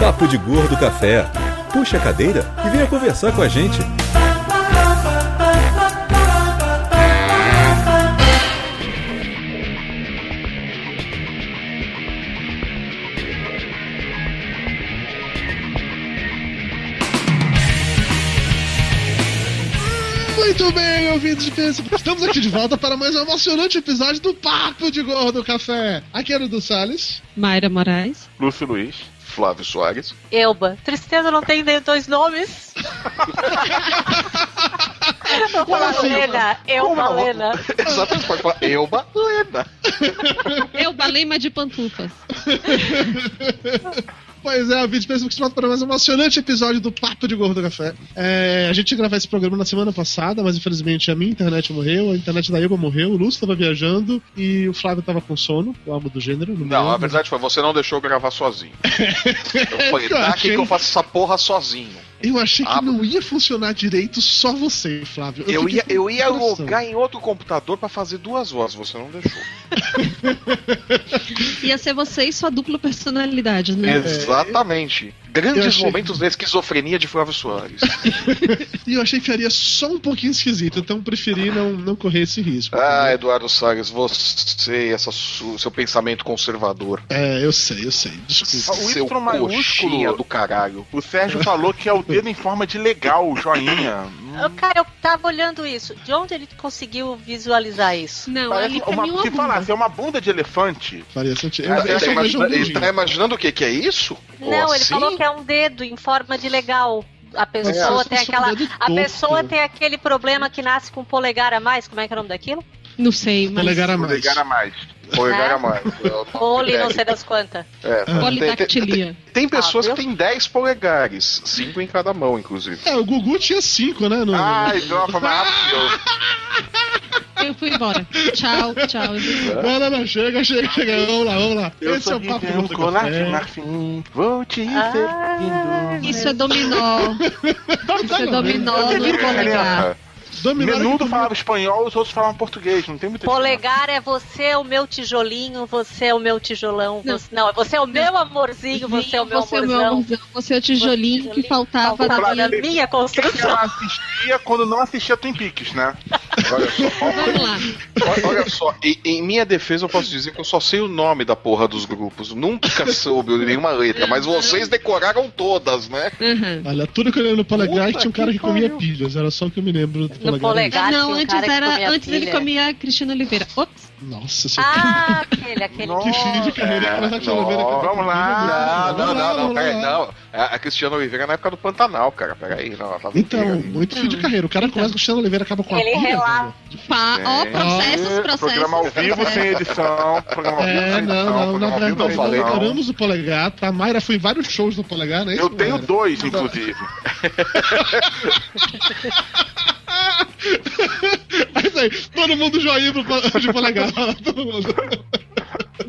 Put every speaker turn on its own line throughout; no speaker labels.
Papo de Gordo Café. Puxa a cadeira e venha conversar com a gente.
Muito bem, ouvintes desse. Estamos aqui de volta para mais um emocionante episódio do Papo de Gordo Café. Aqui é o do Salles.
Mayra Moraes.
Lúcio Luiz.
Flávio Soares.
Elba. Tristeza não tem dois nomes. Eu vou falar Lena. Elba Lena.
Exato, você pode falar Elba Lena.
Eu balema de pantufas.
Pois é, vídeo pensa que estamos para mais um emocionante episódio do Papo de Gordo Café. É, a gente ia gravar esse programa na semana passada, mas infelizmente a minha internet morreu, a internet da Ilba morreu, o Lúcio estava viajando e o Flávio estava com sono, ou algo do gênero.
Não, a
lembro.
verdade foi, você não deixou eu gravar sozinho. Eu falei,
Eu
dá aqui
achei-
que eu faço essa porra sozinho.
Eu achei que
Ah,
não ia funcionar direito só você, Flávio.
Eu
fiquei
ia, eu
com
ia
impressão.
logar em outro computador pra fazer duas horas, você não deixou.
Ia ser você e sua dupla personalidade, né?
Exatamente. Grandes
É. Eu achei-
momentos da esquizofrenia de Flávio Soares.
E eu achei que ficaria só um pouquinho esquisito, então preferi não, não correr esse risco.
ah, Eduardo Soares, você e essa su- seu pensamento conservador.
É, eu sei, eu sei. Desculpa.
O Y
seu
maiúsculo.
coxinha do caralho.
O Sérgio falou que é o dedo em forma de legal, joinha.
Ah, Cara, eu tava olhando isso. De onde ele conseguiu visualizar isso?
Não,
Parece
ali pra mim
uma, se
uma
falasse,
bunda.
é uma bunda de elefante.
Faria sentido. Eu,
Cara,
eu
ele,
só vejo
tá
um
imagina- ele
beijinho.
tá imaginando o que que é isso?
Não,
Ou
ele
assim?
falou que é um dedo em forma de legal. A pessoa
Nossa,
tem
isso é um
aquela.
dedo
A
torto.
pessoa tem aquele problema que nasce com um polegar a mais. Como é que é o nome daquilo?
Não sei, mas.
Polegar a mais.
Ligar tá um a mais.
Polegar
É.
a mais. É,
Poli, não
é,
sei das quantas.
é,
Polidactilia.
Tem pessoas
Ah,
que têm 10 polegares, 5 em cada mão, inclusive.
É, o Gugu tinha cinco, né? No...
Ah,
Ai, droga, maravilhoso.
Eu fui embora. Tchau, tchau.
Não, não, não, chega, chega, chega. Vamos lá, vamos lá.
Eu
Esse é
sou
o
de
papo
um
do É.
colar de
café.
marfim. Vou te
Ah,
Ah,
servindo.
Isso é dominó.
Tá,
Isso é dominó
Tá Eu
no
devia
polegar.
É.
Dominar
Menudo
aqui-
falava espanhol, os outros falavam português. Não tem muita
Polegar é você é o meu tijolinho, você é o meu tijolão.
Não.
Você, não, é você é o meu amorzinho, você é o meu
você é o meu
amorzão.
amorzão, você é o tijolinho que faltava
faltava
na minha
na
minha-
minha
diferença.
construção.
Ela assistia quando não assistia Twin Peaks, né?
é?
Olha
Vamos lá.
só, olha- olha só, em, em minha defesa eu posso dizer que eu só sei o nome da porra dos grupos. Nunca soube nenhuma letra, mas vocês decoraram todas, né?
Aham.
Olha, tudo que eu lembro no polegar é que tinha um
Puta
cara
que
que comia
pariu.
pilhas. Era só o que eu me lembro do polegar.
polegar.
Ah,
Gato,
não,
um
antes
cara que
era.
comia
Antes ele
pilha.
comia a Cristina Oliveira. Ops.
Nossa, isso aqui-
Ah, aquele, aquele.
Nossa.
que filho de carreira.
É,
Mas a Cristina Oliveira-
não,
vamos lá.
Ah, não,
Vamos lá,
não, não,
vamos lá.
peraí, não. A, a Cristiana Oliveira é na época do Pantanal, cara. Peraí, não, ela tava
Então, muito fim de carreira. O cara começa com o Cristiano Oliveira acaba com a
Hum. Então. Ele
porra,
relata.
velho.
Pá, ó,
É.
processos, processos.
Programa ao vivo sem edição. Programa ao vivo
É,
sem
não,
edição.
não,
programa
não,
ao
não,
vivo
não,
eu
sem
falei,
edição.
adoramos o polegar, tá? A Mayra foi em vários shows do polegar, né?
Eu tenho dois, inclusive.
Mas É aí, todo mundo joinha pro, po- de polegar. Todo mundo.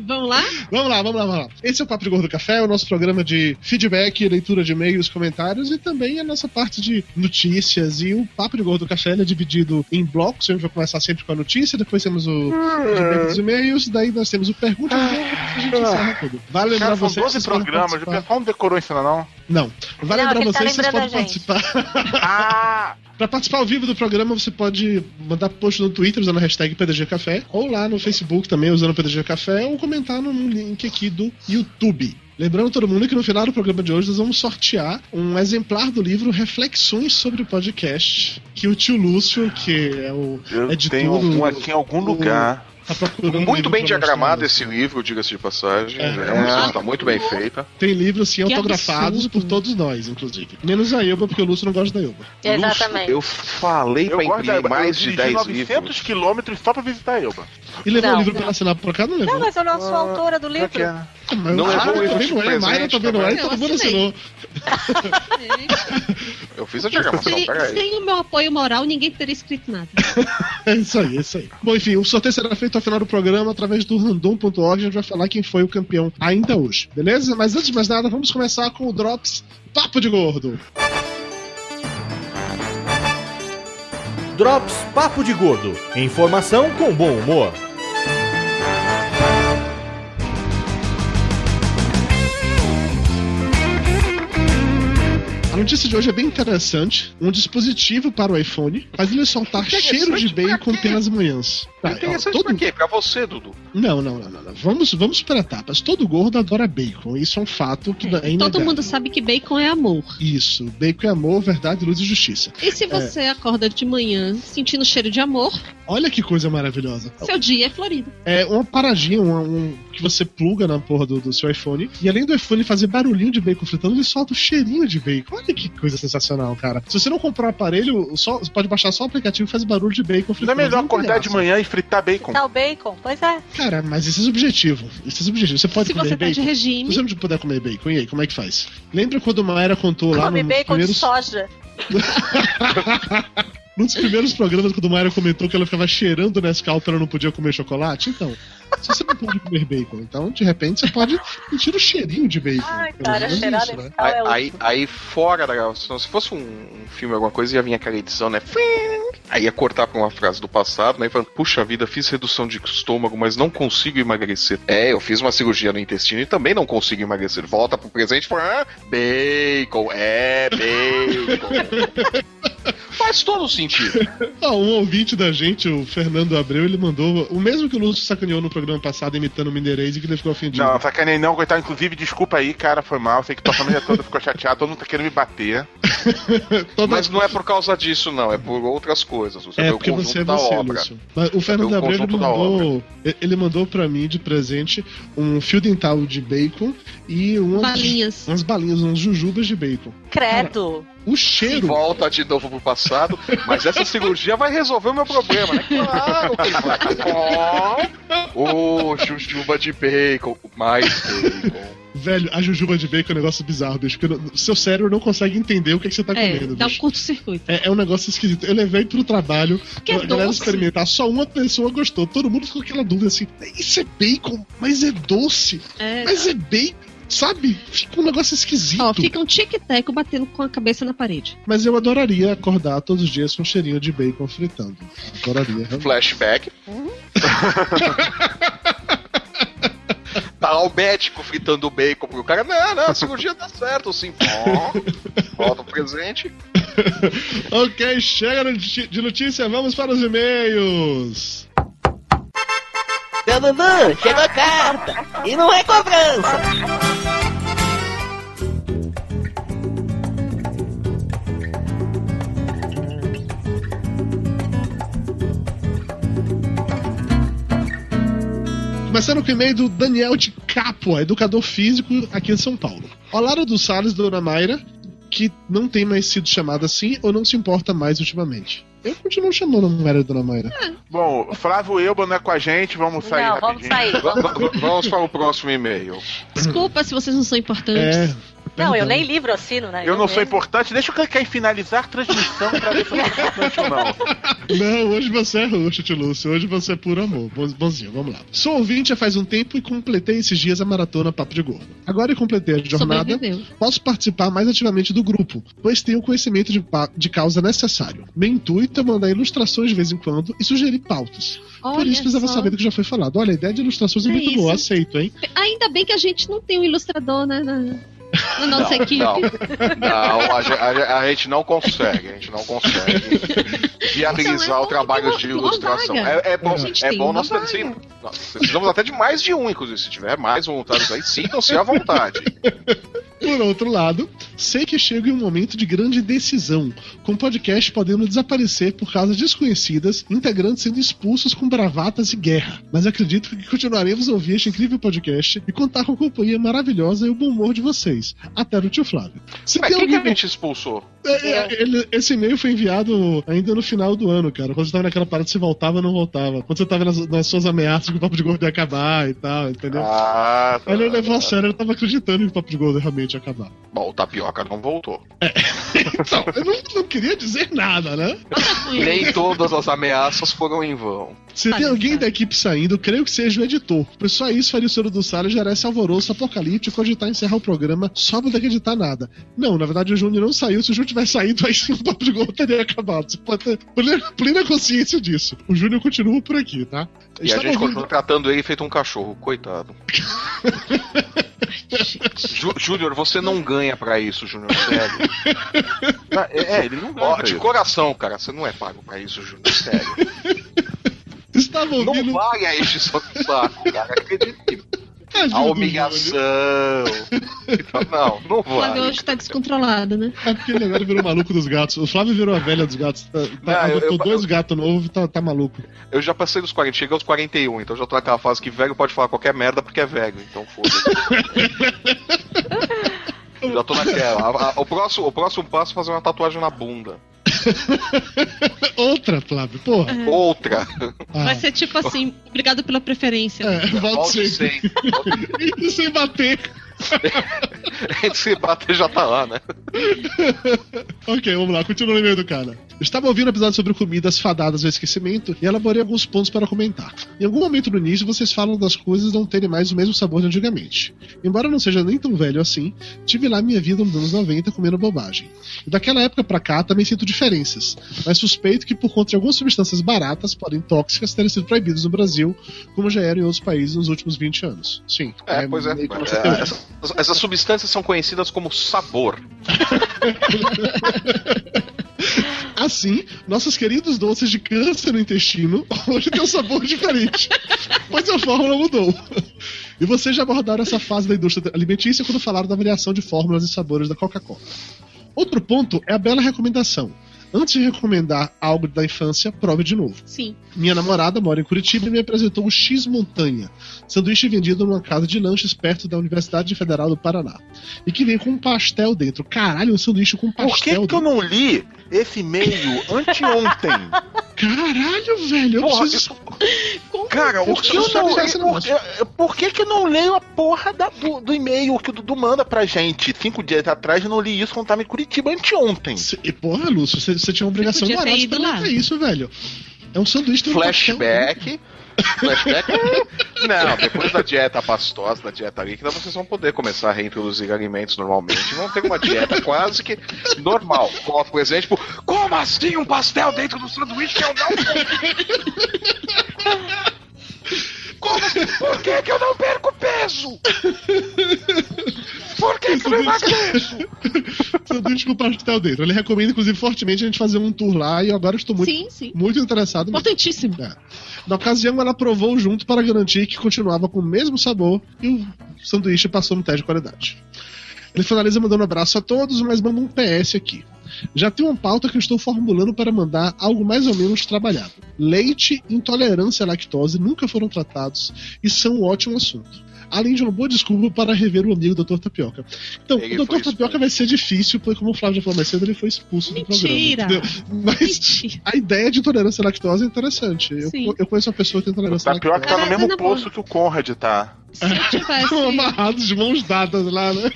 Vamos lá?
Vamos lá, vamos lá, vamos lá. Esse é o Papo de Gordo Café, o nosso programa de feedback, leitura de e-mails, comentários e também a nossa parte de notícias. E o Papo de Gordo Café ele é dividido em blocos. A gente vai começar sempre com a notícia, depois temos o feedback dos e-mails, daí nós temos o pergunta e a gente encerra tudo. Vale lembrar
Cara, são
vocês. que
12
vocês podem
programas, o
participar-
pessoal não um decorou isso ainda não.
Não, vale lembrar
Não, é que ele tá
vocês que vocês podem
lembrando a
participar.
Ah!
Pra participar ao vivo do programa, você pode mandar post no Twitter usando a hashtag PDG Café, ou lá no Facebook também usando o PDG Café, ou comentar no link aqui do YouTube. Lembrando todo mundo que no final do programa de hoje nós vamos sortear um exemplar do livro Reflexões sobre o Podcast, que o tio Lúcio, que é o
Eu
editor,
tenho um aqui em algum
o-
lugar.
tá procurando.
Muito
livro
bem
pra mostrar.
diagramado esse livro, diga-se de passagem.
É.
É, uma edição que tá muito bem feita.
Tem livros assim
Que
autografados
absurdo.
por todos nós, inclusive. Menos a Elba, porque o Lúcio não gosta da Elba.
Exatamente.
Eu falei
Eu
pra
gosto da
imprimir
Elba.
mais
eu
de
dirigi
10 livros.
900 quilômetros só pra visitar a Elba.
E levou
Não.
o livro pra assinar por cá, não levou.
Não, mas é eu não sou
Ah,
autora do livro.
Mas
Não
o
levou
Mayra
o livro
também
de
não é,
presente
Mayra também não é,
também.
todo mundo
Eu assinei.
assinou.
É.
Eu fiz a diagramação,
Sem,
peraí.
sem o meu apoio moral, ninguém teria escrito nada.
É isso aí, é isso aí. Bom, enfim, o sorteio será feito ao final do programa através do random.org. A gente vai falar quem foi o campeão ainda hoje, beleza? Mas antes de mais nada, vamos começar com o Drops Papo de Gordo.
Drops Papo de Gordo. Informação com bom humor.
notícia de hoje é bem interessante. Um dispositivo para o iPhone faz ele soltar cheiro de bacon pelas manhãs. Tá, ó,
Interessante
todo...
pra quê? Pra você, Dudu.
Não, não, não, não, não. Vamos, vamos por etapas. Todo gordo adora bacon. Isso é um fato que é
Todo
inegável.
mundo sabe que bacon é amor.
Isso. Bacon é amor, verdade, luz e justiça.
E se você acorda de manhã sentindo cheiro de amor,
Olha que coisa maravilhosa.
seu dia é florido.
É uma paradinha uma- um, que você pluga na porra do, do seu iPhone. E além do iPhone fazer barulhinho de bacon fritando, ele solta o cheirinho de bacon. Olha que coisa sensacional, cara. Se você não comprar o aparelho, só, você pode baixar só o aplicativo e faz barulho de bacon
Não é
fritando.
melhor acordar de
graça.
manhã e fritar bacon?
Tá o bacon? Pois é.
Cara, mas esse é o objetivo. Esse é o objetivo. Você pode
se
comer
você tá de
bacon. Se
regime,
você não puder comer bacon, e aí, como é que faz? Lembra quando uma era contou lá
Come
nos
bacon de
primeiros,
soja.
num dos primeiros programas quando uma era comentou que ela ficava cheirando Nescau porque ela não podia comer chocolate? Então, se você não pode comer bacon, então de repente você pode sentir o cheirinho de bacon.
Ai,
Pelo
cara,
menos
cheirar
isso, né?
nesse
Aí,
é
aí, aí fora da gravação, se fosse um, um filme, alguma coisa, ia vir aquela edição, né? Fing! Aí ia cortar pra uma frase do passado, né? E falando, puxa vida, fiz redução de estômago, mas não consigo emagrecer. É, eu fiz uma cirurgia no intestino e também não consigo emagrecer. Volta pro presente e fala, ah, bacon, é bacon. Faz todo sentido.
Ah, um ouvinte da gente, o Fernando Abreu, ele mandou o mesmo que o Lúcio sacaneou no programa passado imitando o Mineirês e que ele ficou ofendido.
Não, sacanei não, coitado. Inclusive, desculpa aí, cara, foi mal. Sei que tua família toda ficou chateada, todo mundo tá querendo me bater.
Toda-
Mas não é por causa disso, não. É por outras coisas. Você
É,
vê o
porque
conjunto
você é
da
você,
obra.
Lúcio. Mas o Fernando
Cadê o
Abreu ele
conjunto da
mandou, ele mandou pra mim de presente um fio dental de bacon e umas
balinhas.
umas balinhas, uns jujubas de bacon.
Credo.
O cheiro.
Volta de novo pro passado, mas essa cirurgia vai resolver o
é
meu problema, né? Claro que vai. Ô, chuchuba de bacon, mais bacon.
Velho, a jujuba de bacon é um negócio bizarro, bicho. Porque no- seu cérebro não consegue entender o que, é que você tá
É,
comendo,
dá um
bicho.
curto-circuito.
É, é um negócio esquisito. Eu levei pro trabalho,
Que é
a galera
doce.
experimentar, só uma pessoa gostou. Todo mundo ficou com aquela dúvida assim: isso é bacon, mas é doce,
É.
mas é bacon. Sabe? Fica um negócio esquisito.
Ó, fica um tic-tac batendo com a cabeça na parede.
Mas eu adoraria acordar todos os dias com um cheirinho de bacon fritando. Adoraria. realmente.
Flashback. Tá lá o médico fritando bacon pro cara. Não, não, a cirurgia tá certo, sim. Ó, Volta o presente.
ok, chega de de notícia, vamos para os e-mails.
Seu Dudu, chegou a carta. E não é cobrança.
Começando com o e-mail do Daniel de Capua, educador físico aqui em São Paulo. Olá, do Salles, dona Mayra, que não tem mais sido chamada assim ou não se importa mais ultimamente. Eu continuo chamando a Mayra de dona Mayra.
Bom, Flávio Elba não é com a gente, vamos sair
Não, vamos
rapidinho.
sair.
Va- va- va- Vamos para o próximo e-mail.
Desculpa se vocês não são importantes.
É.
Não, eu
perdão.
nem livro assino, né?
Eu não sou
mesmo.
importante, deixa eu clicar em finalizar transmissão pra ver se eu sou importante ou não.
Não, hoje você é roxo, Tio Lúcio. Hoje você é puro amor. Bo- Bonzinho, vamos lá. Sou ouvinte há faz um tempo e completei esses dias a maratona Papo de Gordo. Agora que completei a jornada,
Sobreviveu.
posso participar mais ativamente do grupo, pois tenho o conhecimento de, pa- de causa necessário. Meu intuito é mandar ilustrações de vez em quando e sugerir pautas. Por
Olha
isso precisava
só.
saber do que já foi falado. Olha, a ideia de ilustrações é
É
muito boa,
isso.
aceito, hein?
Ainda bem que a gente não tem um ilustrador na, na, na nossa equipe.
Não, não a, ge- a ge- a gente não consegue, a gente não consegue
Então é
viabilizar
bom
o trabalho
que
de
tem uma- uma
ilustração.
vaga.
É, é bom,
A gente
é
tem
bom
uma
nós,
vaga.
sim, nós precisamos até de mais de um, inclusive. Se tiver mais voluntários aí, sintam-se à vontade.
Por outro lado, sei que chega em um momento de grande decisão, com podcast podendo desaparecer por causas desconhecidas, integrantes sendo expulsos com bravatas e guerra. Mas acredito que continuaremos a ouvir este incrível podcast e contar com a companhia maravilhosa e o bom humor de vocês, até do tio Flávio. Se
Mas
tem
quem que
alguém
a gente expulsou?
É, é, ele- esse e-mail foi enviado ainda no final do ano, cara. Quando você tava naquela parada, você voltava ou não voltava. Quando você tava nas, nas suas ameaças que o Papo de Gordo ia acabar e tal, entendeu?
Ah, tá.
Aí ele levou a sério, ele tava acreditando que o Papo de Gordo realmente ia acabar.
Bom, o Tapioca não voltou.
Então, eu não, não queria dizer nada, né?
Nem todas as ameaças foram em vão.
Se tem
Olha,
alguém
cara.
da equipe saindo, creio que seja o editor. Pois só isso faria o senhor do Salles gerar esse tá, alvoroço apocalíptico, cogitar encerrar o programa, só pra não ter que editar nada. Não, na verdade o Júnior não saiu. Se o Júnior vai saindo, aí sim o papo de gordo teria acabado. Você pode ter plena, plena consciência disso. O Júnior continua por aqui, tá?
E a
Estava
gente
ouvindo-
continua tratando ele feito um cachorro, coitado. Jú- Júnior, você não ganha pra isso, Júnior, sério.
É, ele não
Ó,
gosta.
de coração, cara, você não é pago pra isso, Júnior, sério.
Estava ouvindo.
Não vai a este só do saco, cara, acredita em mim.
ajuda
A
o
humilhação. Então, não, não
O Flávio
vai.
hoje tá descontrolado, né?
Júnior. É porque ele agora virou maluco dos gatos. O Flávio virou a velha dos gatos. Tá, tá,
Não, Ah, eu-
adotou
eu-
dois gatos novos, tá, tá maluco.
Eu já passei dos 40, cheguei aos 41, então já tô naquela fase que velho pode falar qualquer merda porque é velho, então foda-se. já tô naquela. A- a- o, próximo, o próximo passo é fazer uma tatuagem na bunda.
Outra, Flávio, porra.
Outra.
Ah,
Vai ser tipo assim, obrigado pela preferência.
é, volte
Volte
sempre.
sem. Volte-
E sem bater.
Se bater já tá lá, né?
Ok, vamos lá, continua no e-mail do cara. Eu estava ouvindo o episódio sobre comidas fadadas ao esquecimento e elaborei alguns pontos para comentar. Em algum momento no início, vocês falam das coisas não terem mais o mesmo sabor de antigamente. Embora eu não seja nem tão velho assim, tive lá minha vida nos anos 90 comendo bobagem. E daquela época pra cá também sinto diferenças, mas suspeito que por conta de algumas substâncias baratas, porém tóxicas, terem sido proibidas no Brasil, como já eram em outros países nos últimos 20 anos. Sim.
É, pois é.
meio que nossa
É,
teoria.
essas, essas substâncias são conhecidas como sabor.
Assim, nossos queridos doces de câncer no intestino hoje têm um sabor diferente, pois a fórmula mudou. E vocês já abordaram essa fase da indústria alimentícia quando falaram da variação de fórmulas e sabores da Coca-Cola. Outro ponto é a bela recomendação. Antes de recomendar algo da infância, prove de novo.
Sim.
Minha namorada mora em Curitiba e me apresentou o X Montanha, sanduíche vendido numa casa de lanches perto da Universidade Federal do Paraná. E que vem com um pastel dentro. Caralho, um sanduíche com pastel
Por que, que
dentro.
eu não li esse e-mail anteontem?
Caralho, velho, eu
Porra,
preciso.
Cara, o é-
Eu
que eu
só
não
quero
leio.
esse
Por,
negócio.
eu- por que, que eu não leio a porra da- do, do e-mail que o Dudu manda pra gente? Cinco dias atrás eu não li isso quando tava em Curitiba anteontem.
Cê- e, porra, Lúcio, você, você tinha uma obrigação
Você podia
moral
ter
de
ido
perguntar
lá.
isso, velho. É um sanduíche tem um pastel.
Flashback. Flashback. Não, depois da dieta pastosa, da dieta líquida, vocês vão poder começar a reintroduzir alimentos normalmente. Vão ter uma dieta quase que normal. Coloca o exemplo, tipo, como assim um pastel dentro do sanduíche que eu não como? Por que, que eu não perco peso? Por que, que eu não emagreço?
Sanduíche com pastel dentro. Ele recomenda, inclusive, fortemente a gente fazer um tour lá e agora eu estou muito,
Sim, sim.
muito interessado. mesmo.
Importantíssimo.
É. Na ocasião, ela provou junto para garantir que continuava com o mesmo sabor e o sanduíche passou no teste de qualidade. Ele finaliza mandando um abraço a todos, mas manda um PS aqui. Já tem uma pauta que eu estou formulando para mandar algo mais ou menos trabalhado. Leite, intolerância à lactose nunca foram tratados e são um ótimo assunto. Além de uma boa desculpa para rever o amigo Dr. Tapioca. Então,
Ele
o
foi
Dr. Tapioca
expulso.
vai ser difícil, porque como o Flávio já falou mais cedo, ele foi expulso do programa.
Mentira.
entendeu? Mas
Mentira.
a ideia de intolerância à lactose é interessante. Eu,
Sim.
co- eu conheço uma pessoa que tem intolerância à
Tá pior que
lactose.
tá no
Caraca,
mesmo
na boa.
poço que o Conrad tá.
Se eu tivesse.
Estão amarrados de mãos dadas lá, né?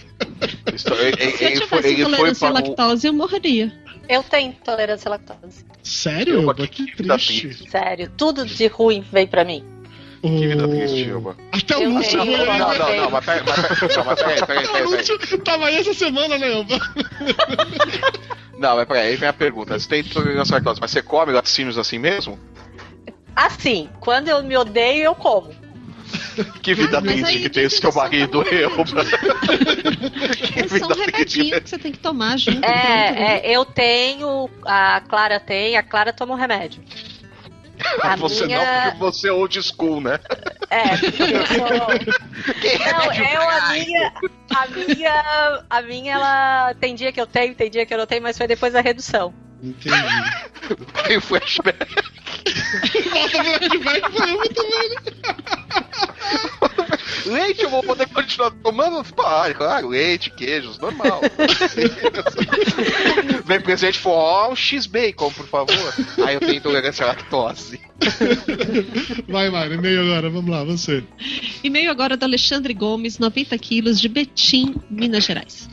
Ele,
Se eu
ele foi,
tivesse
ele foi
intolerância à
pra um o-
lactose, eu morreria.
Eu tenho intolerância à lactose.
Sério?
Oba,
Elba? que
que vida
triste.
Sério, tudo de ruim vem pra mim.
Que vida
Oh.
triste, Elba.
Até o
Eu
Lúcio
tenho.
foi
Não,
aí,
não,
né?
não, não, mas peraí, mas peraí, não, mas peraí, peraí,
O
peraí, peraí.
Lúcio tava aí essa semana, né, Elba?
Não, mas peraí, aí vem a pergunta. Você tem intolerância à lactose, mas você come laticínios assim mesmo?
Assim, quando eu me odeio, eu como.
Que vida
mas
triste
aí
que tem esse teu
dificulta
marido,
também.
eu.
Mas são
vida
remedinhos um que você tem que tomar junto.
É, é, eu tenho, a Clara tem, a Clara toma um remédio. A
você não,
minha-
porque você é old school, né?
É, eu sou-
é
não, eu, a minha, a minha, a minha, ela tem dia que eu tenho, tem dia que eu não tenho, mas foi depois da redução.
Entendi.
Aí foi a
Volta flashback foi eu muito bem.
Leite, eu vou poder continuar tomando? Ah, claro, leite, queijos, normal. Vem com presente e falou, ó, um X-Bacon, por favor. Aí eu tenho intolerância à lactose.
Vai, Mário, e-mail agora, vamos lá, você.
E-mail agora do Alexandre Gomes, 90 quilos, de Betim, Minas Gerais.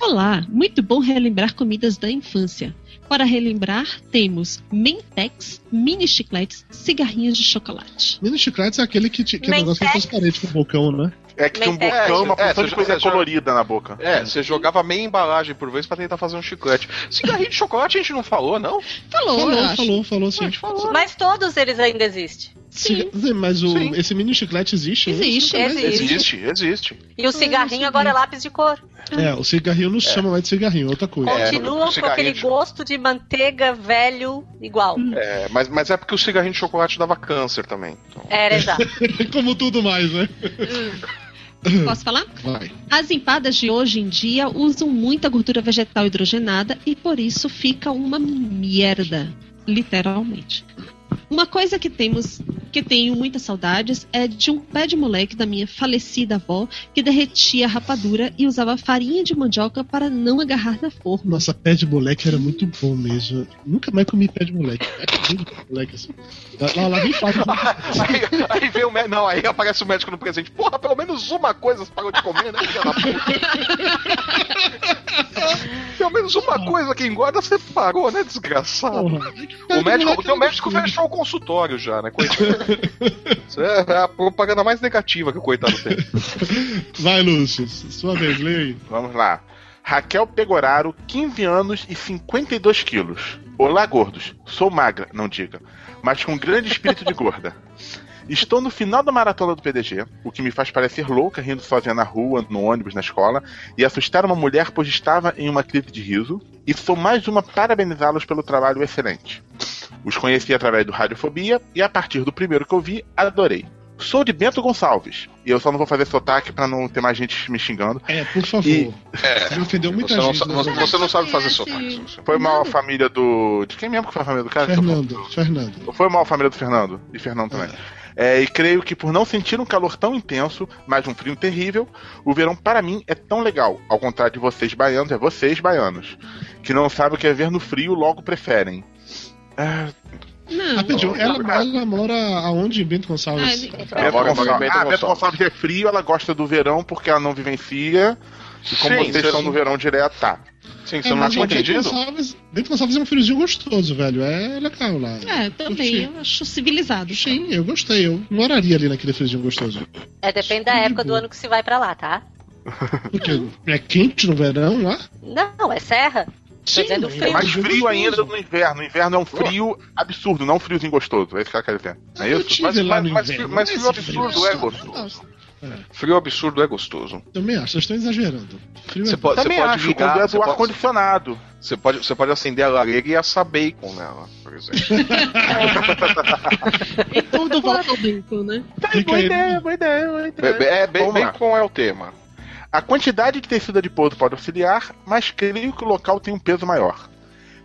Olá, muito bom relembrar comidas da infância. Para relembrar, temos mentex, mini chicletes, cigarrinhos de chocolate.
Mini chicletes é aquele que, te- que é um
Mentex.
negócio que é transparente com o bocão, né?
É que tinha um
Mentex.
bocão, uma
É,
porção
você
de
já-
coisa
você já-
colorida na boca.
É, você jogava meia embalagem por vez pra tentar fazer um chiclete. Cigarrinho de chocolate a gente não falou, não?
Falou, eu
Falou,
acho.
falou, falou sim.
A gente falou.
Mas todos eles ainda existem.
Sim.
Ciga- Mas o,
Sim.
esse mini chiclete existe? né?
Existe,
Isso também
existe.
Existe, existe.
E o cigarrinho agora é lápis de cor.
É, o cigarrinho não se chama mais de cigarrinho, é outra coisa.
É.
Continuam com
cigarrinho
aquele
de-
gosto de manteiga velho igual.
É, mas, mas é porque o cigarrinho de chocolate dava câncer também. Então,
É.
É, Era exato.
Como tudo mais, né?
Posso falar?
Vai.
As empadas de hoje em dia usam muita gordura vegetal hidrogenada e por isso fica uma merda, literalmente. Uma coisa que temos, que tenho muitas saudades, é de um pé de moleque da minha falecida avó que derretia a rapadura e usava farinha de mandioca para não agarrar na forma.
Nossa, pé de moleque era muito bom mesmo. Nunca mais comi pé de moleque. É que tudo de moleque assim. Lá, lá vem né? faca.
aí, aí vem o médico. Não, aí aparece o médico no presente. Porra, pelo menos uma coisa você parou de comer, né, filha da puta? É, pelo menos uma coisa que engorda você parou, né, desgraçado?
Porra.
O médico, o
moleque
teu
era
médico
gostoso.
fechou o consultório já, né? Coitado. Isso é a propaganda mais negativa que o coitado tem.
Vai, Lúcio. Sua vez, leia aí.
Vamos lá. Raquel Pegoraro, 15 anos e 52 quilos. Olá, gordos. Sou magra, não diga, mas com grande espírito de gorda. Estou no final da maratona do PDG, o que me faz parecer louca rindo sozinha na rua, no ônibus, na escola, e assustar uma mulher pois estava em uma crise de riso, e sou mais uma parabenizá-los pelo trabalho excelente. Os conheci através do Radiofobia, e a partir do primeiro que eu vi, adorei. Sou de Bento Gonçalves, e eu só não vou fazer sotaque pra não ter mais gente me xingando.
É, por favor.
E-
Você ofendeu muita
Você não,
gente.
sa-
né,
você-
Fernando?
você não sabe fazer
Esse-
sotaque. você-
Foi mal a família do. De quem mesmo que foi a família do cara?
Fernando, Fernando.
Foi mal a família do Fernando. E Fernando também. É, e creio que por não sentir um calor tão intenso, mas um frio terrível, o verão para mim é tão legal. Ao contrário de vocês baianos, é vocês baianos. Que não sabem o que é ver no frio, logo preferem. Ah,
Não.
É,
Rapidinho, ela, ela mora aonde, em Bento
Ah,
Gonçalves?
ele-
Ela
Beto
mora em
Gonçalves.
Bento
Ah, Beto
tá Gonçalves.
Gonçalves é frio, ela gosta do verão porque ela não vivencia. E como
Sim, é
vocês
sim.
estão no verão direto, tá.
Sim,
É,
você não
mas
tinha
Bento
entendido?
Gonçalves- Bento Gonçalves é um friozinho gostoso, velho. É legal lá.
É, também, eu acho civilizado.
Sim, eu gostei. Eu moraria ali naquele friozinho gostoso.
É, depende da época do ano que se vai pra lá, tá?
Porque é quente no verão lá?
Não, é serra.
Sim,
dizendo
mas
frio.
É mais
gostoso.
frio ainda do que no inverno. No inverno é um frio absurdo, não um friozinho gostoso. É isso que ela quer dizer. Não é
Eu
isso?
tive
Mas-
lá
mas-
no
mas-
inverno,
mas
não
frio
esse frio.
absurdo é gostoso. Frio absurdo é gostoso.
Também acho, vocês estão exagerando. Frio
Você
é
pode, você
Também
pode
acho, quando é
ligar,
do
você pode,
ar-condicionado.
você, pode, você pode acender a lareira e assar bacon nela, por exemplo.
E tudo volta ao vento, né?
Tá,
Fica aí.
boa ideia, boa
Be- be- é, be-
Vamos lá.
bacon é o tema.
A quantidade de tecido adiposo pode auxiliar, mas creio que o local tem um peso maior.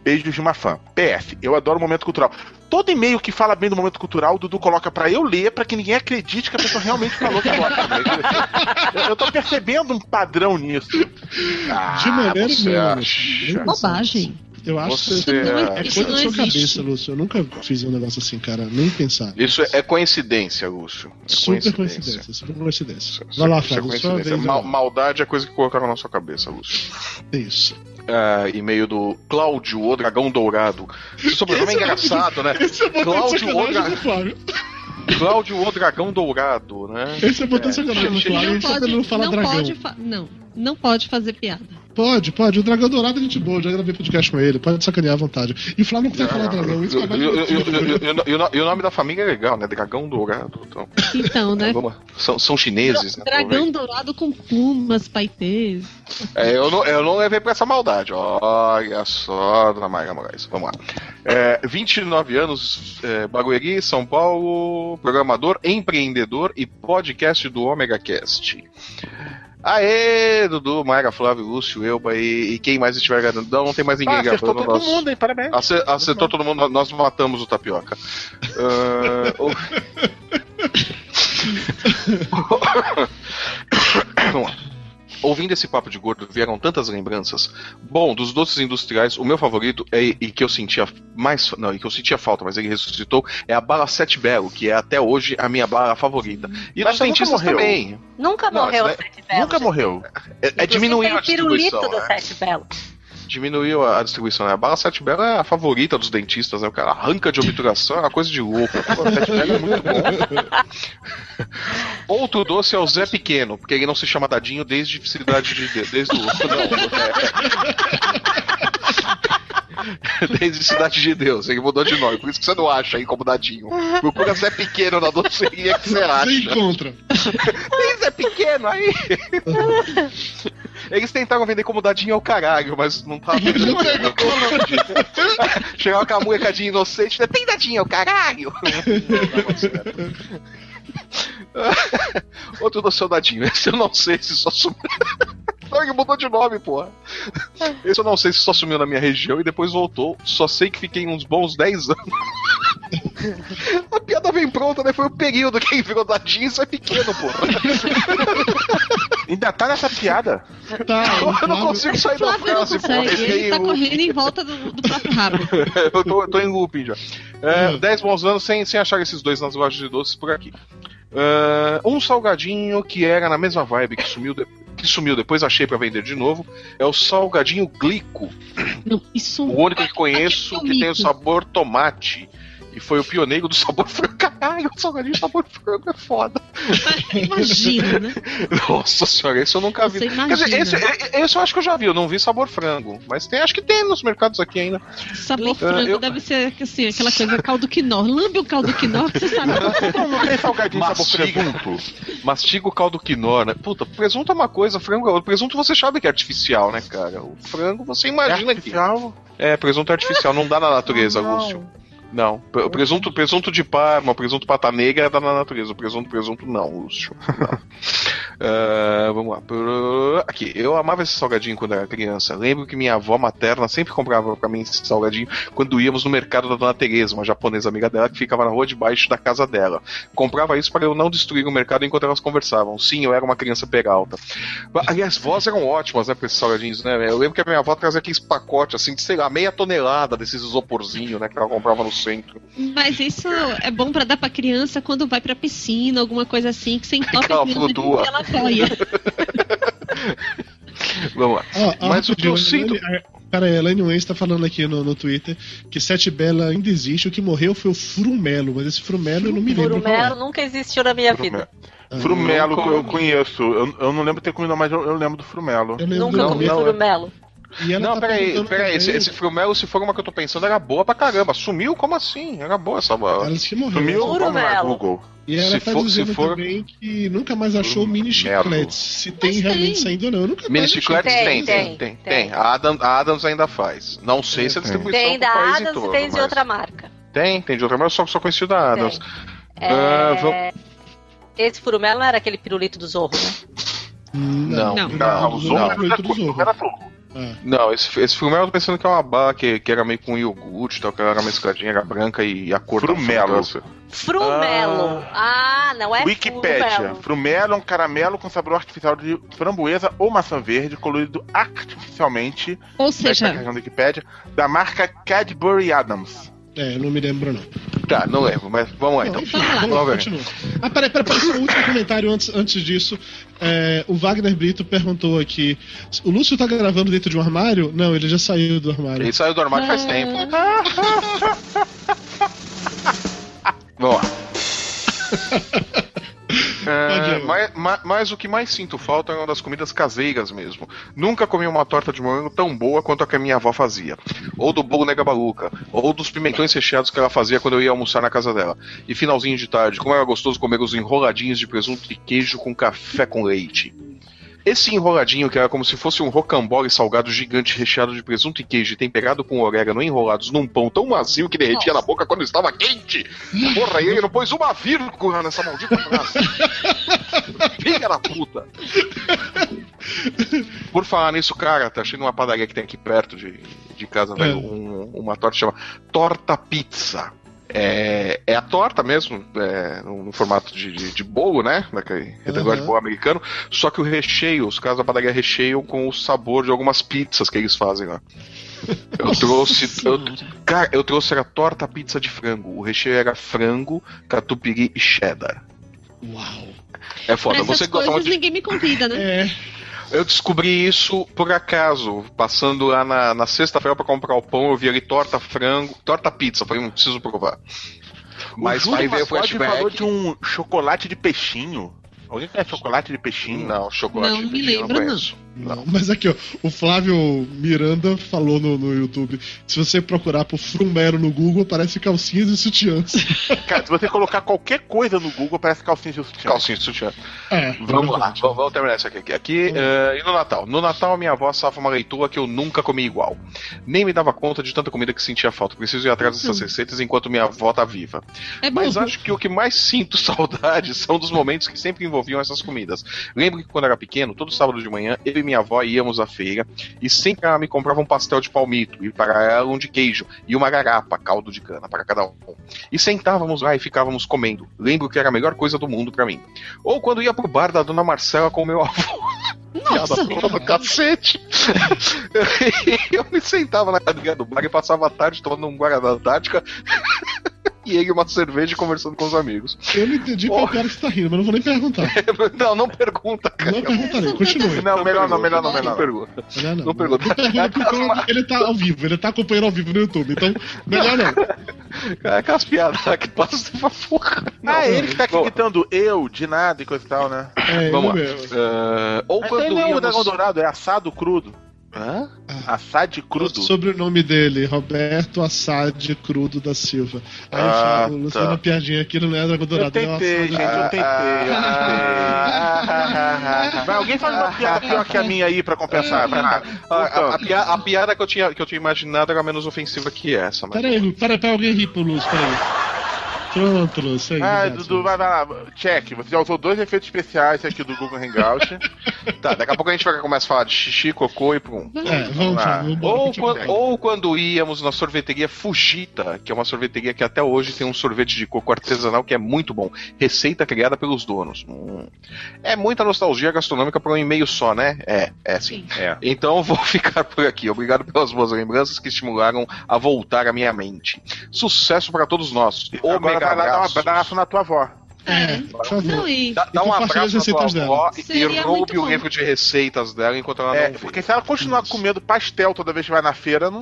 Beijos de uma fã. PS, eu adoro o momento cultural. Todo e-mail que fala bem do momento cultural, o Dudu coloca pra eu ler, pra que ninguém acredite que a pessoa realmente falou que gosta. né? Eu- Eu tô percebendo um padrão nisso.
Ah,
De maneira
você
nenhuma.
acha?
Eu-
Bobagem.
Eu acho
Você-
que
Não,
é
isso
coisa da
não
sua
existe.
cabeça, Lúcio. Eu nunca fiz um negócio assim, cara. Nem pensar.
Isso é coincidência, Lúcio. É
Super
coincidência.
coincidência, super coincidência.
Isso
Vai lá,
é
Flávio. Sua
coincidência.
vez. Mal,
Mal- maldade é coisa que colocaram na sua cabeça, Lúcio.
Isso.
Ah, e-mail do Cláudio, o Dragão Dourado. Esse sobrenome é engraçado, né?
Esse é botão de
Cláudio
sacanagem
Olga-
do Flávio.
Cláudio, o Dragão Dourado, né?
Esse é botão de
É.
sacanagem do Flávio. Só
Não
pra
pode,
ele não falar
não
dragão.
pode, fa- não, não pode fazer piada.
Pode, pode. O Dragão Dourado é gente boa, já gravei podcast com ele, pode sacanear à vontade. E o Flávio não consegue falar dragão, isso
E
que é mais divertido.
o- e o nome da família é legal, né? Dragão Dourado. Então,
Então, né?
vamos lá. são, são chineses, né?
Dragão dourado com plumas, paetês.
É, eu, não, eu não levei pra essa maldade. Olha só, dona Maria Moraes. Vamos lá. É, 29 anos, é, Barueri, São Paulo, programador, empreendedor e podcast do Omega Cast. Aê, Dudu, Maia, Flávio, Lúcio, Elba e, e quem mais estiver gravando. Não, não tem mais ninguém
Ah, acertou
gravando.
todo
nós-
mundo, hein? Parabéns.
Ace- Acertou todo mundo, nós matamos o tapioca. Ah, o- Vamos lá. Ouvindo esse papo de gordo, vieram tantas lembranças. Bom, dos doces industriais, o meu favorito é, e que eu sentia mais, não, e que eu sentia falta, mas ele ressuscitou, é a bala Sete Belo, que é até hoje a minha bala favorita. E dos
Mas você nunca
dentistas
morreu.
também.
Nunca
Não,
morreu
isso
o Sete Belos.
Nunca morreu.
É, é diminuir
Tem
a
o pirulito
distribuição.
do
né?
Sete Belos.
diminuiu a a distribuição, né? A bala sete belo é a favorita dos dentistas, né? O cara arranca de obturação, é uma coisa de louco. Pô, a sete belo é muito bom. Outro doce é o Zé Pequeno, porque ele não se chama Dadinho desde facilidade de desde o não, é. Desde Cidade de Deus, ele mudou de nome, por isso que você não acha aí como dadinho. Procura Zé Pequeno na doceria que você acha.
Você encontra.
Tem Zé é Pequeno aí! Eles tentaram vender como dadinho ao caralho, mas não tava vendendo. Chegava com a molecadinha inocente, né? Tem dadinho ao caralho! Outro do seu dadinho, esse eu não sei se só sumiu. Não, ele mudou de nome, porra. Esse eu não sei se só sumiu na minha região e depois voltou. Só sei que fiquei uns bons 10 anos. A piada vem pronta, né? Foi o período que ele virou dadinho, isso é pequeno, porra.
Ainda tá nessa piada?
Tá,
Eu não
Flávio-
consigo sair da
Flávio não
frase, porra.
consegue, ele
Errei
tá
o-
correndo em volta do, do próprio rabo.
eu, tô, eu tô em looping já. É,
Hum.
10 bons anos sem, sem achar esses dois nas lojas de doces por aqui. É, um salgadinho que era na mesma vibe que sumiu, de- que sumiu depois, achei pra vender de novo. É o salgadinho glico.
Não, isso
O único que conheço que tem o sabor tomate. E foi o pioneiro do sabor frango. Caralho, o salgadinho sabor frango é foda.
imagina, né?
Nossa senhora, esse eu nunca vi.
Você
Quer dizer,
imagina.
esse, e- esse eu acho que eu já vi, eu não vi sabor frango. Mas tem, acho que tem nos mercados aqui ainda.
Sabor frango
Ah, eu-
deve ser assim, aquela coisa caldo quinó. Lambe o caldo quinó que você sabe.
Não, não tem salgadinho sabor
Mastiga.
presunto.
Mastiga o caldo quinó, né? Puta, presunto é uma coisa, frango é outra. Presunto você sabe que é artificial, né, cara? O frango você imagina
É
que.
artificial? Ah,
É, presunto é artificial, não dá na natureza, Augusto. Não, Pre- presunto, presunto de Parma, presunto pata negra dá na natureza. Presunto, presunto não, Lúcio. Não. Ah, vamos lá. Prrr, Aqui, eu amava esse salgadinho quando era criança. Lembro que minha avó materna sempre comprava pra mim esse salgadinho quando íamos no mercado da Dona Tereza, uma japonesa amiga dela que ficava na rua de baixo da casa dela. Comprava isso para eu não destruir o mercado enquanto elas conversavam. Sim, eu era uma criança peralta. Aliás, vós eram ótimas, né, pra esses salgadinhos, né? Eu lembro que a minha avó trazia aqueles pacotes, assim, de, sei lá, meia tonelada desses isoporzinhos, né, que ela comprava no centro.
Mas isso é bom pra dar pra criança quando vai pra piscina, alguma coisa assim, que você entope
ela
a pirâmide
flutua.
e ela boia.
Vamos lá.
Ó, ó,
Mas o que eu
rapidinho,
sinto-
Elaine- a- Cara, a Elaine Weiss tá falando aqui no, no Twitter que Sete Bela ainda existe. O que morreu foi o Frumelo, mas esse Frumelo eu não me lembro. qual é.
Furumelo nunca existiu na minha vida.
Ah,
Frumelo
Nunca
eu
comi.
conheço. Eu, eu não lembro ter comido, mas eu, eu lembro do frumelo.
eu lembro
Nunca
do
Não,
comi
nome.
não, é.
furumelo.
E ela
não,
tá
peraí,
perguntando
peraí.
também-
Esse, esse filmelo, se for uma que eu tô pensando, era boa pra caramba. Sumiu? Como assim? Era boa essa bola.
Ela disse que morreu.
Sumiu?
Juro,
Vamos lá,
Melo.
Google.
E ela
Se
tá
for- se
dizendo
for-
também que nunca mais achou mini
Melo.
chicletes. Se tem
Mas
realmente
tem.
saindo ou não. Eu nunca
Mini
mais
chicletes
Tem,
tem, tem, tem.
tem,
tem,
tem.
A, Adam- a Adams ainda faz. Não sei se a
Tem.
distribuição
Tem
pro
da
país
Adams
todo,
e tem de
mas-
outra marca.
Tem, tem de outra, mas eu só, só conheci o da
Tem.
Adams.
É,
Ah, vamos-
Esse furumelo não era aquele pirulito do Zorro, né?
achei. Não.
Não.
Não, não,
Não,
não.
o
Zorro
Zorro
era fruto do Zorro.
era fruto.
Ah,
esse, esse filme eu tô pensando que é uma barra que, que era meio com iogurte, e tal, que era mescladinha, era branca e a cor da
Frumelo.
fruta.
Frumelo. Ah, não é
Wikipédia.
furumelo.
Frumelo é um caramelo com sabor artificial de framboesa ou maçã verde, colorido artificialmente, Tá
Ou
nesta
é
seja,
questão da Wikipédia, da marca Cadbury Adams.
é, eu não me lembro, não.
Tá, não lembro, mas vamos lá
Não,
então.
enfim,
vamos lá.
vamos lá,
Vamos ver.
continua. Ah, peraí, peraí, peraí, só um último comentário antes, antes disso. É, o Wagner Brito perguntou aqui: o Lúcio tá gravando dentro de um armário? Não, ele já saiu do armário.
Ele saiu do armário faz tempo. Vamos lá. É,
Pode ir.
mas, ma- mas o que mais sinto falta é uma das comidas caseiras mesmo. Nunca comi uma torta de morango tão boa quanto a que a minha avó fazia. Ou do bolo nega baluca, ou dos pimentões recheados que ela fazia quando eu ia almoçar na casa dela. E finalzinho de tarde, como era gostoso comer os enroladinhos de presunto e queijo com café com leite. Esse enroladinho, que era como se fosse um rocambole salgado gigante recheado de presunto e queijo e temperado com orégano enrolados num pão tão macio que derretia na boca quando estava quente. Porra, ele não pôs uma vírgula nessa maldita frase. Filha da puta. Por falar nisso, cara, tá achei numa padaria que tem aqui perto de, de casa, velho,
É.
um- uma torta que chama Torta Pizza. É, é a torta mesmo, é, no, no formato de, de, de bolo, né? Daquele retangular de
Aham.
bolo americano. Só que o recheio, os caras da padaria recheiam com o sabor de algumas pizzas que eles fazem lá. Eu trouxe. eu- cara, eu trouxe era torta pizza de frango. O recheio era frango, catupiry e cheddar.
Uau.
É foda.
essas
Você que gosta
coisas
muito de
ninguém me convida, né?
É,
eu descobri isso por acaso, passando lá na, na sexta-feira pra comprar o pão, eu vi ali torta frango, torta pizza, falei, não preciso provar. Mas
Júlio
aí veio o
Mascote falou
flashback.
de um chocolate de peixinho. Alguém quer chocolate de peixinho?
Não, chocolate
Não,
de
me
peixe eu
lembro, não.
conheço.
Não, mas aqui, ó, o Flávio Miranda falou no, no YouTube: se você procurar por Frumero no Google, aparece calcinhas e sutiãs.
Cara, se você colocar qualquer coisa no Google, parece calcinha de sutiã.
Calcinha de sutiã.
É,
Vamos lá, vamos, vamos terminar isso aqui. aqui, aqui eh, e no Natal? No Natal, a minha avó safa uma leitoa que eu nunca comi igual. Nem me dava conta de tanta comida que sentia falta. Preciso ir atrás dessas receitas enquanto minha avó tá viva.
É bom.
Mas acho que o que mais sinto saudade são dos momentos que sempre envolviam essas comidas. Lembro que quando era pequeno, todo sábado de manhã, eu e minha avó íamos à feira e sempre ela me comprava um pastel de palmito e para ela um de queijo e uma garapa, caldo de cana para cada um. E sentávamos lá e ficávamos comendo. Lembro que era a melhor coisa do mundo para mim. Ou quando ia pro bar da dona Marcela com meu avô.
Nossa,
Piada do cacete. eu me sentava na cadeira do bar e passava a tarde tomando um Guaraná Tática e ele uma cerveja e conversando com os amigos.
eu não entendi qual piada que você tá rindo, mas não vou nem perguntar.
Não, não pergunta, cara.
Não perguntarei, continue.
Não, melhor não, melhor não,
Não,
melhor não.
pergunta.
Melhor não.
Não pergunta.
Ele, acompanhou- ele tá ao vivo, ele tá acompanhando ao vivo no YouTube, então melhor não.
É aquelas piadas lá que passam por favor.
Ah, ele que tá aqui
Boa.
gritando eu, de nada e coisa e tal, né?
É,
Vamos
ele
lá.
mesmo.
Ah, ou
Mas
quando
ele não é o dragão
íamos...
dourado, é assado crudo.
Hã?
Assado crudo.
O sobrenome dele, Roberto Assad Crudo da Silva. Aí eu
Ah,
falo, lançando uma piadinha aqui no Leandro Dragão
Eu
Dourado. é o
tentei,
Assad-
gente, eu tentei, eu tentei. ah, Vai, alguém faz uma piada pior que a minha aí pra compensar. Vai lá.
A, Ah, a- a pia- a piada que eu, tinha, que eu tinha imaginado era menos ofensiva que essa, mas...
Peraí, Lu, peraí, peraí, alguém ri pro Luz, peraí. Pronto, Luz, aí.
Ah,
obrigado.
Dudu, vai, vai lá. Check, você já usou dois efeitos especiais aqui do Google Hangout.
Tá, daqui a pouco a gente vai começar a falar de xixi, cocô e pum.
É, vamos lá. Vamos embora,
Ou,
continua.
quan- ou quando íamos na sorveteria Fujita, que é uma sorveteria que até hoje tem um sorvete de coco artesanal que é muito bom. Receita criada pelos donos. Hum. É muita nostalgia gastronômica para um e-mail só, né? É, é sim.
É.
Então vou ficar por aqui. Obrigado pelas boas lembranças que estimularam a voltar à minha mente. Sucesso para todos nós.
Agora
Ômega
vai lá dar um
abraços.
abraço na tua avó.
É, por favor.
Não, e
Dá, dá
E
um
compartilha
abraço
as
na tua
receitas
avó e
Seria muito
roube o
bom.
livro de receitas dela enquanto ela
É,
não vê.
porque se ela continuar comendo pastel toda vez que vai na feira, não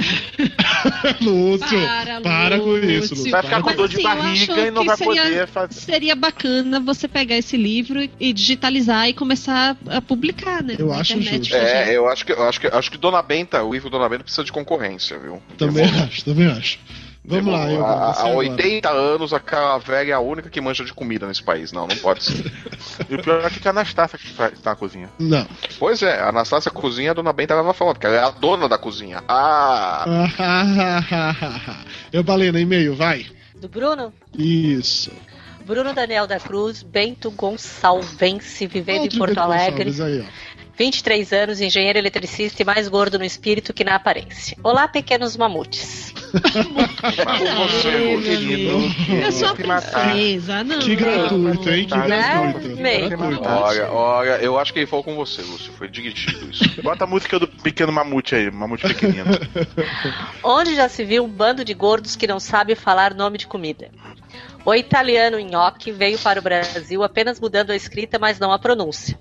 Lúcio,
Para,
para com
Lúcio.
isso, Lúcio.
vai ficar com
para
Mas
dor de
assim, eu
barriga
acho
e não
que
vai
seria-
poder fazer.
seria bacana você pegar esse livro e digitalizar e começar a publicar, né?
Eu
na
acho
internet,
justo.
pra gente.
É, eu acho que eu acho que acho que Dona Benta, o livro Dona Benta precisa de concorrência, viu?
Também acho, também acho. Vamos lá, eu
Há-
você
Há
agora.
80 anos aquela velha é a única que manja de comida nesse país. Não, não pode ser.
E o pior é que a Anastácia que faz- tá na cozinha.
Não.
pois é, a Anastácia cozinha, a Dona Benta leva falando, porque ela é a dona da cozinha. Ah!
eu balei no e-mail, vai.
Do Bruno?
Isso.
Bruno Daniel da Cruz, Bento Gonçalvense, vivendo em
Outro
Porto
Bento
Alegre.
Gonçalves Aí, ó.
23 anos, engenheiro eletricista e mais gordo no espírito que na aparência. Olá, pequenos mamutes.
Ai, meu amigo. Eu sou a
Que matar.
princesa, é não. né?
Que gratuito, hein? Que
Né?
gratuito.
Meio.
gratuito.
Olha, olha, eu acho que ele falou com você, Lúcio. Foi dirigido isso.
Bota a música do pequeno mamute aí, mamute pequenino.
Onde já se viu um bando de gordos que não sabe falar nome de comida? O italiano nhoque veio para o Brasil apenas mudando a escrita, mas não a pronúncia.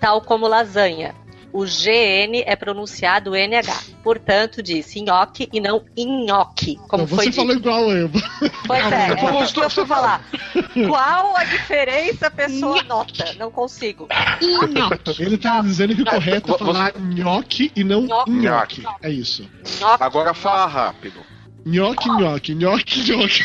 Tal como lasanha. O GN é pronunciado NH. Portanto, disse nhoque e não nhoque. Como
Não,
foi
você
dito.
falou igual eu.
Pois é, é isso que eu fui falar. Qual a diferença a pessoa nota? Não consigo.
Nhoque.
Ele tá dizendo que o correto é
Você-
falar nhoque e não
Nhoque.
nhoque. É isso.
Nhoque.
Agora fala rápido.
Nhoque, nhoque, nhoque, nhoque.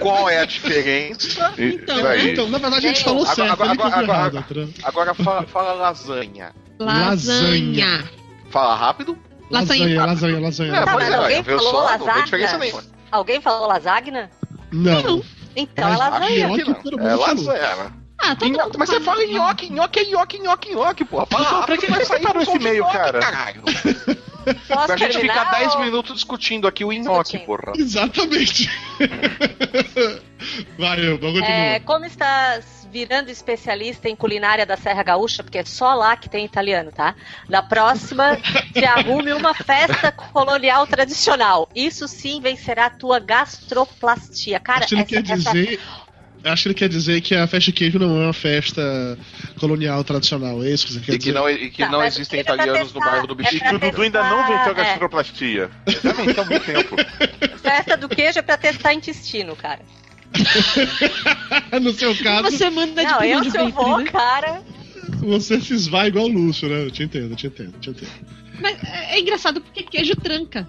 Qual é a diferença?
Então,
Peraí.
né?
Então, na verdade, a gente
Meu,
falou
agora-
certo.
agora-
Ele que ouviu
agora-
errado. Tran-
Agora fala, fala lasanha.
Lasanha.
Fala rápido? É,
Lasanha.
Lasanha, lasanha, lasanha.
Tá,
pois
mas alguém
já viu
falou
só? Não tem
lasanha?
diferença nenhuma.
Alguém falou lasagna?
Não.
Então é
Mas
lasanha.
nhoque,
Aqui não.
todo mundo
É
falou.
lasanha.
Ah, todo
Nhoque,
mundo
mas você
fala.
fala nhoque, nhoque é nhoque, nhoque, nhoque, porra. Fala, pra que vai sair
parou
som
tá esse
de
e-mail,
nhoque,
cara?
Caralho.
Posso
Pra gente
terminar,
ficar 10
ou-
minutos discutindo aqui o nhoque,
Discutindo.
porra.
Exatamente. Vai, eu, vou
É,
continuar.
como está virando especialista em culinária da Serra Gaúcha, porque é só lá que tem italiano, tá? Na próxima, se arrume uma festa colonial tradicional. Isso sim vencerá a tua gastroplastia. Cara,
acho que ele
essa,
quer
essa
dizer. Acho que ele quer dizer que a festa de queijo não é uma festa colonial tradicional, é isso que você quer
E que
dizer?
não, e que
Tá,
não
mas
existem
é pra
italianos
testar,
no bairro do
é
Bexiga.
que o Dudu ainda não venceu a
É.
então,
gastroplastia. Exatamente, há muito tempo.
festa do queijo é pra testar intestino, cara.
no seu
Uma
caso, você...
semana é de
Não,
pilão
eu
de
se eu
ventre,
vou,
né?
cara.
se esvai igual o Lúcio, né? Eu te entendo, eu te entendo, eu te entendo.
Mas é é engraçado porque queijo tranca.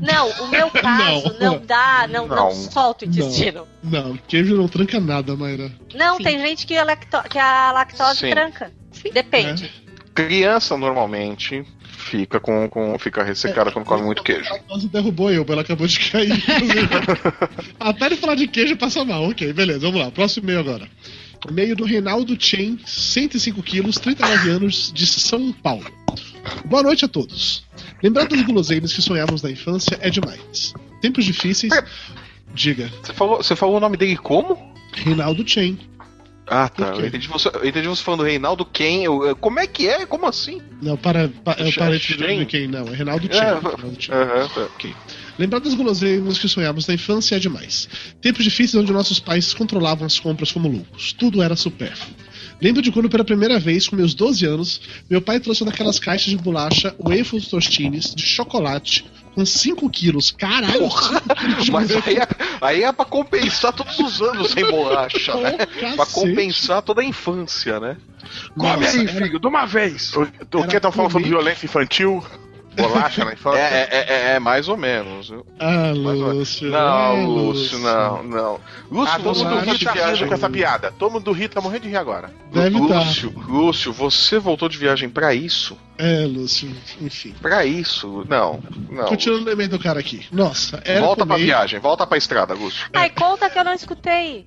Não, o meu caso
Não.
não, dá, não, não.
Não.
solta o
Não.
intestino.
Não, queijo não tranca nada, Mayra.
Não,
Sim.
tem gente que a, lacto- que a lactose
Sim.
tranca.
Sim.
Depende.
Criança normalmente fica com, com fica ressecada quando come muito queijo.
A Rosa derrubou eu, ela acabou de cair. inclusive. Até ele falar de queijo passa mal. Ok, beleza, vamos lá. Próximo e-mail agora. E-mail do Reinaldo Chen, 105 quilos, 39 anos, de São Paulo. Boa noite a todos. Lembrar dos guloseimes que sonhávamos na infância é demais. Tempos difíceis. Diga,
Você falou, você falou o nome dele como?
Reinaldo Chen.
Ah, tá.
Por quê?
Eu entendi, você, eu entendi você falando Reinaldo quem? Eu- eu- como é que é? Como assim?
Não, para, pa, é o
Ch-
parente
Chen?
de Johnny Ken, não, é Reinaldo Chen.
É,
Reinaldo Chen.
Aham, tá.
Lembrar das guloseimas que sonhávamos na infância é demais. Tempos difíceis onde nossos pais controlavam as compras como loucos. Tudo era supérfluo. Lembro de quando, pela primeira vez, com meus 12 anos, meu pai trouxe naquelas caixas de bolacha waffles tostines de chocolate com 5 quilos. Caralho!
Mas aí é, aí é pra compensar todos os anos sem bolacha, né? Pra compensar toda a infância, né? Come aí, filho, de uma vez!
O, o que
Era
estão falando
comigo.
um
sobre violência infantil? Bolacha na
É,
infância?
é, é, é, mais ou menos. viu?
Ah,
Mais ou menos.
Lúcio. ah,
Não, Lúcio, não, não. Lúcio,
Ah, todo
você
mundo
não
do Rio
de
tá rindo
viagem
com essa piada. Todo mundo do Rio tá morrendo de rir agora.
Deve tá. estar.
Lúcio, Lúcio, você voltou de viagem pra isso?
É, Lúcio. Enfim.
Pra isso? Não, não.
Continuando o elemento do cara aqui. Nossa, era
Volta pra
comer-
viagem, volta pra estrada, Lúcio.
Ai, conta que eu não escutei.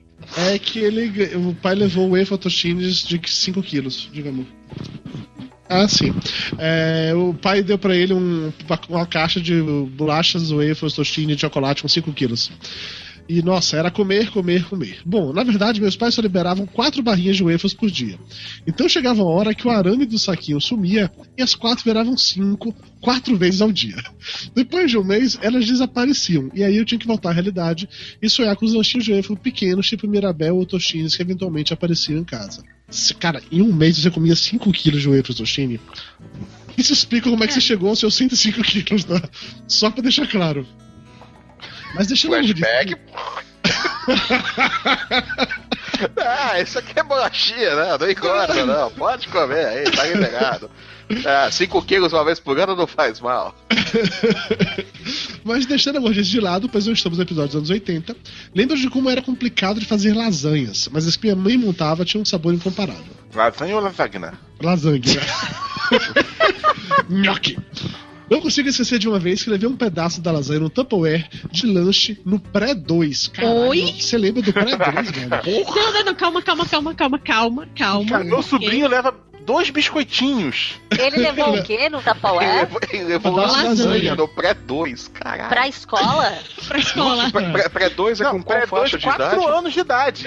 É que ele, gan- o pai levou o wafer tostines de 5 quilos, digamos. Ah, sim. É, o pai deu pra ele um- uma caixa de bolachas, wafer, tostines de chocolate com 5 quilos. E nossa, era comer, comer, comer. Bom, na verdade, meus pais só liberavam quatro barrinhas de waffles por dia. Então chegava a hora que o arame do saquinho sumia e as quatro viravam cinco, quatro vezes ao dia. Depois de um mês, elas desapareciam. E aí eu tinha que voltar à realidade e sonhar com os lanchinhos de waffle pequenos, tipo Mirabel ou Toshines, que eventualmente apareciam em casa. Se- Cara, em um mês você comia 5 quilos de waffle Toshine? Isso explica como é que você chegou aos seus 105 quilos, tá? Só pra deixar claro. Mas deixando longe disso-
Flashback. ah, isso aqui é bolachinha, né? Não engorda, não. Pode comer aí, tá liberado. Ah, cinco quilos uma vez por ano não faz mal.
Mas deixando a gordice de lado, pois não estamos no episódio dos anos 80, lembro de como era complicado de fazer lasanhas, mas as que minha mãe montava tinham um sabor incomparável.
Lasanha ou lasagna?
Lasanha. Nhoque. Não consigo esquecer de uma vez que levei um pedaço da lasanha no Tupperware de lanche no pré 2. Caralho,
Oi?
Você lembra do pré 2, velho?
Não, não, não, calma, calma, calma, calma, calma, calma.
Cara, meu
Ok.
sobrinho leva dois biscoitinhos.
Ele levou o quê no
Ele
Tupperware?
levou, ele levou
Lasanha.
É, lasanha no pré 2, caralho.
Pra escola?
Pra escola.
Pré- pré- Pré 2 é
Não,
com qual
é
faixa
dois,
de idade?
quatro anos de idade.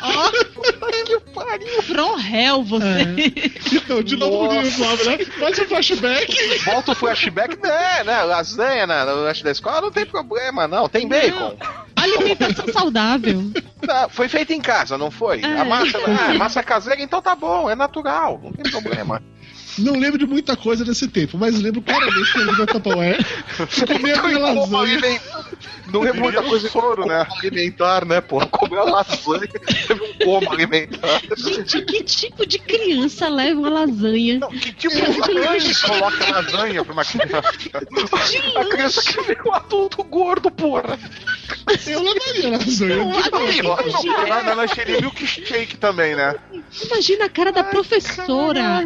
Ó, pro réu você.
Então, de novo
Nossa.
o Guilherme Flávio, né? Faz um flashback.
Volta o flashback, né? né lasanha na, no lanche da escola não tem problema, não. Tem bacon.
Alimentação saudável.
Não, foi feito em casa, não foi?
É.
A massa, ah, é massa caseira, então tá bom, é natural, não tem problema.
Não lembro de muita coisa desse tempo, mas lembro claramente que eu levei no Tupperware e comi a minha
Como
lasanha.
alimentar- Não é muita
Virou
coisa
soro,
como
né?
alimentar, né, porra? Comer uma lasanha, teve um como alimentar.
Gente, que tipo de criança leva uma lasanha?
Não, que tipo de lanche coloca lasanha pra uma criança?
A criança quer ver um adulto gordo, porra.
Eu levaria lasanha. de boa.
É.
Lá na lancheria milkshake também, né?
Imagina a cara da professora.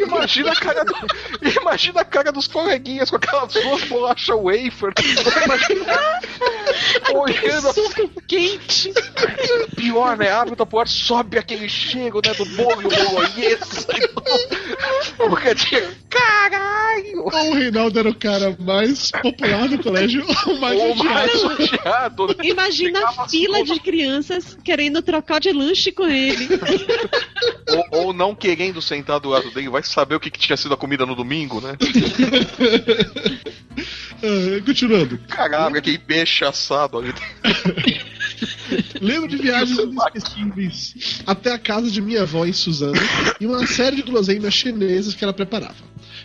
Imagina a cara, do- imagina a cara dos coleguinhas com aquelas duas bolachas wafer. Imagina- Olhando assim.
Suco quente.
pior, né? Abre o tapoar, sobe aquele cheiro, né? Do bolo e o bolonhês. Porque tinha. Caralho!
Ou o Reinaldo era o cara mais popular do colégio, ou mais
O
odiado.
mais odiado. né?
Imagina a
Ficava
fila
todo-
de crianças querendo trocar de lanche com ele.
Ou, ou não querendo sentar do lado dele, vai saber o que, que tinha sido a comida no domingo, né?
Ah, Continuando.
Caralho, aquele peixe assado ali.
Lembro de viagens inesquecíveis até a casa de minha avó em Suzano e uma série de guloseimas chinesas que ela preparava.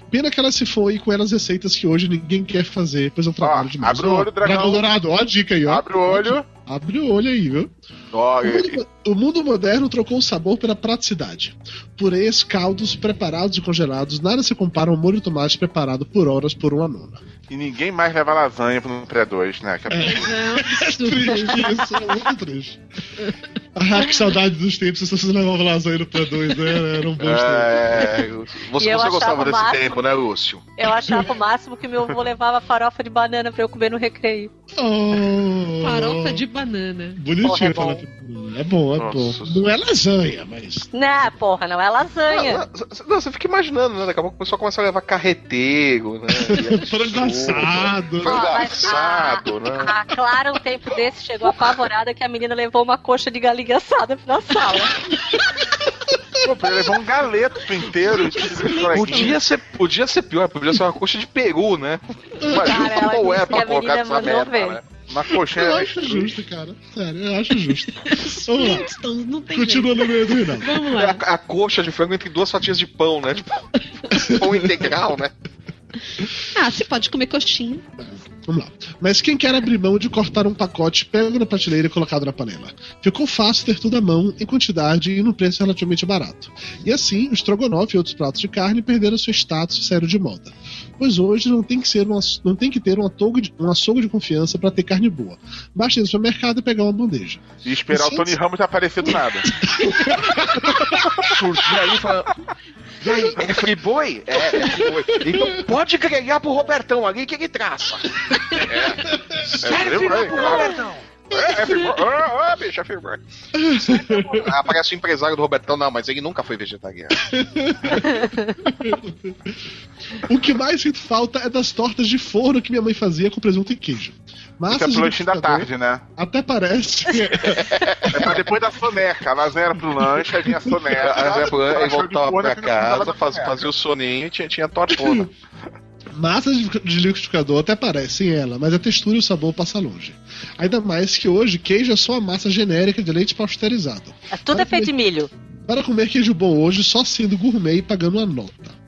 Pena que ela se foi com elas receitas que hoje ninguém quer fazer, pois é um trabalho demais.
Ah, abre o olho,
Ó,
dragão.
dourado, ó a dica aí, ó.
Abre o olho.
Abre o olho aí, viu?
Ó,
O
e-
mundo, o mundo moderno trocou o sabor pela praticidade. Purês, caldos, preparados e congelados, nada se compara a um molho de tomate preparado por horas por um uma nona.
e ninguém mais leva lasanha pro pré 2, né? Que absurdo.
isso, é muito triste. Ah, que saudade dos tempos, se vocês levavam lasanha no Play 2, né? Era um bom tempo.
É, você
E eu
você
achava
gostava desse
massa.
tempo, né, Lúcio?
Eu achava o máximo que meu avô levava farofa de banana pra eu comer no recreio.
Oh,
Farofa de banana.
Porra,
Bonitinho,
é bom.
farofa de banana. é bom, é
Nossa.
bom. Não é lasanha, mas.
Né, porra, não é lasanha.
Não, não, não, você fica imaginando, né? Daqui a pouco o pessoal começa a levar carreteiro, né?
Frango assado.
Frango
Ó, mas-
assado, né?
A Clara, um tempo desse, chegou apavorada que a menina levou uma coxa de galinha assada na sala.
Pô, podia levar um galeto inteiro.
é Podia ser, podia ser pior, podia ser uma coxa de peru, né?
Hum, Cara,
Imagina
ela
qual é
disse que
pra
a
colocar
menina
nessa
mandou
merda,
ver.
né?
Uma coxinha.
é.
Eu acho justo, cara. Sério, eu acho justo.
Os
Vamos lá.
Flintstones, então não tem jeito.
Continua no meio do Rinaldo.
Vamos lá.
É A, a coxa de frango entre duas fatias de pão, né? Tipo, pão integral, né?
Ah, você pode comer coxinha.
Vamos lá. Mas quem quer abrir mão de cortar um pacote, pega na prateleira e colocado na panela. Ficou fácil ter tudo à mão, em quantidade e num preço relativamente barato. E assim, o estrogonofe e outros pratos de carne perderam seu status e saíram de moda. Pois hoje não tem que, ser um aç- não tem que ter um açougue de, um açougue de confiança para ter carne boa. Basta ir no supermercado e pegar uma bandeja.
E esperar o Tony Ramos aparecer do nada.
Surgir aí e falar. E aí, é friboi? É, é friboi. Então pode grelhar pro Robertão ali que ele traça.
É,
friboi
friboi,
pro
cara.
Robertão. É, é friboi. Ah, ah, bicho, é friboi. Aparece o Ah, um empresário do Robertão, não, mas ele nunca foi vegetariano.
O que mais sinto falta é das tortas de forno que minha mãe fazia com presunto e queijo.
Isso é
Massas
pro
de
lanchinho da
liquidificador
tarde, né?
Até parece.
É pra depois da soneca. A lasanha era pro lanche, aí vinha a
É
soneca.
Aí voltava pra casa, faz-
fazer
fazia o soninho e tinha, tinha tortona.
Massas de de liquidificador até parecem ela, mas a textura e o sabor passa longe. Ainda mais que hoje queijo é só a massa genérica de leite pasteurizado.
Tudo é feito de milho.
Para comer queijo bom hoje, só sendo gourmet e pagando uma nota.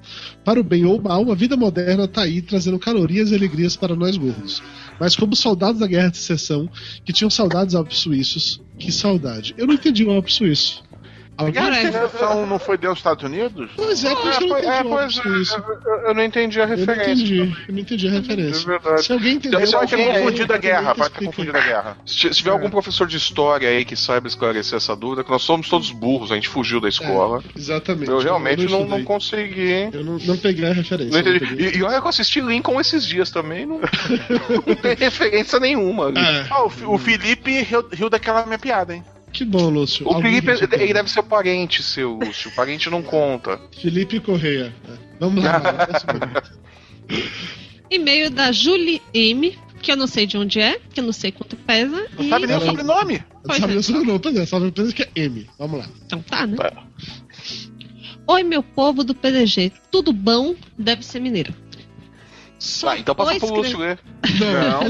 Para o bem ou mal, a vida moderna tá aí trazendo calorias e alegrias para nós gordos. Mas como soldados da guerra de secessão, que tinham saudades alpes suíços, que saudade. Eu não entendi o alpes suíço. Alguém-
Cara,
A seleção então, não foi dentro dos Estados Unidos?
Pois é, por isso que eu não entendi o alpes suíço.
eu não entendi a
Eu não entendi, eu não entendi a
É
referência.
verdade.
Se alguém entendeu,
Deve ser
Pode ter
alguém é aí,
confundido a guerra,
vai
pode ter confundido a guerra.
Se, se tiver algum professor de história aí que saiba esclarecer essa dúvida, que nós somos todos burros, a gente fugiu da
É,
escola.
Exatamente.
eu realmente não,
estudei.
não consegui, hein?
Eu não, não peguei a referência.
Não
não
entendi.
peguei.
E, e olha que eu assisti Lincoln esses dias também, não, não tem referência nenhuma ali.
Ah,
Ah, o, Fi- o Felipe riu, riu daquela minha piada, hein?
que bom, Lúcio.
O
Alguém
Felipe,
que te
ele
pegou.
deve ser parente seu, Lúcio. Parente não conta.
Felipe Correia. É. Vamos lá. Mara, posso ver?
E-mail da Julie M, que eu não sei de onde é, que eu não sei quanto pesa.
Não
e-
sabe nem o
Caralho.
sobrenome.
Pois
sabe
é.
o sobrenome, pois é, sabe o sobrenome que é M. Vamos lá.
Então tá, né?
É.
Oi, meu povo do PDG. Tudo bom? Deve ser mineiro. Só
Ah, então passa
tô
pro Lúcio,
escre-
né?
Não,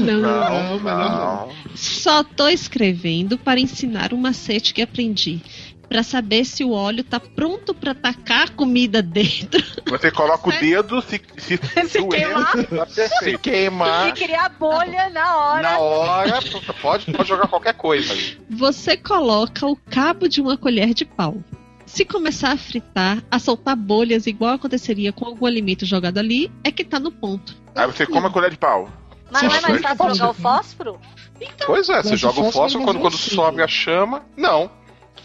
não,
não,
não.
Só tô escrevendo para ensinar um macete que aprendi. Pra saber se o óleo tá pronto pra tacar a comida dentro.
Você coloca o dedo, se, se,
Se
doer,
queimar,
tá
Se
perfeito.
tem
queimar
que criar bolha na hora.
na hora, pode, pode jogar qualquer coisa. ali.
Você coloca o cabo de uma colher de pau. Se começar a fritar, a soltar bolhas igual aconteceria com algum alimento jogado ali, é que tá no ponto.
Aí você come a colher de pau.
Mas não é mais fácil jogar o fósforo?
Pois é, você
Mas
joga
o
o
fósforo
fósforo, quando,
não
quando
acende.
sobe a chama, não.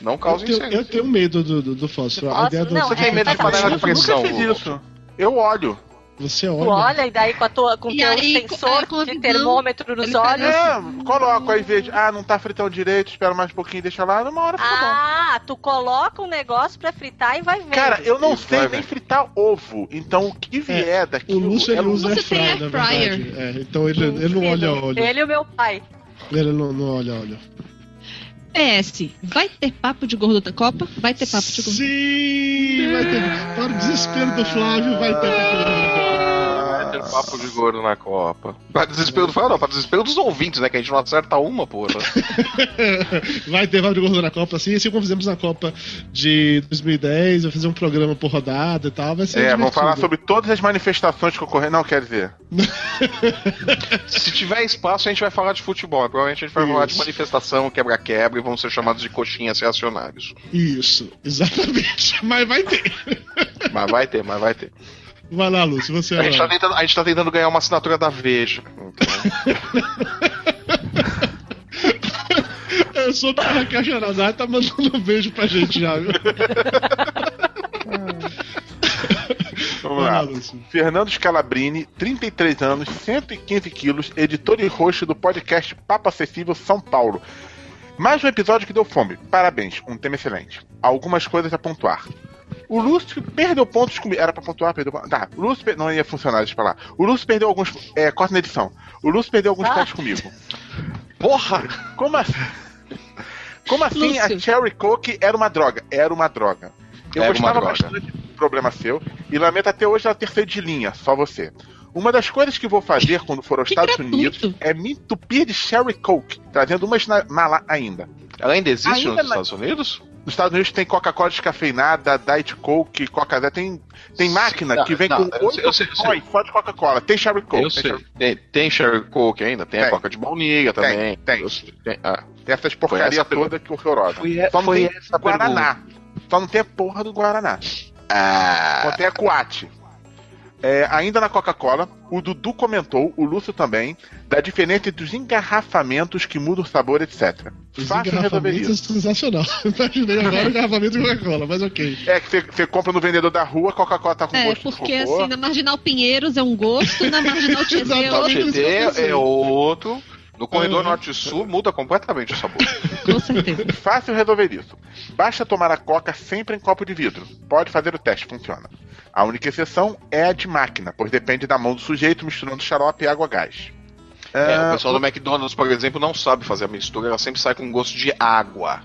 Não causa
Eu tenho,
incêndio.
eu tenho medo do, do, do fósforo. A
Fósforo,
ideia do-
não,
Você tem
É,
medo de
exatamente.
panela de
Eu
pressão?
nunca fiz isso. Eu olho.
Você
Tu
olha.
olha e daí com, a tua, com
E
teu
aí,
sensor
aí, com a
de
visão,
termômetro nos
ele
olhos.
parece-
É, coloco aí, vejo. Ah, não tá fritando direito, espera mais um pouquinho, deixa lá, numa hora fica bom.
Ah, tu coloca um negócio pra fritar e vai vendo.
Cara, eu não
Isso,
sei
vai,
nem
velho.
fritar ovo. Então o que vier é daqui.
É, O Lúcio ele usa
Você
air
tem
é fryer, na
air
verdade. É, então ele, ele não olha óleo.
Ele e o meu pai.
Ele não, não olha óleo.
PS, vai ter papo de gordo da Copa? Vai ter papo de gordo
Ah. Sim! Vai ter. Para o desespero do Flávio, vai ter.
ter papo de gordo na Copa. Ah. Pra desespero do não, pra desespero dos ouvintes, né? Que a gente não acerta uma, porra.
Vai ter Val de Gordo na Copa, assim, assim como fizemos na Copa de 2010, vai fazer um programa por rodada e tal, vai ser
É, vamos
divertido.
falar sobre todas as manifestações que ocorreram. Não, quer dizer.
Se tiver espaço, a gente vai falar de futebol. Provavelmente a gente vai falar de
Isso.
manifestação, quebra-quebra e vão ser chamados de coxinhas reacionários.
Isso, exatamente. Mas vai ter.
Mas vai ter, mas vai ter.
Vai lá, Lúcio, você
A gente, tá
vai.
tentando, a gente tá tentando ganhar uma assinatura da Veja.
Eu sou da Raquel Xerazade, tá mandando um beijo pra gente já, viu?
Vamos
Vai lá,
lá.
Lúcio.
Fernando Scalabrini, 33 anos, 115 quilos, editor e host do podcast Papo Acessível São Paulo. Mais um episódio que deu fome. Parabéns, um tema excelente. Algumas coisas a pontuar. O Lúcio perdeu pontos comigo. Era pra pontuar, perdeu pontos. Tá, o Lúcio per... não ia funcionar, deixa pra lá. O Lúcio perdeu alguns. É, corta na edição. O Lúcio perdeu alguns
Ah.
pontos comigo.
Porra!
Como assim? Como assim a
Lúcio.
Cherry Coke era uma droga? Era uma droga. Eu
Era uma
gostava
droga.
bastante do problema seu e lamento até hoje ela ter feito de linha, só você. Uma das coisas que vou fazer quando for aos
Que
Estados
gratuito.
Unidos é me entupir de Sherry Coke, trazendo umas na, na lá ainda.
Ela ainda existe nos
Ainda não.
Estados Unidos?
Nos Estados Unidos tem Coca-Cola descafeinada, Diet Coke, Coca-Cola. Tem, tem máquina
Não,
que vem
não,
com
eu sei, eu
oito
sei, eu sei.
sóis só de Coca-Cola. Tem Sherry Coke.
Eu
tem
sei.
Sherry-
Tem, tem Sherry Coke ainda, tem, a
Tem.
Coca de baunilha também.
tem.
Eu sei, tem- ah.
Tem essas porcaria
essa pergunta.
toda que é horrorosa.
Foi e-
Só não
foi
tem
essa a
Guaraná. Tá Só não tem a porra do Guaraná. Só tem a Coate. É, ainda na Coca-Cola, o Dudu comentou, o Lúcio também, da diferença entre os engarrafamentos que mudam o sabor, etc.
Os
Fácil resolver
engarrafamentos é
isso.
sensacional. Imaginei agora é o engarrafamento de Coca-Cola, mas ok.
É que você- você compra no vendedor da rua, a Coca-Cola tá com
É,
gosto
porque
de cocô.
assim, na Marginal Pinheiros é um gosto, na Marginal Tietê é
O
Exatamente.
outro.
GT Então, é outro. No corredor
Uhum.
norte e sul muda completamente o sabor.
Com certeza.
Fácil resolver isso. Basta tomar a coca sempre em copo de vidro. Pode fazer o teste, funciona. A única exceção é a de máquina, pois depende da mão do sujeito misturando xarope e água gás.
É, o
Ah,
pessoal do McDonald's, por exemplo, não sabe fazer a mistura, ela sempre sai com gosto de água.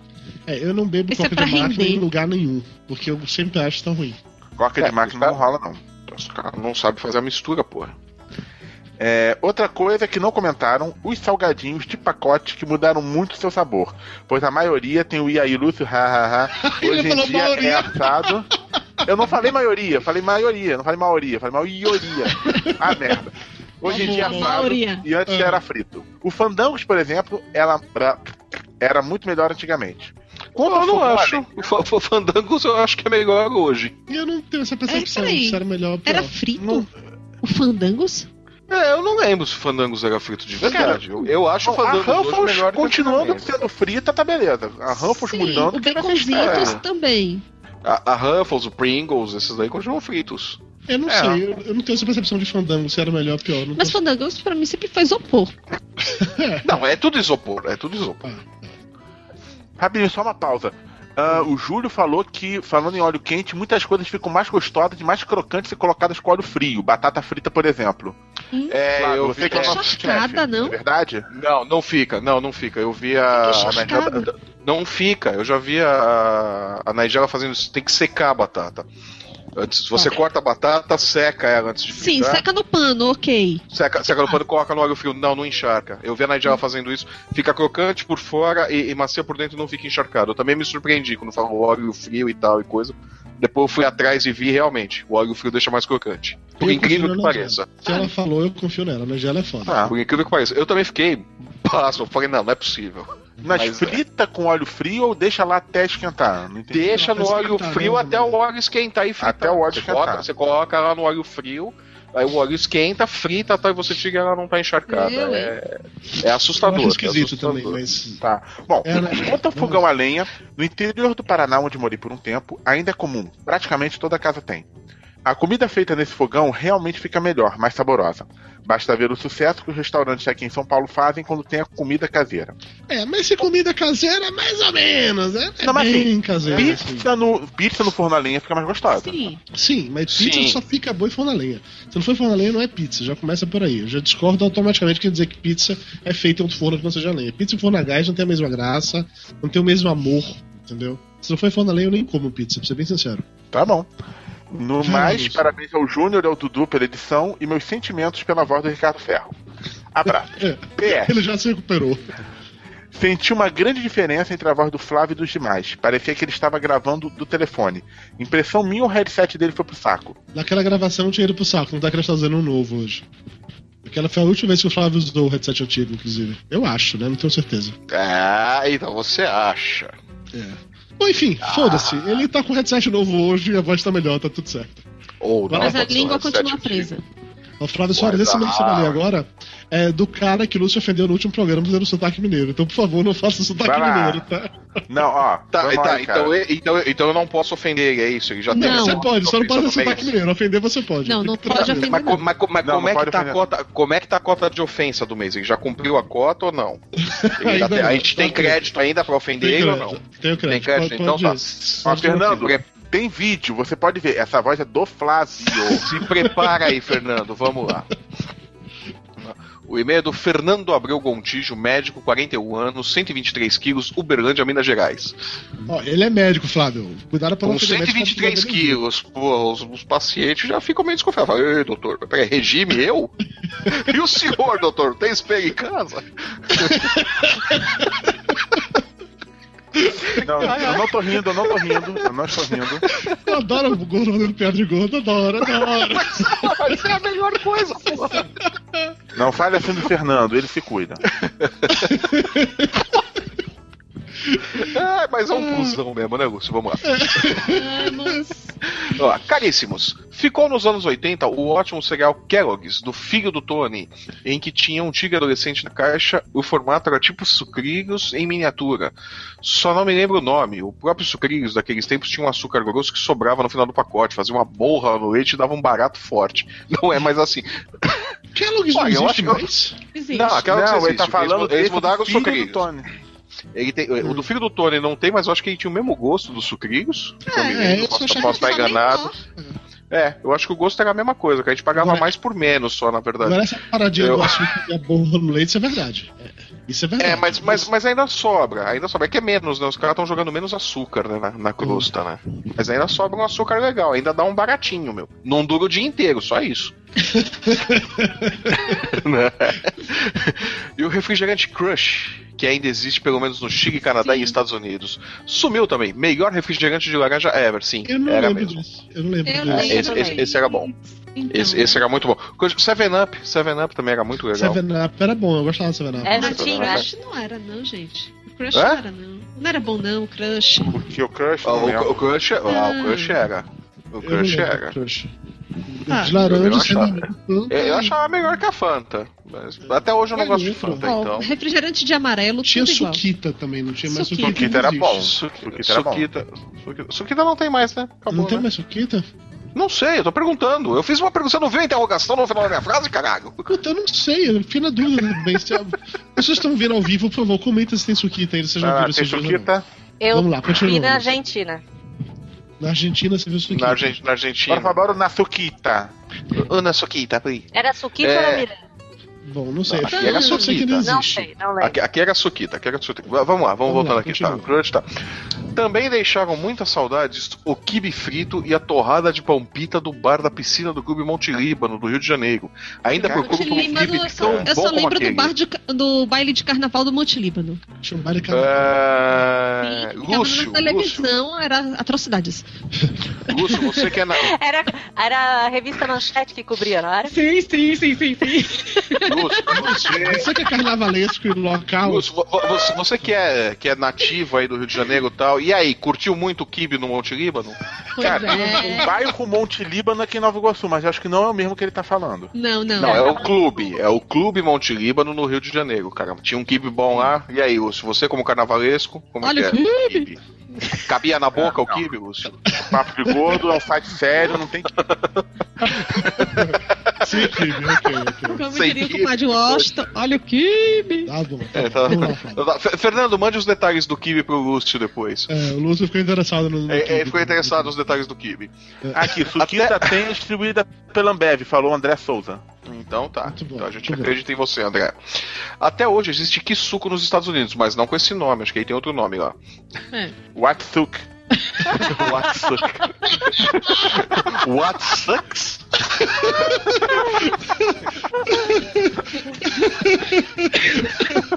É, eu não bebo
Esse é
coca
pra
de máquina
render.
em lugar nenhum, porque eu sempre acho tão ruim.
coca
É,
de máquina
tá.
não rola, não.
Os caras não sabem fazer a mistura, porra.
É, outra coisa que não comentaram, os salgadinhos de pacote que mudaram muito seu sabor. Pois a maioria tem o Iaí Lúcio, hahaha.
Ele
Hoje em
falou
dia é
maioria.
assado. Eu não falei maioria, falei maioria, não falei maioria, falei maioria. Ah, merda. Hoje em
Tá
dia é
bom,
assado
Maioria.
e antes
Ah.
era frito. O Fandangos, por exemplo, ela era, era muito melhor antigamente. Quando
eu não
for-
acho. O fa- fa- Fandangos eu acho que é melhor hoje.
E eu não tenho essa percepção
É, peraí.
se era melhor ou pior.
Era frito?
Não.
O Fandangos?
É, eu não lembro se o Fandangos era frito de verdade. Eu, eu acho o
Bom, a
Fandangos hoje
Ruffles
melhor do que
continuando
antigamente.
sendo frita, tá beleza. A Ruffles
Sim,
mudando.
O
que vai
tá
Baconzitos
custar.
também.
A, a Ruffles, o Pringles, esses daí continuam fritos.
Eu não
É.
sei, eu, eu não tenho essa percepção de fandango, se era melhor ou pior. Não
Mas
tô...
Fandangos pra mim sempre foi isopor.
Não, é tudo isopor, é tudo isopor.
Rapidinho, só uma pausa. Ah, o Júlio falou que, falando em óleo quente, muitas coisas ficam mais gostosas e mais crocantes se colocadas com óleo frio. Batata frita, por exemplo.
É,
Claro,
eu
você
vi.
que é
é,
nosso
Encharcada,
chefe,
não?
é verdade?
Não, não fica, não, não fica. Eu vi a.
Fiquei
a Nigella-
chocada.
não fica. Eu já vi a, a Nigella fazendo isso. Tem que secar a batata. Antes, você corta a batata, seca ela antes de
Sim,
fritar.
seca no pano, ok.
Seca, seca no pano, coloca no óleo frio. Não, não encharca. Eu vi a Nigella fazendo isso. Fica crocante por fora e, e macia por dentro não fica encharcado. Eu também me surpreendi quando falou óleo frio e tal e coisa. Depois eu fui atrás e vi realmente. O óleo frio deixa mais crocante. Por
Eu
incrível
continuo
que
na
pareça.
Se ela falou, eu confio nela. A Nigela é foda.
Ah,
Por incrível que pareça. Eu também fiquei pasmo. Eu falei, não, não é possível.
mas,
mas é.
frita com óleo frio ou deixa lá até esquentar? Não entendi.
Deixa no
Mas
óleo
esquentar,
frio
né,
até o
também.
óleo esquentar e fritar.
Até o óleo
você
esquentar.
Coloca, você coloca ela no óleo frio, aí o óleo esquenta, frita, tá, e você tira ela não tá encharcada.
Meu,
É, é
eu
né?
assustador.
acho
é
esquisito
assustador.
também, mas.
Tá. Bom,
É, né?
quanto ao um fogão a lenha, no interior do Paraná, onde morei por um tempo, ainda é comum. Praticamente toda casa tem. A comida feita nesse fogão realmente fica melhor, mais saborosa. Basta ver o sucesso que os restaurantes aqui em São Paulo fazem quando tem a comida caseira.
É, mas se comida caseira, é mais ou menos, né? É
Não, mas
bem caseira. assim.
Pizza no, pizza no forno a lenha fica mais
Ah, tá.
gostosa.
Sim.
Sim, mas pizza
Sim.
só fica boa e forno a lenha. Se não for forno a lenha, não é pizza. Já começa por aí. Eu já discordo automaticamente quer dizer que pizza é feita em outro forno que não seja a lenha. Pizza em forno a gás não tem a mesma graça, não tem o mesmo amor, entendeu? Se não for forno a lenha, eu nem como pizza, pra ser bem sincero.
Tá bom. No mais,
Deus.
parabéns ao Júnior e ao Dudu pela edição e meus sentimentos pela voz do Ricardo Ferro. Abraço.
É.
PS.
Ele já se recuperou.
Senti uma grande diferença entre a voz do Flávio e dos demais. Parecia que ele estava gravando do telefone. Impressão minha, o headset dele foi pro saco.
Naquela gravação tinha ido pro saco, não tá que ele tá usando um novo hoje. Aquela foi a última vez que o Flávio usou o headset antigo, inclusive. Eu acho, né? Não tenho certeza. né?
Ah, então você acha. É.
Bom, enfim, foda-se. Ele tá com o headset novo hoje e a voz tá melhor, tá tudo certo.
Ou não.
Mas
Mas a
pode ser um
língua
headset
continua
antigo.
presa.
O Flávio Soares, esse mesmo que você vai ler agora, é do cara que o Lúcio ofendeu no último programa fazendo sotaque mineiro. Então, por favor, não faça sotaque
Vai lá.
mineiro, tá?
Não, ó.
Tá,
vamos
tá,
lá, cara.
então, eu, então, eu- então eu não posso ofender ele, é isso? Ele já
Não.
teve essa-
Você pode, só não pode
essa
fazer sotaque
ofensa.
mineiro. Ofender você pode.
Não,
Tem
não
que tratar
pode
mesmo.
ofender.
Mas, co- mas co- mas
Não,
como,
não
é que
pode
tá a
ofender.
cota, como é que tá a cota de ofensa do mês? Ele já cumpriu a cota ou não? Ele ainda
Ainda
tem-
não,
a gente tem
tá
crédito ainda pra ofender
Tem
ele ou
crédito,
não?
Tem
Tem
crédito.
crédito,
Pode-
então tá.
pode-
Ó,
pode-
Fernando,
Pre-
tem vídeo, você pode ver. Essa voz é do Flávio.
Se prepara aí, Fernando, vamos lá. O e-mail é do Fernando Abreu Gontijo, médico, 41 anos, 123 quilos, Uberlândia, Minas Gerais.
Ó, ele é médico, Flávio. Cuidado pra
Com
ofender médico, pra não
123
ofender
quilos, pô, os, os pacientes já ficam meio desconfiados. Falam, Ei, doutor, mas peraí, regime eu? E o senhor, doutor, tem espelho em casa?
Não, eu não tô rindo, eu não tô rindo, eu não estou rindo.
ninguém. Eu adoro o gordo fazendo piada de gordo, adoro, adoro.
Mas é a melhor coisa, pô.
Não fale assim do Fernando, ele se cuida.
É, mas é
Hum.
um cuzão mesmo, né, Lúcio? Vamos lá.
Vamos.
Ó, caríssimos, ficou nos anos 80 o ótimo cereal Kellogg's, do filho do Tony, em que tinha um tigre adolescente na caixa, o formato era tipo sucrilhos em miniatura. Só não me lembro o nome, o próprio sucrilhos daqueles tempos tinha um açúcar grosso que sobrava no final do pacote, fazia uma borra no leite e dava um barato forte. Não é mais assim.
Kellogg's é não
Olha, eu
existe
acho que
mais?
Existe.
Não, aquela que
não,
você
ele tá
existe, eles
falando
mu- eles
desse
mudaram o
filho do
Sucrilhos.
Tony.
Ele tem, O do filho do Tony não tem, mas eu acho que ele tinha o mesmo gosto do sucrilhos. se eu me lembro,
É, eu só
posso
achava
posso estar
Só bem
enganado.
só.
É, eu acho que o gosto era a mesma coisa, que a gente pagava
Agora-
mais por menos só, na verdade.
Agora essa paradinha
Eu-
do açúcar e a borra no leite, isso é verdade. É, Isso é verdade.
É, mas, mas, mas ainda sobra, ainda sobra. É que é menos, né? Os caras estão jogando menos açúcar né, na, na crosta, né? Mas ainda sobra um açúcar legal, ainda dá um baratinho, meu. Não dura o dia inteiro, só isso. Né? e o refrigerante Crush, que ainda existe pelo menos no Chile, Canadá e Estados Unidos, sumiu também. Melhor refrigerante de laranja ever, sim.
Eu não
era
lembro
mesmo.
disso. Eu não lembro
Eu
disso.
esse- é
lembro
esse-
também.
esse era bom.
Então,
Esse, esse era muito bom. 7-Up, 7-Up também era muito legal.
Seven Up era bom, eu gostava do Seven Up.
mas
É, não
o
tinha.
Crush não era, não, gente. O Crush
Hã?
não era, não. Não era bom, não, o Crush.
Porque o Crush
Ah,
não lembra.
o, o Crush, ah, o
Ah.
Crush era. O
Eu não
Crush
lembro.
era.
do Crush.
Ah,
de
eu
laranja,
não achava.
Seven Up.
Eu, eu achava melhor que a Fanta. Mas até hoje eu não
É
gosto de
louco.
Fanta,
Ó,
então.
refrigerante de amarelo,
Tinha
tudo igual.
suquita também, não tinha mais
Suquita.
suquita.
Suquita era
não
bom.
existe.
Suquita era bom.
Suquita, Suquita, Suquita não tem mais, né? Acabou,
Não tem
né?
mais suquita?
Não sei, eu tô perguntando. Eu fiz uma pergunta, você não viu a interrogação no final da minha frase, caralho?
Puta, eu não sei, eu fiquei na dúvida também. Se vocês estão vendo ao vivo, por favor, comenta se tem suquita ainda. Vocês já
Ah,
viram
tem
esses dias ou não?
Suquita.
Eu
Vamos lá,
vi
continua.
na Argentina.
Na Argentina você viu suquita.
Na, Argen- na
Por
Argentina.
favor, na Suquita.
Ana Suquita, peraí.
Era Suquita
É.
ou era Miranda?
Bom, não sei.
Não,
acho
aqui
que
era
eu sei que
suquita.
Não
existe.
sei, não lembro.
Aqui, aqui era Suquita, aqui era Suquita. Va- Vamos lá, vamos,
Vamos
voltando
lá,
aqui,
continua.
tá? Crunch, tá? Também deixaram muitas saudades o quibe frito e a torrada de palpita do bar da piscina do Clube Monte Líbano, do Rio de Janeiro. Ainda
Cara,
procuro por um
Monte Líbano,
quibe
eu só,
tão
eu
bom
só
como
lembro
aquele.
do, bar de ca- do baile de carnaval do Monte Líbano.
Tinha um baile cara.
É...
Sim, ficava
Lúcio,
na
Lúcio,
televisão, era atrocidades.
Lúcio, você que é na...
Era, era a revista Manchete que cobria, não era?
Sim, sim, sim, sim, sim.
Lúcio, Lúcio,
Você que é carnavalesco e local.
Lúcio, vo- vo- você, você que, é, que é nativo aí do Rio de Janeiro e tal, e aí, curtiu muito o quibe no Monte Líbano?
Pois
Cara,
é.
o bairro Monte Líbano aqui em Nova Iguaçu, mas acho que não é o mesmo que ele tá falando.
Não, não.
Não, é o clube. É o Clube Monte Líbano no Rio de Janeiro, cara. Tinha um kibe bom lá. E aí, Lúcio, você como carnavalesco, como
Olha
é
o
que é? Quibe. Cabia na boca o kibe, Lúcio?
Papo de gordo, é um site sério, não tem que
Sim, incrível, ok, ok.
Como é
Sem
diria o
kibe.
compadre Washington, olha o kibe.
Tá bom.
É, tá-
Vamos lá, Flávio.
Fe- Fernando, mande os detalhes do kibe pro Lúcio depois.
É, o Lúcio ficou interessado no. no
É, é,
Kibe.
ficou interessado nos detalhes do kibe.
Aqui, Suquita tem distribuída pela Ambev, falou André Souza.
Então tá.
Muito bom,
então a gente
muito bom.
acredita em você, André. Até hoje existe Kisuko nos Estados Unidos, mas não com esse nome. Acho que aí tem outro nome lá.
Watsuk. What sucks? What sucks?
Sensacional.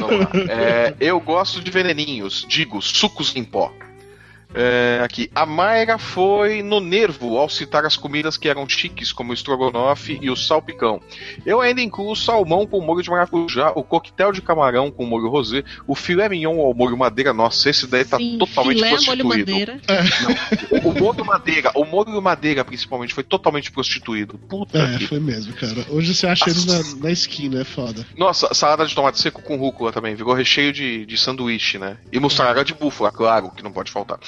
Vamos lá. É, eu gosto de veneninhos, digo, sucos em pó. É, aqui, a Mayra foi no nervo ao citar as comidas que eram chiques, como o estrogonofe e o salpicão. Eu ainda incluo o salmão com molho de maracujá, o coquetel de camarão com molho rosé, o filé mignon ao molho madeira. Nossa, esse daí tá
Sim,
totalmente
filé, molho
prostituído.
madeira.
O, o molho madeira, o molho madeira principalmente, foi totalmente prostituído. Puta
É,
que...
foi mesmo, cara. Hoje você acha eles na, na esquina, é foda.
Nossa, salada de tomate seco com rúcula também. Virou recheio de, de sanduíche, né? E mostarda de búfala, claro, que não pode faltar.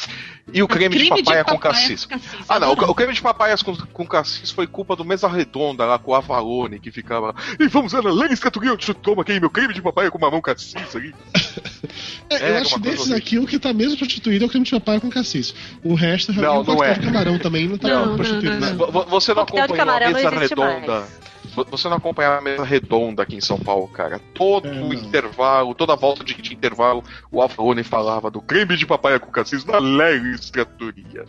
E o creme, de papaya com cassis. Ah, não, o, o creme de papaias com, com cassis foi culpa do Mesa Redonda lá com o Avalone, que ficava lá. E vamos lá, Lenis Catuguinho, toma aqui meu creme de papaya com mamão cassis ali.
É,
É,
eu
alguma
acho
coisa
desses
horrível.
aqui o que tá mesmo prostituído é o creme de papai com cassis. O resto
Não,
realmente
não
pode
é.
ter um camarão também, não tá
Não, não,
prostituído.
não,
nada.
Vo- vo- Você não
Hum. Coquetel de
acompanhou a
camarão não
Mesa
existe
Redonda.
mais.
Vo- Você não acompanhava a mesa redonda aqui em São Paulo, cara. Todo
É,
o
não.
intervalo, toda a volta de, de intervalo, o Avalone falava do creme de papaya com cassis na legislatoria.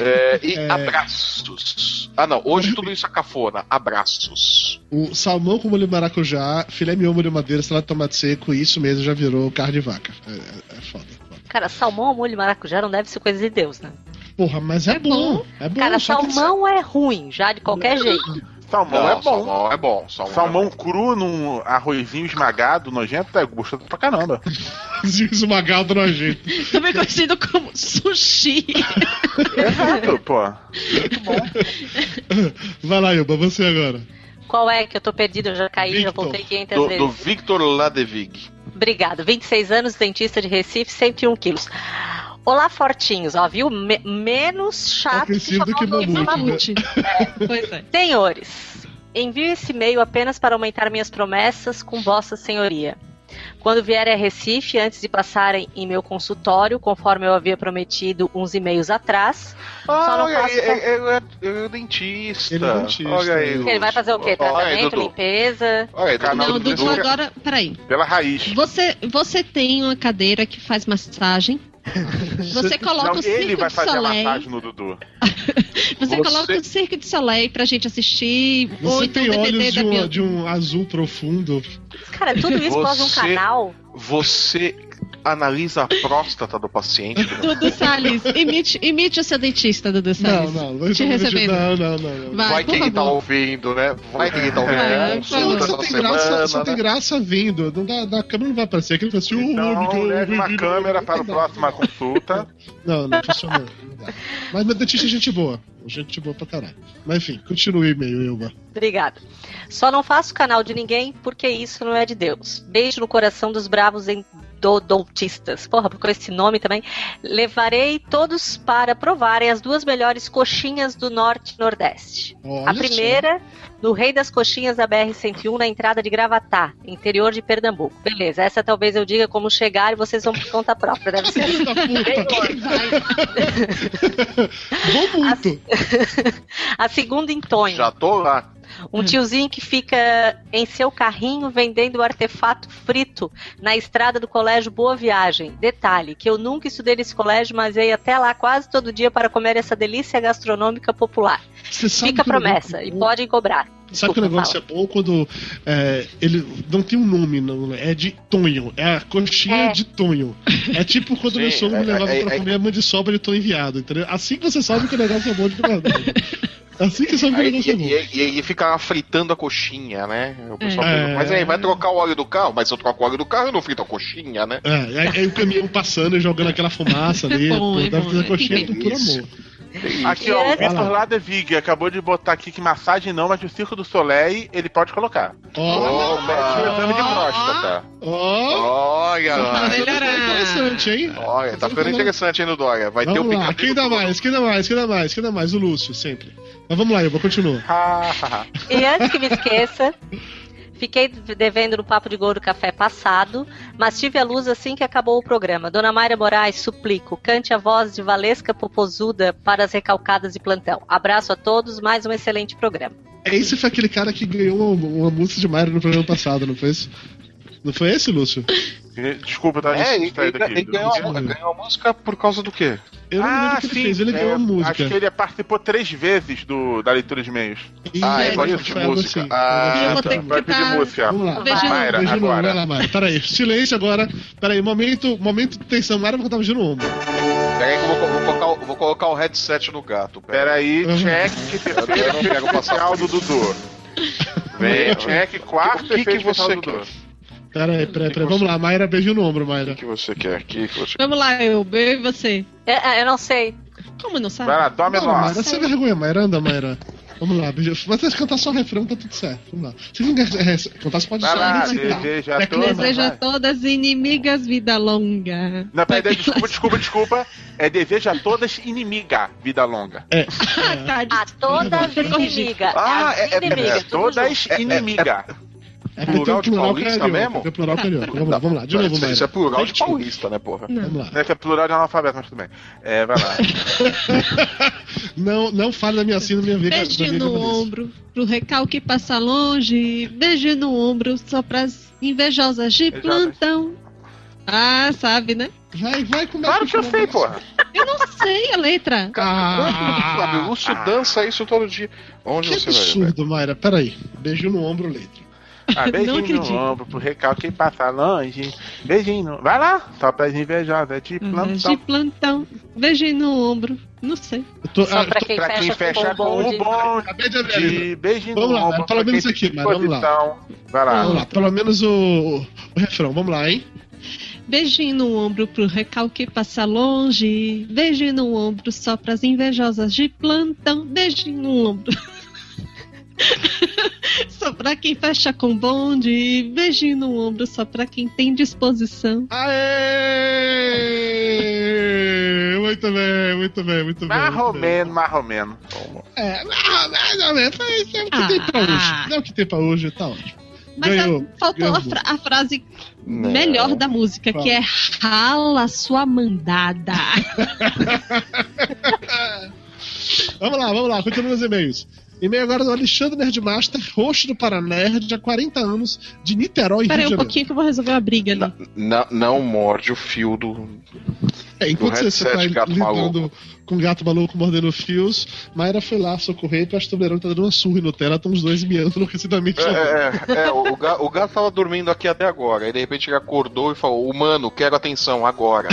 É, e
É.
abraços. Ah, não. Hoje tudo isso é cafona. Abraços.
O salmão com molho de maracujá, filé mignon, molho de madeira, salada de tomate seco, e isso mesmo já virou carne de vaca. É, é- é foda, foda.
Cara, salmão ao molho de maracujá não deve ser coisa de Deus, né?
Porra, mas é, bom. É bom.
Cara,
só que-
salmão é ruim, já de qualquer jeito.
Salmão é bom.
Salmão é bom. Salmão,
Salmão
é bom.
cru num arrozinho esmagado, nojento, é gostoso pra caramba.
esmagado nojento.
Também conhecido como sushi.
Exato, pô.
Vai lá, Yuba, você agora.
Qual é que eu tô perdido? Eu já caí, já
Victor,
voltei 500
Do,
vezes.
do Victor Ladevig.
Obrigado. 26 anos, dentista de Recife, 101 quilos. Olá, fortinhos, ó, viu? Me- menos
Tá
chato
Acrescido
chamar
que
o nome do
Mamute, né?
mamute.
É Mamute. Pois é.
Senhores, envio esse e-mail apenas para aumentar minhas promessas com Vossa Senhoria. Quando vierem a Recife, antes de passarem em meu consultório, conforme eu havia prometido uns e-mails atrás, Só não
Ah, olha aí,
faço-
é- é- é- é o dentista.
Ele é dentista,
Olha aí,
é.
Dudu.
ele vai fazer o quê?
Olha aí,
Tratamento,
Dudu.
limpeza?
Olha aí,
Canal
canal
Não,
do
Dudu,
Dudu.
agora. Peraí.
Pela raiz.
Você, você tem uma cadeira que faz massagem. Você coloca
Não,
o
ele
circo
vai
de
fazer a
Soleil.
massagem no Dudu.
Você
Você-
coloca o circo de Soleil pra gente assistir. ou
Você
então
tem
o DVD
olhos de
da Bio-
um, de um azul profundo.
Cara, tudo isso
Você-
pós um canal?
Você analisa a próstata do paciente. Dudu?
Dudu Salles, imite, imite o seu dentista, Dudu
Não,
Salles.
não, não.
Te
não,
recebendo.
Não, não, não. não.
Vai,
Vai
por
quem tá
favor.
ouvindo, né? Vai quem tá
Vai,
ouvindo.
Fala que
Consulta
É, só
essa
tem, graça, só
semana,
tem
né?
graça vindo. Não dá, da câmera não vai aparecer. Aquele vai ser o
Então,
único.
leve uma câmera para a próxima consulta.
Não, não funcionou. não dá. Mas meu dentista é gente boa. Gente boa pra caralho. Mas enfim, continue o e-mail, Yuba.
Obrigada. Só não faço canal de ninguém porque isso não é de Deus. Beijo no coração dos bravos endodontistas. Porra, com esse nome também. Levarei todos para provarem as duas melhores coxinhas do Norte e Nordeste.
Olha
A primeira, no Rei das Coxinhas da BR-101, na entrada de Gravatá, interior de Pernambuco. Beleza, essa talvez eu diga como chegar e vocês vão por conta própria. Deve
só.
ser. assim.
Filho da puta. Vou muito.
A segunda, em Tonho.
Já tô lá.
Um tiozinho que fica em seu carrinho vendendo artefato frito na estrada do colégio Boa Viagem. Detalhe, que eu nunca estudei nesse colégio, mas ia até lá quase todo dia para comer essa delícia gastronômica popular.
Você sabe
Fica a
que o negócio
promessa,
é
e
bom?
podem cobrar.
Sabe que o
Desculpa,
negócio é bom quando é, ele não tem um nome, não, é de Tonho. É a coxinha
É.
de Tonho. É tipo quando
Sim,
meu sogro me
é,
levava
é,
pra
é.
comer a mandioca de Tom enviado, entendeu? Assim que você sabe que o negócio é bom de verdade. Assim que sabe que o
Aí, e,
negócio é bom.
e- e- e fica lá fritando a coxinha, né? O pessoal
É.
pergunta, mas aí, vai trocar o óleo do carro? Mas se eu troco o óleo do carro, eu não frito a coxinha, né?
É, aí, aí o caminhão passando e jogando aquela fumaça ali.
É bom,
pô,
é
deve
bom,
fazer
é.
coxinha
Que
por puro
delícia.
amor.
Aqui, ó, o
Yes.
Vitor
Fala.
Ladevig acabou de botar aqui que massagem não, mas o Circo do Soleil ele pode colocar.
Ó,
Ô, médico, exame tá de próstata.
ó. Tá
Olha lá.
Interessante, hein?
Olha, tá ficando interessante, hein, no Dória? Vai ter o
Vamos lá,
picadinho.
quem dá mais, quem dá mais, quem dá mais, quem dá mais? O Lúcio, sempre. Mas vamos lá, Iva, continua.
Ha, ha, ha.
E antes que me esqueça, fiquei devendo no Papo de Gordo Café passado, mas tive a luz assim que acabou o programa. Dona Mayra Moraes, suplico, cante a voz de Valesca Popozuda para as recalcadas de plantão. Abraço a todos, mais um excelente programa.
É, Esse foi aquele cara que ganhou uma, uma música de Mario no programa passado, não foi isso? Não foi esse, Lúcio?
Desculpa, tá
É, ele,
distraído
ele,
aqui.
ele ganhou,
Não-
ele ganhou a música por causa do quê?
Eu não lembro o que ele fez, ele
é,
ganhou a música.
Acho que ele participou três vezes do, da leitura de e-mails.
Ih,
Ah,
é,
ele gosta de
foi algo
música.
assim.
Ah,
Eu vou
tá.
ter que
Vai pedir
tá.
música.
Vamos lá.
Beijo,
Mayra,
Beijo não, vai
agora.
lá, Mara. Peraí, silêncio agora. Peraí, momento, momento de tensão. Mara vai botar o giro no ombro.
Peraí que eu vou, co- vou colocar, o- vou colocar o headset no gato. Pera.
Peraí,
Uhum.
check,
Eu
terceiro
não quero
efeito
passar
especial do
por
Dudu. Vem, check, quarto
O que que
efeito especial
você
do Dudu.
Peraí, peraí, peraí. Vamos lá, Mayra, beijo no ombro, Mayra.
O que você quer aqui? que você-
Vamos lá, eu, eu e você.
É, é, eu não sei.
Como não sabe?
Vai lá, tome a
Não, Mayra,
nossa.
sem vergonha, Mayra. Anda, Mayra. Vamos lá, beijo. Mas se cantar só o refrão, tá tudo certo. Vamos lá. Se não quer eh, cantar, você pode
Vai
só É
lá,
recitar.
deseja a
Reclama.
todos.
Desejo a
vai.
todas inimigas vida longa.
Não, peraí,
Vai,
desculpa, desculpa, desculpa. É deseja a todas inimiga, vida longa.
É,
Tá,
A todas inimiga.
Ah,
as
é- é-
inimiga,
É,
tudo
todas inimiga.
é porque
Plural
tem
de
plural
paulista
carioca.
mesmo?
Tem plural carioca. Vamos lá, vamos lá. De novo,
isso,
Mayra.
isso é plural de
Sem desculpa.
paulista, né, porra?
Não.
Vamos lá.
Não é que é plural de analfabeto, mas tudo bem. É, vai lá.
Não, não fale da minha síndrome, da minha da
Beijo
minha
no
cabeça.
ombro, pro recalque passa longe. Beijo no ombro, só pras invejosas de
Invejosa.
plantão. Ah, sabe, né?
Vai, vai é com
Claro que eu sei, porra.
Eu não sei a letra.
Ah, Flávio, o é Lúcio dança isso todo dia. Onde
Que
você vai?
absurdo, Mayra. Peraí. Beijo no ombro, letra.
Ah,
Não
beijinho
acredito.
no ombro, pro recalque quem passa longe. Beijinho. no- Vai lá, só pras invejosas de
Uhum. De
plantão.
plantão. Beijo no ombro. Não sei.
Eu tô,
Só
ah,
pra
eu
quem
Pra quem
fecha,
fecha
com o
com o
bonde.
tô-
bonde.
acabei de abrir a letra.
De beijinho
Vamos
no
lá,
ombro,
pelo
pra
menos
quem
aqui,
tem
mas vamos lá.
disposição. Vai lá.
Vamos lá, pelo menos o, o- o refrão. Vamos lá, hein?
Beijinho no ombro pro recalque passa longe. Beijinho no ombro só pras invejosas de plantão. Beijinho no ombro. só pra quem fecha com bonde. Beijinho no ombro só pra quem tem disposição.
Aê! Muito bem, muito bem, muito bem. muito bem.
Marromeno, marromeno.
É, não, mais ou menos. Mas É o que tem pra
Ah.
hoje. É o que tem pra hoje, tá ótimo.
Mas
Ganhou.
a- faltou a,
Ganhou.
fra- a frase
Não.
melhor da música,
Qual?
que é rala sua mandada.
Vamos lá, vamos lá, continuando os e-mails. E-mail agora do Alexandre Nerdmaster, roxo do Paranerd, há 40 anos, de Niterói,
Pera
Rio
aí
de Janeiro.
um pouquinho que eu vou resolver uma briga ali.
Não, não, não morde o fio do.
É, enquanto
Do
você
headset,
está
gato
lidando
maluco.
com gato maluco mordendo fios, Mayra foi lá socorrer e o Tuberão tá dando uma surra no tela, estão os dois miando enlouquecidamente.
É, é, é, o, ga- o gato tava dormindo aqui até agora. Aí de repente ele acordou e falou: Humano, quero atenção agora.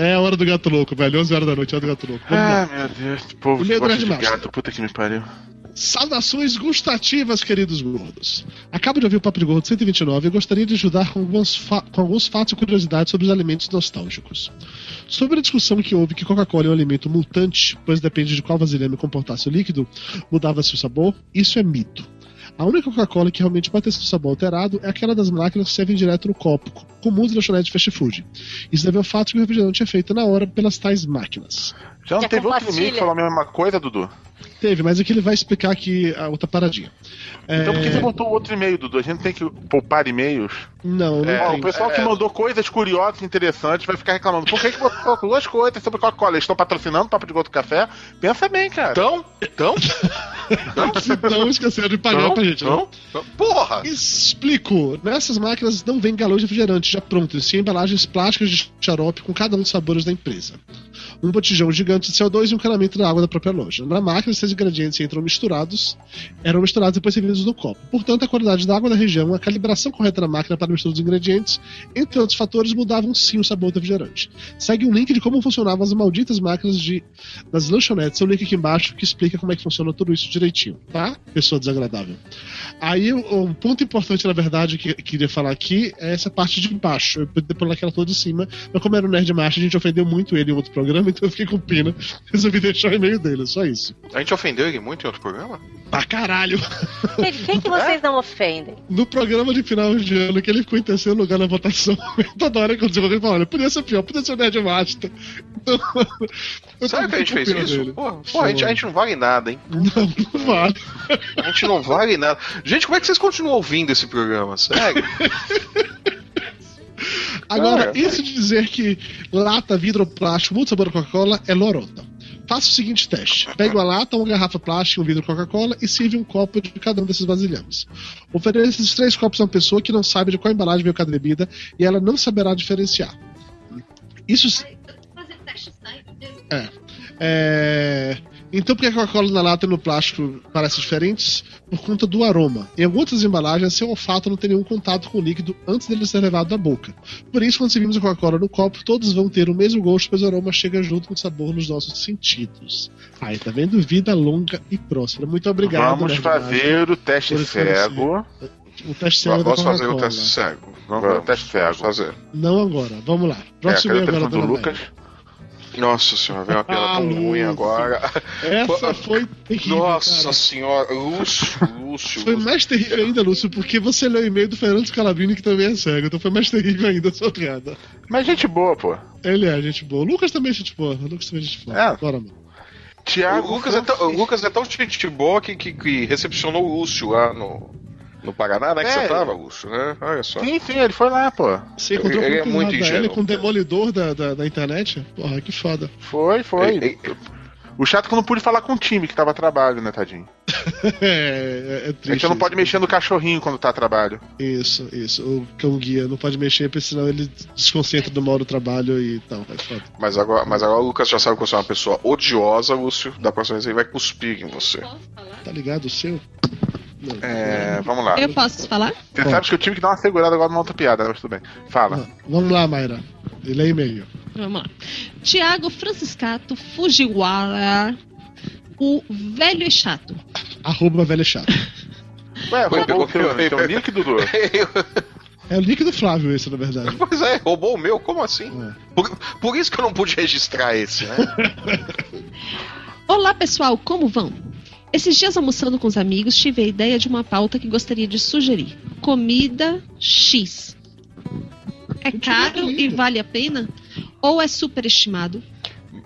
É, é a hora do gato louco, velho, 11 horas da noite, é a hora do gato louco. Vamos lá.
Ah, meu Deus, esse povo que
Medo
gosta
grande
de
macho.
gato, puta que me pariu.
Saudações gustativas, queridos gordos. Acabo de ouvir o Papo de Gordo 129 e gostaria de ajudar com, algumas fa- com alguns fatos e curiosidades sobre os alimentos nostálgicos. Sobre a discussão que houve que Coca-Cola é um alimento multante, pois depende de qual vasilhame comportasse o líquido, mudava-se o sabor, isso é mito. A única Coca-Cola que realmente mantém seu sabor alterado é aquela das máquinas que servem direto no copo, comuns em lanchonetes de fast food. Isso deve ao fato de que o refrigerante é feito na hora pelas tais máquinas.
Já não
Já
teve outro
compartilha.
e-mail que falou a mesma coisa, Dudu?
Teve, mas aqui ele vai explicar aqui a outra paradinha.
Então por que
É,
você botou outro e-mail, Dudu? A gente tem que poupar e-mails.
Não, não
Ó,
tem.
É,
É.
o pessoal que mandou coisas curiosas e interessantes vai ficar reclamando. Por que, que você colocou duas coisas sobre Coca-Cola? Eles estão patrocinando o Papo de Goto Café? Pensa bem, cara.
Então, então,
Não esqueceram de pagar
Não,
pra gente. né?
não, não. porra!
Explico. Nessas máquinas não vem galões de refrigerante já prontos, sim embalagens plásticas de xarope com cada um dos sabores da empresa. Um botijão gigante de CO2 e um canamento da água da própria loja. Na máquina, esses ingredientes entram misturados, eram misturados e depois servidos no copo. Portanto, a qualidade da água da região, a calibração correta da máquina para a mistura dos ingredientes, entre outros fatores, mudavam sim o sabor do refrigerante. Segue um link de como funcionavam as malditas máquinas de das lanchonetes. Tem um link aqui embaixo que explica como é que funciona tudo isso direitinho, tá? Pessoa desagradável. Aí, um ponto importante, na verdade, que eu queria falar aqui é essa parte de baixo. Eu podia pular aquela toda de cima, mas como era um nerd macho, a gente ofendeu muito ele em outro programa, então eu fiquei com pena. Resolvi deixar o e-mail dele, só isso.
A gente ofendeu ele muito em outro programa?
Pra caralho!
Gente, quem que vocês não ofendem?
No programa de final de ano, que ele ficou em terceiro lugar na votação, toda hora que eu digo, alguém fala, olha, podia ser pior, podia ser o nerd macho. Então, eu
Será
tô
que a gente
com
fez
pena
isso?
dele.
Porra, porra, a, gente, a gente não vale nada, hein?
Não, não vale.
A gente não vale nada. Gente, como é que vocês continuam ouvindo esse programa? Sério?
Agora,
Cara.
isso de dizer que lata, vidro, plástico, muito sabor da Coca-Cola é lorota. Faça o seguinte teste: pegue uma lata, uma garrafa plástica, um vidro de Coca-Cola e sirva um copo de cada um desses vasilhames. Ofereça esses três copos a uma pessoa que não sabe de qual embalagem veio cada bebida e ela não saberá diferenciar. Isso é. É, Então, por que a Coca-Cola na lata e no plástico parecem diferentes? Por conta do aroma. Em algumas outras embalagens, seu olfato não tem nenhum contato com o líquido antes dele ser levado à boca. Por isso, quando servimos a Coca-Cola no copo, todos vão ter o mesmo gosto, pois o aroma chega junto com o sabor nos nossos sentidos. Aí, tá vendo? Vida longa e próspera. Muito obrigado. né,
Vamos
Nerdmagem.
fazer o teste
Por isso que eu
cego.
o teste cego da
Vamos fazer o
Coca-Cola.
teste cego. Vamos,
Vamos,
fazer o teste
vamos
cego. fazer.
Não agora. Vamos lá.
É,
Próximo
cadê o
e agora,
telefone do
dona
Lucas?
Nossa senhora, veio uma piada
Ah,
tão ruim
Lúcio.
agora.
Beth. Essa foi terrível.
Nossa
cara.
senhora, Lúcio, Lúcio.
Foi
Lúcio.
mais terrível ainda, Lúcio, porque você leu o e-mail do Fernando Scalabrini, que também é cego. Então foi mais terrível ainda a sua piada.
Mas gente boa, pô.
Ele é gente boa. O Lucas também é gente boa. O Lucas também é gente boa.
É.
Bora, mano.
Tiago.
O Lucas, é tão, o Lucas é tão gente boa que, que, que recepcionou o Lúcio lá no, no Paraná, né? Que
É.
você tava, Lúcio, né? Olha só.
Sim, sim, ele foi lá, pô.
Você
Ele-
encontrou
ele
com
é
o
muito
Pinhada,
ingênuo.
ele com o demolidor da, da, da internet? Porra, que foda.
Foi, foi.
Ei, ei,
O chato é que eu não pude falar com o time que tava a trabalho, né, tadinho?
É, é, é triste.
a gente não
isso.
pode mexer no cachorrinho quando tá a trabalho.
Isso, isso. O cão guia não pode mexer, porque senão ele desconcentra do mal do trabalho e tal. É foda.
Mas agora, mas agora o Lucas já sabe que você é uma pessoa odiosa, Lúcio. Da próxima vez ele vai cuspir em você.
Posso falar?
Tá ligado o seu? Não.
É, vamos lá.
Eu posso falar?
Você sabe que eu tive que dar uma segurada agora numa outra piada, mas tudo bem.
Uhum.
Fala.
Não. Vamos lá, Mayra. Ele é e-mail.
Vamos lá. Tiago Franciscato Fujiwara, o velho e chato.
Arroba velha chata.
Ué, roubou
pegou
o teu,
meu.
teu nick, Dudu?
É o líquido Flávio esse, na verdade.
pois é, roubou o meu, como assim?
É.
Por, por isso que eu não pude registrar esse, né?
Olá pessoal, como vão? Esses dias almoçando com os amigos, tive a ideia de uma pauta que gostaria de sugerir: comida X. É caro e vale a pena? Ou é superestimado?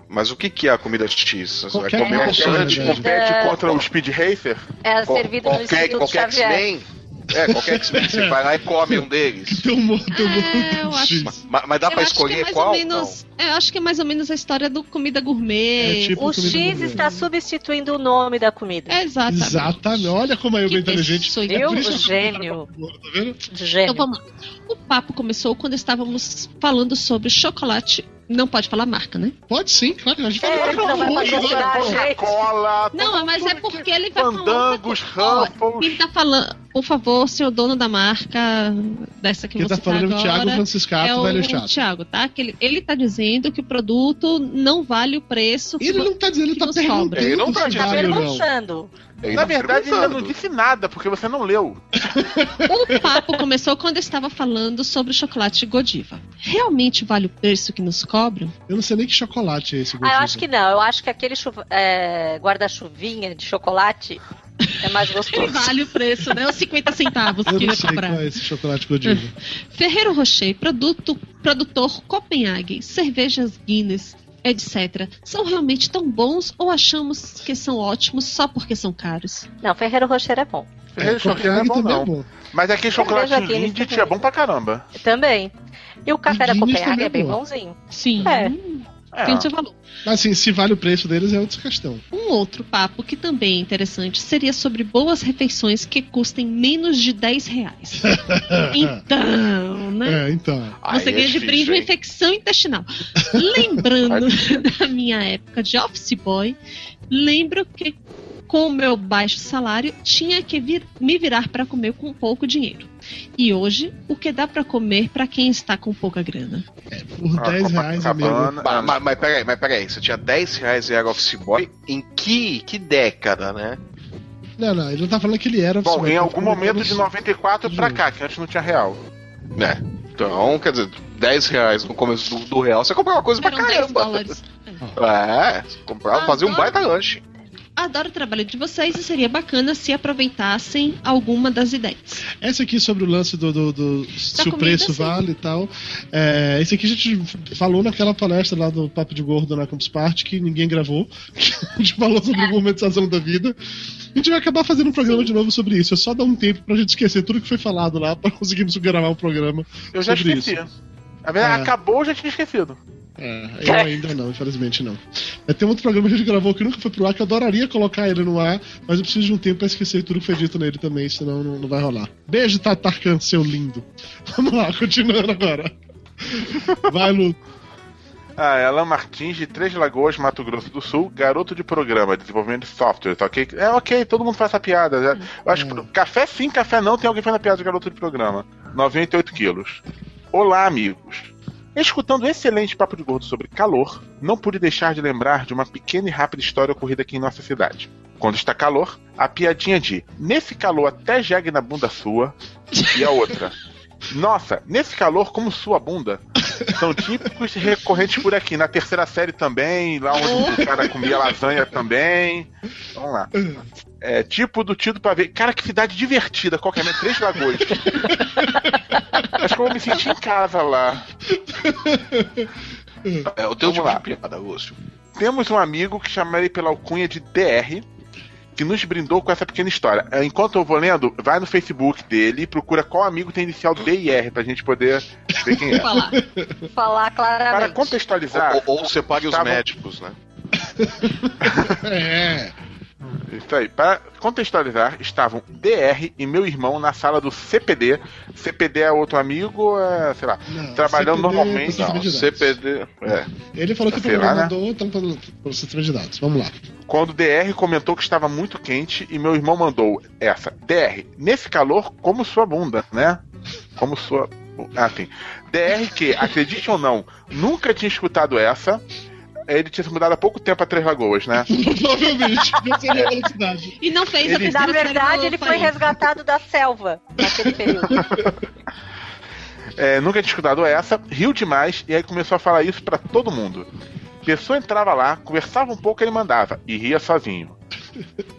Mas o que, que é a comida X? Você vai
Qualquer né,
comer
uma
uma
É,
pessoa,
quando a
coisa
gente
verdade.
compete contra o Speed Racer,
É
Tá
Qual-
servido no Instituto
qualquer
Xavier.
X-Men? É, qualquer X-Men. Você vai lá e come um deles.
Tem um monte,
Ah,
tem um
É, eu
monte
acho-
de X.
Ma- Mas, dá pra
eu acho que é
escolher
mais
qual?
ou menos. é, eu acho que é mais ou menos a história do comida gourmet.
É tipo-
O X está substituindo o nome da comida.
É, exatamente.
Exatamente. Olha como eu
Que
bem inteligente.
pessoa
É
Eu,
por isso que eu sou
gênio.
Boa, Tá vendo?
Gênio.
Então vamos lá. O papo começou quando estávamos falando sobre chocolate. Não pode falar marca, né?
Pode um sim, claro. A gente
É,
vai
tá
então vai
falar
fazer
agora.
verdade.
Coca-Cola,
Não, mas é porque ele vai falar.
Fandangos,
Ó,
Ruffles.
Quem tá falando, por favor, senhor dono da marca, dessa que
Quem
você
tá falando é
tá
o Thiago
agora,
Franciscato,
é o
velho chato.
Thiago, tá? Que ele, ele tá dizendo que o produto não vale o preço.
Ele não tá dizendo, ele
Que
tá
nos sobra.
perguntando.
Ele não tá
se
dizendo.
Tá
vale ou não.
perguntando.
Ele
Na
tá
verdade, ele ainda não
perguntando. É,
disse nada, porque você não leu.
O papo começou quando eu estava falando sobre o chocolate Godiva. Realmente vale o preço que nos cobram?
Eu não sei nem que chocolate é esse.
Ah, eu acho que não. Eu acho que aquele chuva- é, guarda-chuvinha de chocolate é mais
Ele
gostoso.
vale o preço, né? Os 50 centavos
Eu
que
não
ia
sei
comprar.
qual é esse chocolate que eu digo.
Ferreiro Rocher, produto- produtor Copenhague, cervejas Guinness, etc. São realmente tão bons ou achamos que são ótimos só porque são caros?
Não, Ferreiro Rocher é bom.
Esse chocolate não é
Copenhague
bom,
também
não.
é bom.
Mas aquele chocolate
Cerveja Guinness
Lindt
também.
é bom pra caramba.
Também. E o café da
Guinness
Copenhague
também é
é bem
bom.
bonzinho.
Sim.
É.
É.
Tem o seu valor.
Mas assim, se vale o preço deles é outra questão.
Um outro papo que também é interessante seria sobre boas refeições que custem menos de 10 reais.
Ah,
Então, né?
É, então.
Aí
Você
é
ganha de
difícil,
brinde uma
hein?
infecção intestinal. Lembrando da minha época de office boy, lembro que com o meu baixo salário tinha que vir- me virar para comer com pouco dinheiro. E hoje, o que dá para comer para quem está com pouca grana?
Por 10 reais, é amigo.
Ah, Copacabana,
Mas, mas, mas peraí, mas peraí, você tinha 10 reais e era office boy? Em que, que década, né?
Não, não, ele não tá falando que ele era.
Bom,
assim,
em
ele tá
algum
falando
momento
que
de
ele-
94 pra cá, que antes não tinha real.
É. Então, quer dizer, 10 reais no começo do, do real, você comprava coisa pra
Eram 10
caramba.
dólares.
É, você comprava, fazia um
Agora-
baita lanche.
Adoro o trabalho de vocês e seria bacana se aproveitassem alguma das ideias.
Essa aqui sobre o lance do, do- do- se o
comida,
preço
sim.
vale e tal. É, esse aqui a gente falou naquela palestra lá do Papo de Gordo na Campus Party, que ninguém gravou. a gente falou sobre gourmetização da vida. A gente vai acabar fazendo um programa de novo sobre isso. É só dar um tempo pra gente esquecer tudo que foi falado lá pra conseguirmos gravar o programa.
Eu já
Sobre
esqueci. A verdade,
É.
acabou, eu já tinha esquecido.
É, eu ainda não, infelizmente não. É, tem outro programa que a gente gravou que nunca foi pro ar, que eu adoraria colocar ele no ar, mas eu preciso de um tempo pra esquecer tudo que foi dito nele também, senão não, não vai rolar. Beijo, Tatarkan, seu lindo. Vamos lá, continuando agora. Vai, Lu.
Ah, é Alan Martins, de Três Lagoas, Mato Grosso do Sul, garoto de programa, desenvolvimento de software, tá ok? É ok, todo mundo faz essa piada. né? Eu acho que pro- café sim, café não, tem alguém fazendo a piada de garoto de programa. 98 quilos. Olá, amigos. Escutando um excelente papo de gordo sobre calor, não pude deixar de lembrar de uma pequena e rápida história ocorrida aqui em nossa cidade. Quando está calor, a piadinha de nesse calor até jegue na bunda sua e a outra. Nossa, nesse calor como sua bunda são típicos e recorrentes por aqui. Na terceira série também, lá onde o cara comia lasanha também. Vamos lá. É tipo do tido pra ver. Cara, que cidade divertida, qualquer maneira, Três Lagoas. Acho que eu vou me sentir em casa lá.
É o teu
Vamos
tipo
lá.
de piada, Lúcio.
Temos um amigo que chamarei pela alcunha de DR, que nos brindou com essa pequena história. É, Enquanto eu vou lendo, vai no Facebook dele e procura qual amigo tem inicial DR pra gente poder ver quem é.
Falar.
Falar
Para
claramente.
contextualizar,
Ou, ou separe os
Tá bom.
médicos, né?
É.
Isso aí. Para contextualizar, estavam DR e meu irmão na sala do CPD. CPD é outro amigo, é, sei lá.
Não,
trabalhando
CPD é
normalmente.
processamento de dados.
CPD. É.
Ele falou que o
Sei lá, né?
programador tá no processamento de dados. Vamos lá.
Quando DR comentou que estava muito quente e meu irmão mandou essa. DR, nesse calor, como sua bunda, né? Como sua. Ah, sim. DR que, acredite ou não, nunca tinha escutado essa. Ele tinha se mudado há pouco tempo a Três Lagoas, né?
Provavelmente, não seria a velocidade.
E não fez a
Ele-
Na
terceira série
verdade,
do
ele foi
país.
resgatado da selva naquele período.
É, nunca tinha escutado essa, riu demais e aí começou a falar isso pra todo mundo. Pessoa entrava lá, conversava um pouco, ele mandava e ria sozinho.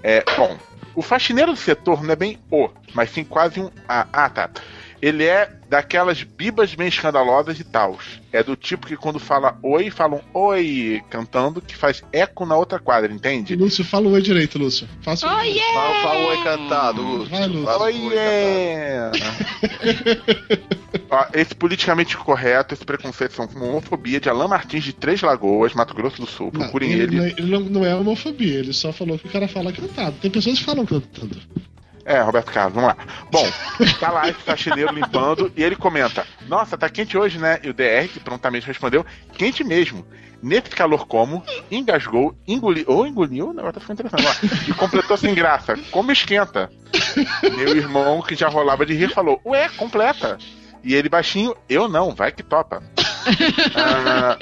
É, bom, o faxineiro do setor não é bem o, mas sim quase um a. Ah, tá. Ele é daquelas bibas bem escandalosas e tals. É do tipo que quando fala oi, falam oi cantando, que faz eco na outra quadra, entende?
Lúcio, fala o oi direito, Lúcio. Faça um o
Oh, yeah!
Fala, fala oi cantado, Lúcio.
Vai, Lúcio.
Fala um
Oi, é. Ó, Ah, esse politicamente correto, esse preconceito são com homofobia de Alain Martins de Três Lagoas, Mato Grosso do Sul.
Não,
Procurem
ele,
ele.
não- ele não, não é homofobia, ele só falou que o cara fala cantado. Tem pessoas que falam cantando.
É, Roberto Carlos, vamos lá. Bom, tá lá esse faxineiro limpando e ele comenta: Nossa, tá quente hoje, né? E o DR, que prontamente respondeu: Quente mesmo. Nesse calor como, engasgou, engoliu. Ou engoliu, não, agora tá ficando interessante. ó, e completou sem graça: Como esquenta. Meu irmão, que já rolava de rir, falou: Ué, completa. E ele baixinho: Eu não, vai que topa. Ah,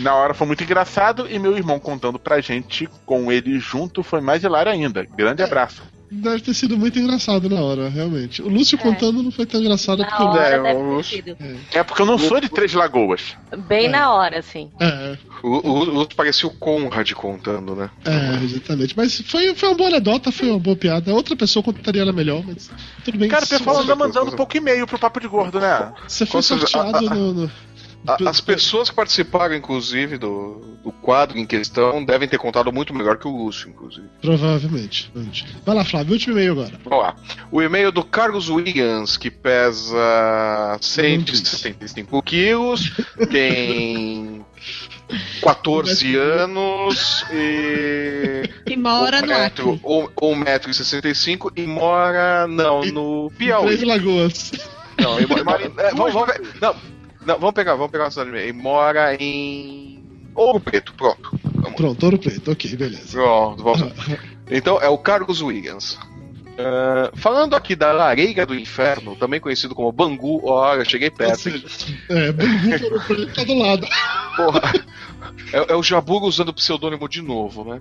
na hora foi muito engraçado e meu irmão contando pra gente com ele junto foi mais hilário ainda. Grande abraço.
Deve ter sido muito engraçado na hora, realmente. O Lúcio contando não foi tão engraçado
É. Na
porque.
hora
é,
deve
eu-
ter sido.
É porque eu não sou de Três Lagoas.
Bem na hora, assim.
É,
O, o, o Lúcio parecia o Conrad contando, né?
é, exatamente. Mas foi, foi uma boa anedota, foi uma boa piada. Outra pessoa contaria ela melhor, mas tudo bem.
Cara, o
Você-
pessoal anda
certeza.
mandando um pouco e-mail pro Papo de Gordo, né?
Você foi
com certeza.
sorteado
A- a-
no. no-
A- as pessoas que participaram, inclusive, do, do quadro em questão devem ter contado muito melhor que o Lúcio, inclusive.
Provavelmente. Vai lá, Flávio, último e-mail agora.
Vamos lá. O e-mail do Carlos Williams, que pesa 165 quilos, tem 14 anos e. um
E mora no
metro, um
Acre.
ou, ou 1,65m e mora. Não, no Piauí.
Três Lagoas.
Não, ele mora, mora em- é, vamos, vamos, pe- não, não, vamos pegar, vamos pegar uma cidade. Ele mora em Ouro Preto, pronto.
Pronto, ouro preto, ok, beleza.
Pronto, vamos. Então é o Carlos Williams. Ah, falando aqui da Lareira do Inferno, também conhecido como Bangu, olha, cheguei
Ou
perto. hein?
seja, É, Bangu, ouro preto tá do lado.
Porra. É, é o Jabugo usando o pseudônimo de novo, né?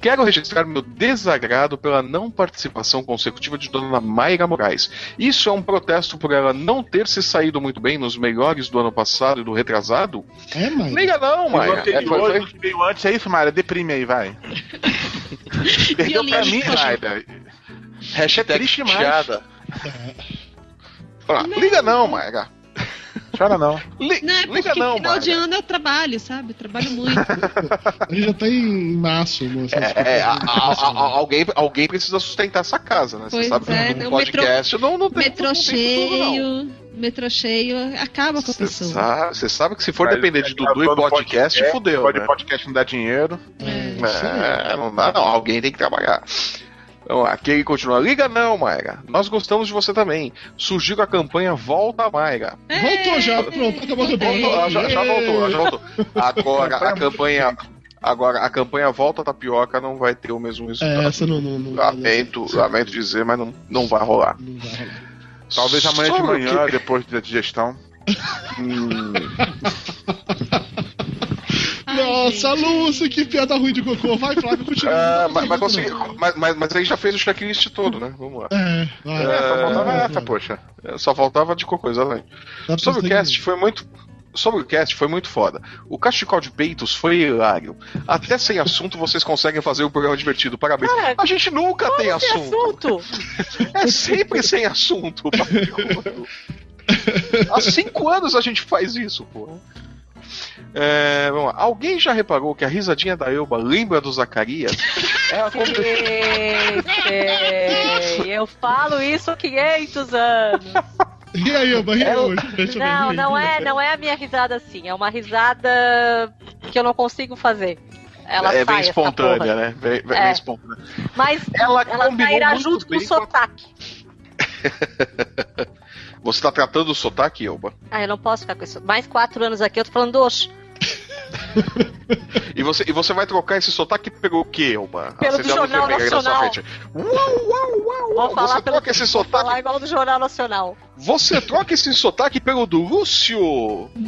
Quero registrar meu desagrado pela não participação consecutiva de Dona Mayra Moraes. Isso é um protesto por ela não ter se saído muito bem nos melhores do ano passado e do retrasado?
É, mas.
Liga não,
O
Mayra. É, foi-
anterior,
foi-
o que veio antes, é isso, Mária? Deprime aí, vai. Perdeu pra
Violino,
mim, né?
poxa.
Mária.
Hashtag
triste demais.
piada.
É,
Olha lá, Liga não, Mayra.
Chora não.
Li-
Não, é
liga
porque
não,
final de
Mayra.
ano eu trabalho, sabe? Eu trabalho muito.
A gente já tá em março, moça.
É, é, a- a- a- a- alguém, alguém precisa sustentar essa casa, né? Você
Pois
sabe
é,
que
né?
um
O
podcast não, não
Metrô
não tem futuro, não.
cheio. metrô cheio acaba com a
Você
pessoa.
sabe, você sabe que se for
Mas
depender
tá
de Dudu e
gravando
podcast,
podcast,
fudeu,
Pode
né?
podcast não dá dinheiro.
É.
É, não dá não, alguém tem que trabalhar. Então, aqui ele continua, liga não, Mayra. Nós gostamos de você também. Surgiu a campanha Volta, Mayra.
É.
Voltou já, pronto, acabou a campanha.
Voltou, ela já, já voltou, ela já voltou. Agora a
Campanha
campanha. Agora, a campanha Volta Tapioca não vai ter o mesmo
É,
resultado.
essa não. não, não
lamento, lamento dizer, mas não, não vai rolar.
Não vai rolar.
Talvez amanhã
Só
de manhã,
que-
depois da digestão.
Ai,
Nossa,
gente.
Lúcio, que piada ruim de cocô. Vai, Flávio, continua.
Ah,
Não
mas,
tem
mas,
jeito,
consegui, mas, mas, mas aí já fez o checklist todo, né? Vamos lá.
não. É, vai.
É, só faltava
Uhum.
vai,
essa,
vai.
poxa.
É, Só faltava de cocô, exatamente.
Dá pra
Sobre o
você-
cast foi muito. Sobre o cast foi muito foda. O cachecol de peitos foi hilário. Até sem assunto vocês conseguem fazer um programa divertido. Parabéns.
Cara,
a gente nunca tem
Não tem
assunto.
assunto.
É sempre sem assunto. Barulho. Há cinco anos a gente faz isso, pô. É, vamos lá. Alguém já reparou que a risadinha da Elba lembra do Zacarias? Ela come-
Gente, eu falo isso há 500 anos.
E aí, Elba, ri
É o-
hoje. Deixa eu ver, né?
Não,
ri,
não
ri.
é, não é a minha risada assim. É uma risada que eu não consigo fazer. Ela
é
sai,
bem
essa
espontânea,
porra.
né? Bem, bem
É.
espontânea.
Mas
Ela,
ela
combinou
sairá
muito
junto com o
bem com a-
sotaque.
Você tá tratando o sotaque, Elba?
Ah, eu não posso ficar com isso. Mais quatro anos aqui, eu tô falando oxe.
E você, e você vai trocar esse sotaque pelo quê, Elba? Ah,
Pelo
você
do
já não
Jornal
vai pegar na sua
Nacional.
frente. Uau, uau, uau, uau.
Vou falar
Você
pelo-
troca esse
Falar
sotaque.
igual do Jornal Nacional.
Você troca esse sotaque pelo do Lúcio!
É.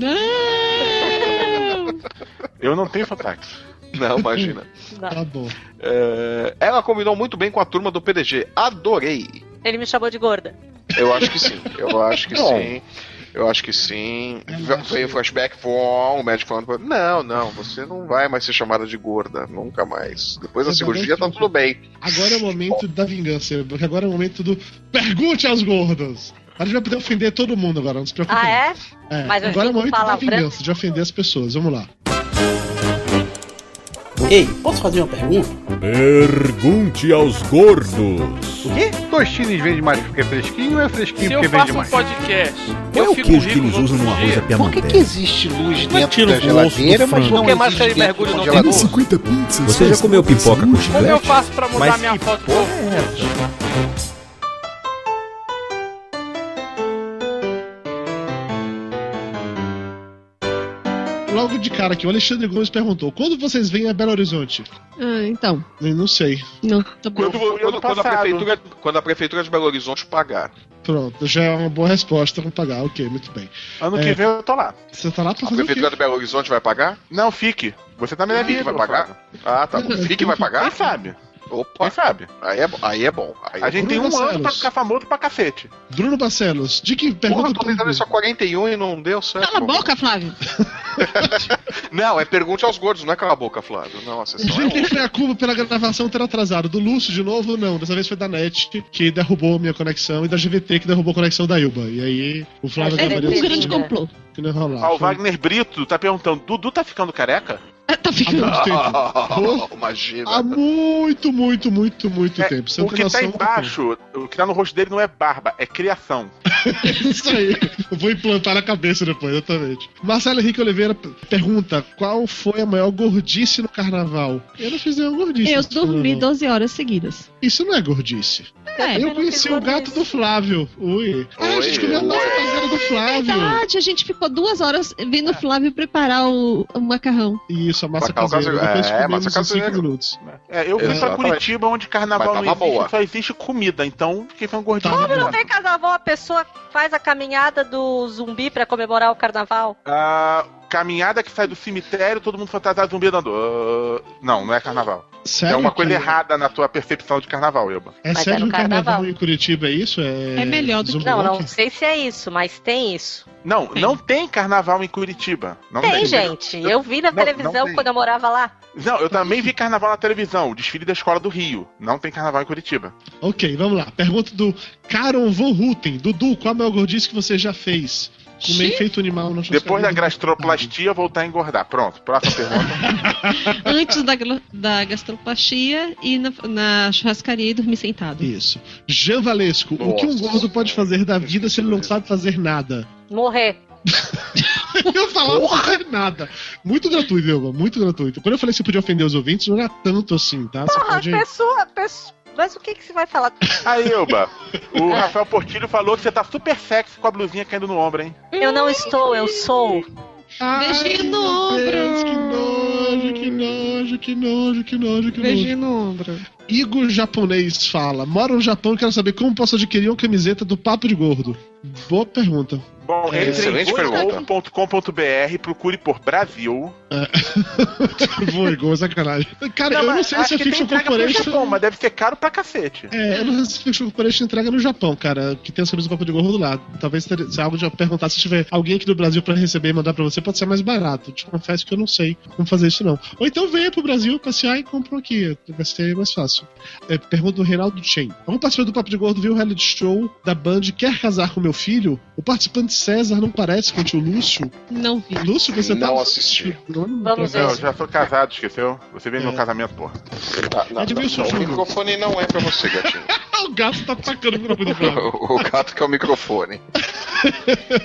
Não!
Eu não tenho sotaque.
Não, imagina.
Não.
Tá bom.
É, ela combinou muito bem com a turma do PDG. Adorei!
Ele me chamou de gorda.
Eu acho que sim. Eu acho que
Bom.
sim. Eu acho que sim.
Eu
Ve-
acho
Veio
que-
flashback, bom, o médico falando. pra- Não, não, você não vai mais ser chamada de gorda. Nunca mais. Depois da
Eu
cirurgia tá
também
tudo bem.
Agora é o momento da vingança, Elba, porque agora é o momento do pergunte aos gordos. A gente vai poder ofender todo mundo agora, não se preocupe.
Ah,
não.
é?
É,
Mas eu
agora é o
digo
momento da
palavrão.
vingança, de ofender as pessoas. Vamos lá.
Ei, posso fazer uma pergunta?
Pergunte aos gordos.
Dois times vende mais porque é fresquinho ou é fresquinho
Se eu
porque vende
faço um
mais?
podcast,
Qual é
eu
o
fico
queijo que
rico
eles
no outro
usam no arroz
dia,
da
Por que,
Piamonte?
que existe luz dentro
tira
da
o osso é do
geladeira, mas
frango.
não
Por que mais
existe
que ele
dentro do é
mergulha no
congelador?
Você já comeu pipoca com
como eu
chiclete?
faço pra mudar
Mas
minha
que
foto?
porra
do-
Logo de cara aqui, o Alexandre Gomes perguntou: quando vocês vêm a Belo Horizonte?
Ah, então,
Eu não sei.
não, tá bom.
Quando,
Eu fui
quando-
ano
quando a
passado.
prefeitura, quando a prefeitura de Belo Horizonte pagar.
Pronto, já é uma boa resposta. Vamos pagar. Ok, muito bem.
Ano
É.
que vem eu tô lá.
Você tá lá pra
A
fazer o quê?
prefeitura de Belo Horizonte vai pagar?
Não, fique. Você tá me
A FIC
devendo.
vai pagar? Ah, tá.
Não,
FIC vai
Quem
pagar?
sabe? Quem
Opa,
sabe?
aí é, bo- aí é bom. Aí
A
é bom.
gente tem um
Vasconcelos.
ano pra ficar famoso pra cacete.
Bruno Barcelos, de que
Porra, eu
pergunta
tô tentando isso há 41 e não deu certo.
Cala a
mano.
boca, Flávio.
Não, é pergunte aos gordos, não é cala a boca, Flávio. Não, a sessão é
Gente,
outra.
quem foi a culpa pela gravação ter atrasado? Do Lúcio de novo? Não, dessa vez foi da NET que derrubou minha conexão e da GVT que derrubou a conexão da Ilba. E aí o Flávio
É,
É
gravaria
um
Maria
grande
Cristina.
complô.
que não ia rolar.
Ah, o
Foi-
Wagner Brito tá perguntando: Dudu tá ficando careca?
Ah, Tá ficando.
Ah,
Ah, Imagina.
Há muito, muito, muito, muito
É,
tempo. Você não
o
tem
que tá
noção do
embaixo, o que tá no rosto dele não é barba, é criação.
Isso aí. Eu vou implantar na cabeça depois, exatamente. Marcelo Henrique Oliveira p- pergunta: qual foi a maior gordice no carnaval? Eu não fiz nenhuma gordice.
Eu
nesse
dormi
carnaval.
12 horas seguidas.
Isso não é gordice.
É,
eu
não
conheci
fiz
o gato
gordice.
do Flávio. Ui. Ah, a gente comeu a nossa fazenda do Flávio.
verdade, a Então, ah, gente ficou duas horas vendo o Flávio preparar o, o macarrão.
Isso, a massa
Macarrão
caseira.
caseiro.
Depois
É,
comemos
massa
em cinco
caseiro.
minutos.
É, eu fui pra
Exatamente.
Curitiba, onde carnaval
Mas
não
tava
existe,
boa.
só existe comida. Então, quem foi um gordinho?
Tava
não
Não tem carnaval, a pessoa faz a caminhada do zumbi pra comemorar o carnaval.
Ah, caminhada que sai do cemitério, todo mundo fantasiado zumbi andando. Ah, não, não é carnaval.
Sério?
é uma coisa
que-
errada na tua percepção de carnaval, Elba.
É
Mas
sério
era
que
um
o carnaval.
carnaval.
em Curitiba é isso? É,
É melhor do que-
Zumbi
Não,
Walk?
não sei se é isso, mas tem isso.
Não,
Tem.
não tem carnaval em Curitiba. Não tem,
Tem, gente. Eu vi na
Não, não
televisão
tem.
quando eu morava lá.
Não, eu também vi carnaval na televisão, o desfile da escola do Rio. Não tem carnaval em Curitiba.
Ok, vamos lá. Pergunta do Caron Von Houten. Dudu, qual é o maior gordice que você já fez? Comer
Xiii.
feito animal na churrascaria.
Depois da gastroplastia, voltar a engordar. Pronto, próxima pergunta.
Antes da, glo- da gastroplastia e na, na churrascaria e dormir sentado.
Isso. Jean Valesco, o que um
Nossa.
gordo pode fazer da vida se ele não sabe fazer nada?
Morrer.
Eu falava fazer nada. Muito gratuito, Vilma, muito gratuito. Quando eu falei que você podia ofender os ouvintes, não era tanto assim, tá? Você
Ah,
Porra,
pode.
pessoa, pessoa. Mas o que, que você vai falar?
Aí, Elba, o Rafael Portilho falou que você tá super sexy com a blusinha caindo no ombro, hein?
Eu não estou, eu sou.
Ai,
Beijinho no
meu
ombro.
Deus, que nojo, que nojo, que nojo, que nojo, que nojo.
Beijinho no ombro.
Igor Japonês fala: Moro no Japão e quero saber como posso adquirir uma camiseta do Papo de Gordo. Boa pergunta.
Bom,
É,
entre em
excelente pergunta.
gordo.com.br, procure por Brasil.
Vou, Igor, sacanagem. Cara, eu não
mas
sei se
acho
a
que tem
Fiction
entrega pro
Corporation.
Japão, mas deve ser caro pra cacete.
É, eu não sei se a Fiction Corporation entrega no Japão, cara, que tem as camisas do Papo de Gordo do lado. Talvez ter- se algo de perguntar se tiver alguém aqui do Brasil pra receber e mandar pra você, pode ser mais barato. Te confesso que eu não sei como fazer isso, não. Ou então venha pro Brasil passear e compra um aqui. Vai ser mais fácil. É, pergunta do Reinaldo Chen. Como participante do Papo de Gordo viu o reality show da Band Quer Casar com Meu Filho? O participante César não parece com o tio Lúcio?
Não vi.
Lúcio, você tá.
Não assisti.
Não, não
Vamos
tá-
Não,
ver.
eu já sou casado, esqueceu? Você veio no
É.
meu casamento, porra.
Ah, não,
Edmilson
não, não, o
Júnior.
microfone não é pra você, gatinho.
O gato tá atacando o grupo do Flávio.
o o gato que é o microfone.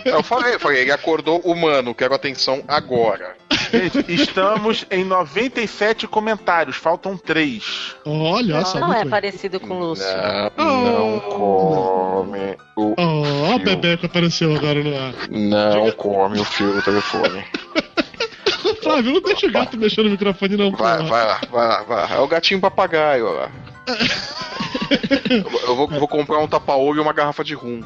Eu falei, eu falei, ele acordou humano, quero atenção agora.
Gente, estamos em 97 comentários, faltam 3.
Olha só.
Não
muito
é
bem.
parecido com o Lúcio.
Não, Ah, não come o.
Oh, a Bebeco apareceu agora no ar.
Não come o fio do telefone.
Flávio, não deixa o gato mexendo no microfone, não.
Vai,
porra.
vai lá, vai lá, vai lá. É o gatinho papagaio, olha lá. Eu- Eu vou, vou comprar um tapa-olho e uma garrafa de rum.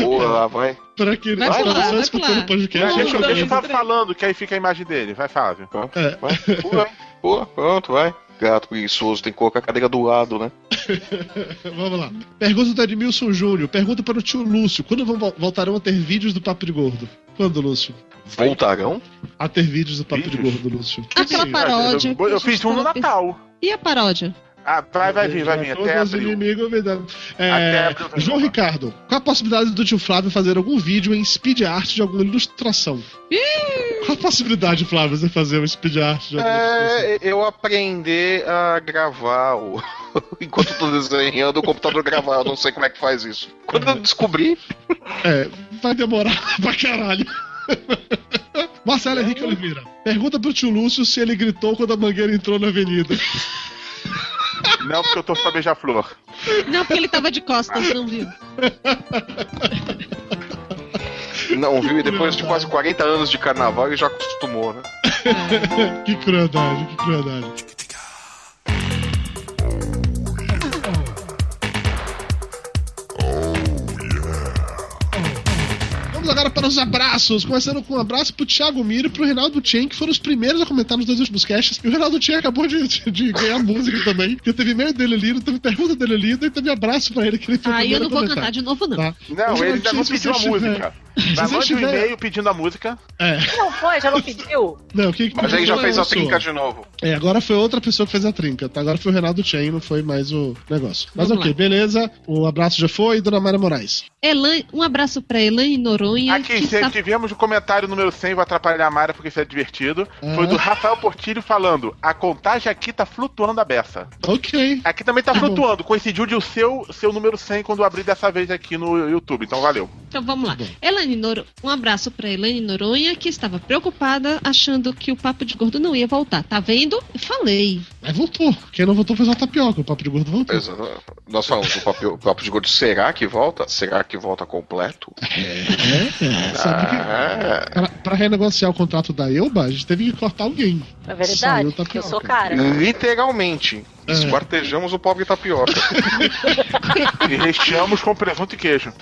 Boa, lá vai.
Pra que
Vai
as
pular,
pessoas
vai
escutando
pular.
o podcast.
deixa,
não,
deixa o
não,
Fábio
não.
falando, que aí fica a imagem dele. Vai, Fábio.
Vai, pula, pula, pronto, vai. Gato preguiçoso, tem que colocar a cadeira do lado, né?
Vamos lá. Pergunta do Edmilson Júnior. Pergunta para o tio Lúcio. Quando vão, vol- voltarão a ter vídeos do Papo de Gordo? Quando, Lúcio?
Voltarão?
A ter vídeos do Papo de
Vídeos?
Gordo, Lúcio.
Aquela
Sim.
paródia.
Eu,
que a
eu
gente
fiz um no
tava
Natal.
pe- E a paródia?
Ah, vai, vai vir, vai vir.
Todos
Até
os
abril.
inimigos me dando. É,
Até abril, vai
João
vir.
Ricardo, qual a possibilidade do tio Flávio fazer algum vídeo em speed art de alguma ilustração? Qual a possibilidade, Flávio, de você fazer um speed art de alguma ilustração?
É, eu aprender a gravar o... enquanto eu tô desenhando, o computador gravar, eu não sei como é que faz isso. Quando eu descobri,
É, vai demorar pra caralho. Marcelo Henrique Oliveira. Pergunta pro tio Lúcio se ele gritou quando a mangueira entrou na avenida.
Não, porque eu tô só beija-flor.
Não, porque ele tava de costas, não viu?
não viu, e depois de quase 40 anos de carnaval, ele já acostumou, né?
que crueldade, que crueldade. Vamos agora para os abraços, começando com um abraço pro Thiago Miro e pro Reinaldo Chen, que foram os primeiros a comentar nos dois últimos casts. E o Reinaldo Chen acabou de, de- de ganhar música também, que teve e-mail dele lido, teve pergunta dele lida e teve abraço pra ele que ele foi o
Aí Ah, eu
primeiro
não
a
vou
comentar.
cantar de novo, não.
Tá?
Não,
Hoje
ele ainda não
notícia,
pediu a
se você tiver-
música. Vai,
você
mande um
tiver-
e-mail pedindo a música.
É,
Não foi, já não pediu?
não, o que que
Mas aí já
perguntou
fez a
é sua.
trinca de novo.
É, agora foi outra pessoa que fez a trinca, tá? Agora foi o Renato Chen, não foi mais o negócio. Mas
Vamos
ok,
lá.
beleza. O abraço já foi, Dona Mara Moraes.
Elan, um abraço pra Elaine Noronha.
Aqui,
que
se
está...
tivemos o comentário número 100, vou atrapalhar a Mara porque isso é divertido.
Ah.
Foi do Rafael Portilho falando: a contagem aqui tá flutuando a beça.
Ok.
Aqui também tá
Tá bom.
flutuando, coincidiu de o seu, seu número 100 quando eu abri dessa vez aqui no YouTube, então valeu.
Então vamos lá.
Tudo bem.
Elaine Noro... Um abraço pra Elaine Noronha, que estava preocupada, achando que o papo de gordo não ia voltar. Tá vendo? Falei.
Mas voltou. Quem não voltou fez uma tapioca. O papo de gordo voltou.
Exato. Nós falamos do papel, papo de gordo, será que volta? Será que volta completo?
É, é. Sabe que.
Ah,
Pra, pra renegociar o contrato da Elba, a gente teve que cortar alguém. Saiu
É
tá
verdade,
tapioca.
eu sou cara.
literalmente.
É.
Esquartejamos o pobre tapioca.
E recheamos com presunto e queijo.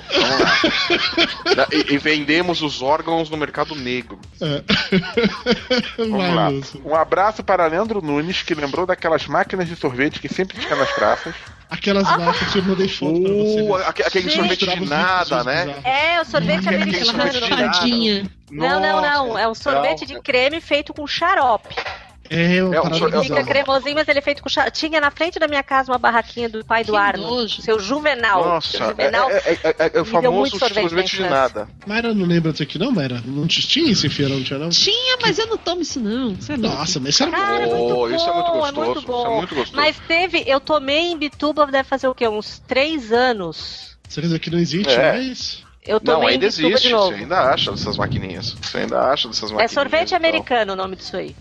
e, e vendemos os órgãos no mercado negro.
Vamos lá.
É. Vai, Lúcio.
Um abraço para Leandro Nunes, que lembrou daquelas máquinas de sorvete que sempre tinha nas praças.
Aquelas marcas que eu mandei foto pra você.
Uh,
Lúcio.
aque- aquele
Gente.
sorvete
Tirava
de
os
nada,
vídeos
né?
bizarros.
É, o sorvete
Aquele
Aquela
sorvete
americano.
de nada.
raspadinha.
Não, não, não. É um sorvete de creme feito com xarope.
É, uma
É, um
parada
sor- é um-
bizarra.
Fica cremosinho, mas ele é feito com chá. Tinha na frente da minha casa uma barraquinha do pai do Arno.
nojo.
Seu Juvenal. Seu
Nossa, é,
Juvenal.
é- é- é- é o
me deu
famoso
muito sorvete na
sorvete né? de
infância.
nada.
Mayra não lembra disso aqui, não, Mayra? Não te- tinha esse feirão, não tinha, não?
Tinha, mas eu não tomo isso não. Você é louco.
Nossa, mas isso era
Cara,
bom.
oh,
muito
isso é muito
bom,
gostoso.
é
Isso
muito
é
bom.
muito gostoso.
Mas teve, eu tomei em Bituba, deve fazer o quê? Uns três anos.
Você quer dizer que não existe
É.
mais?
Eu tomei
não, é
em
ainda
Bituba
existe.
de
Você
novo.
ainda acha dessas maquininhas. Você ainda acha dessas
É
maquininhas.
sorvete
e tal.
americano o nome disso aí.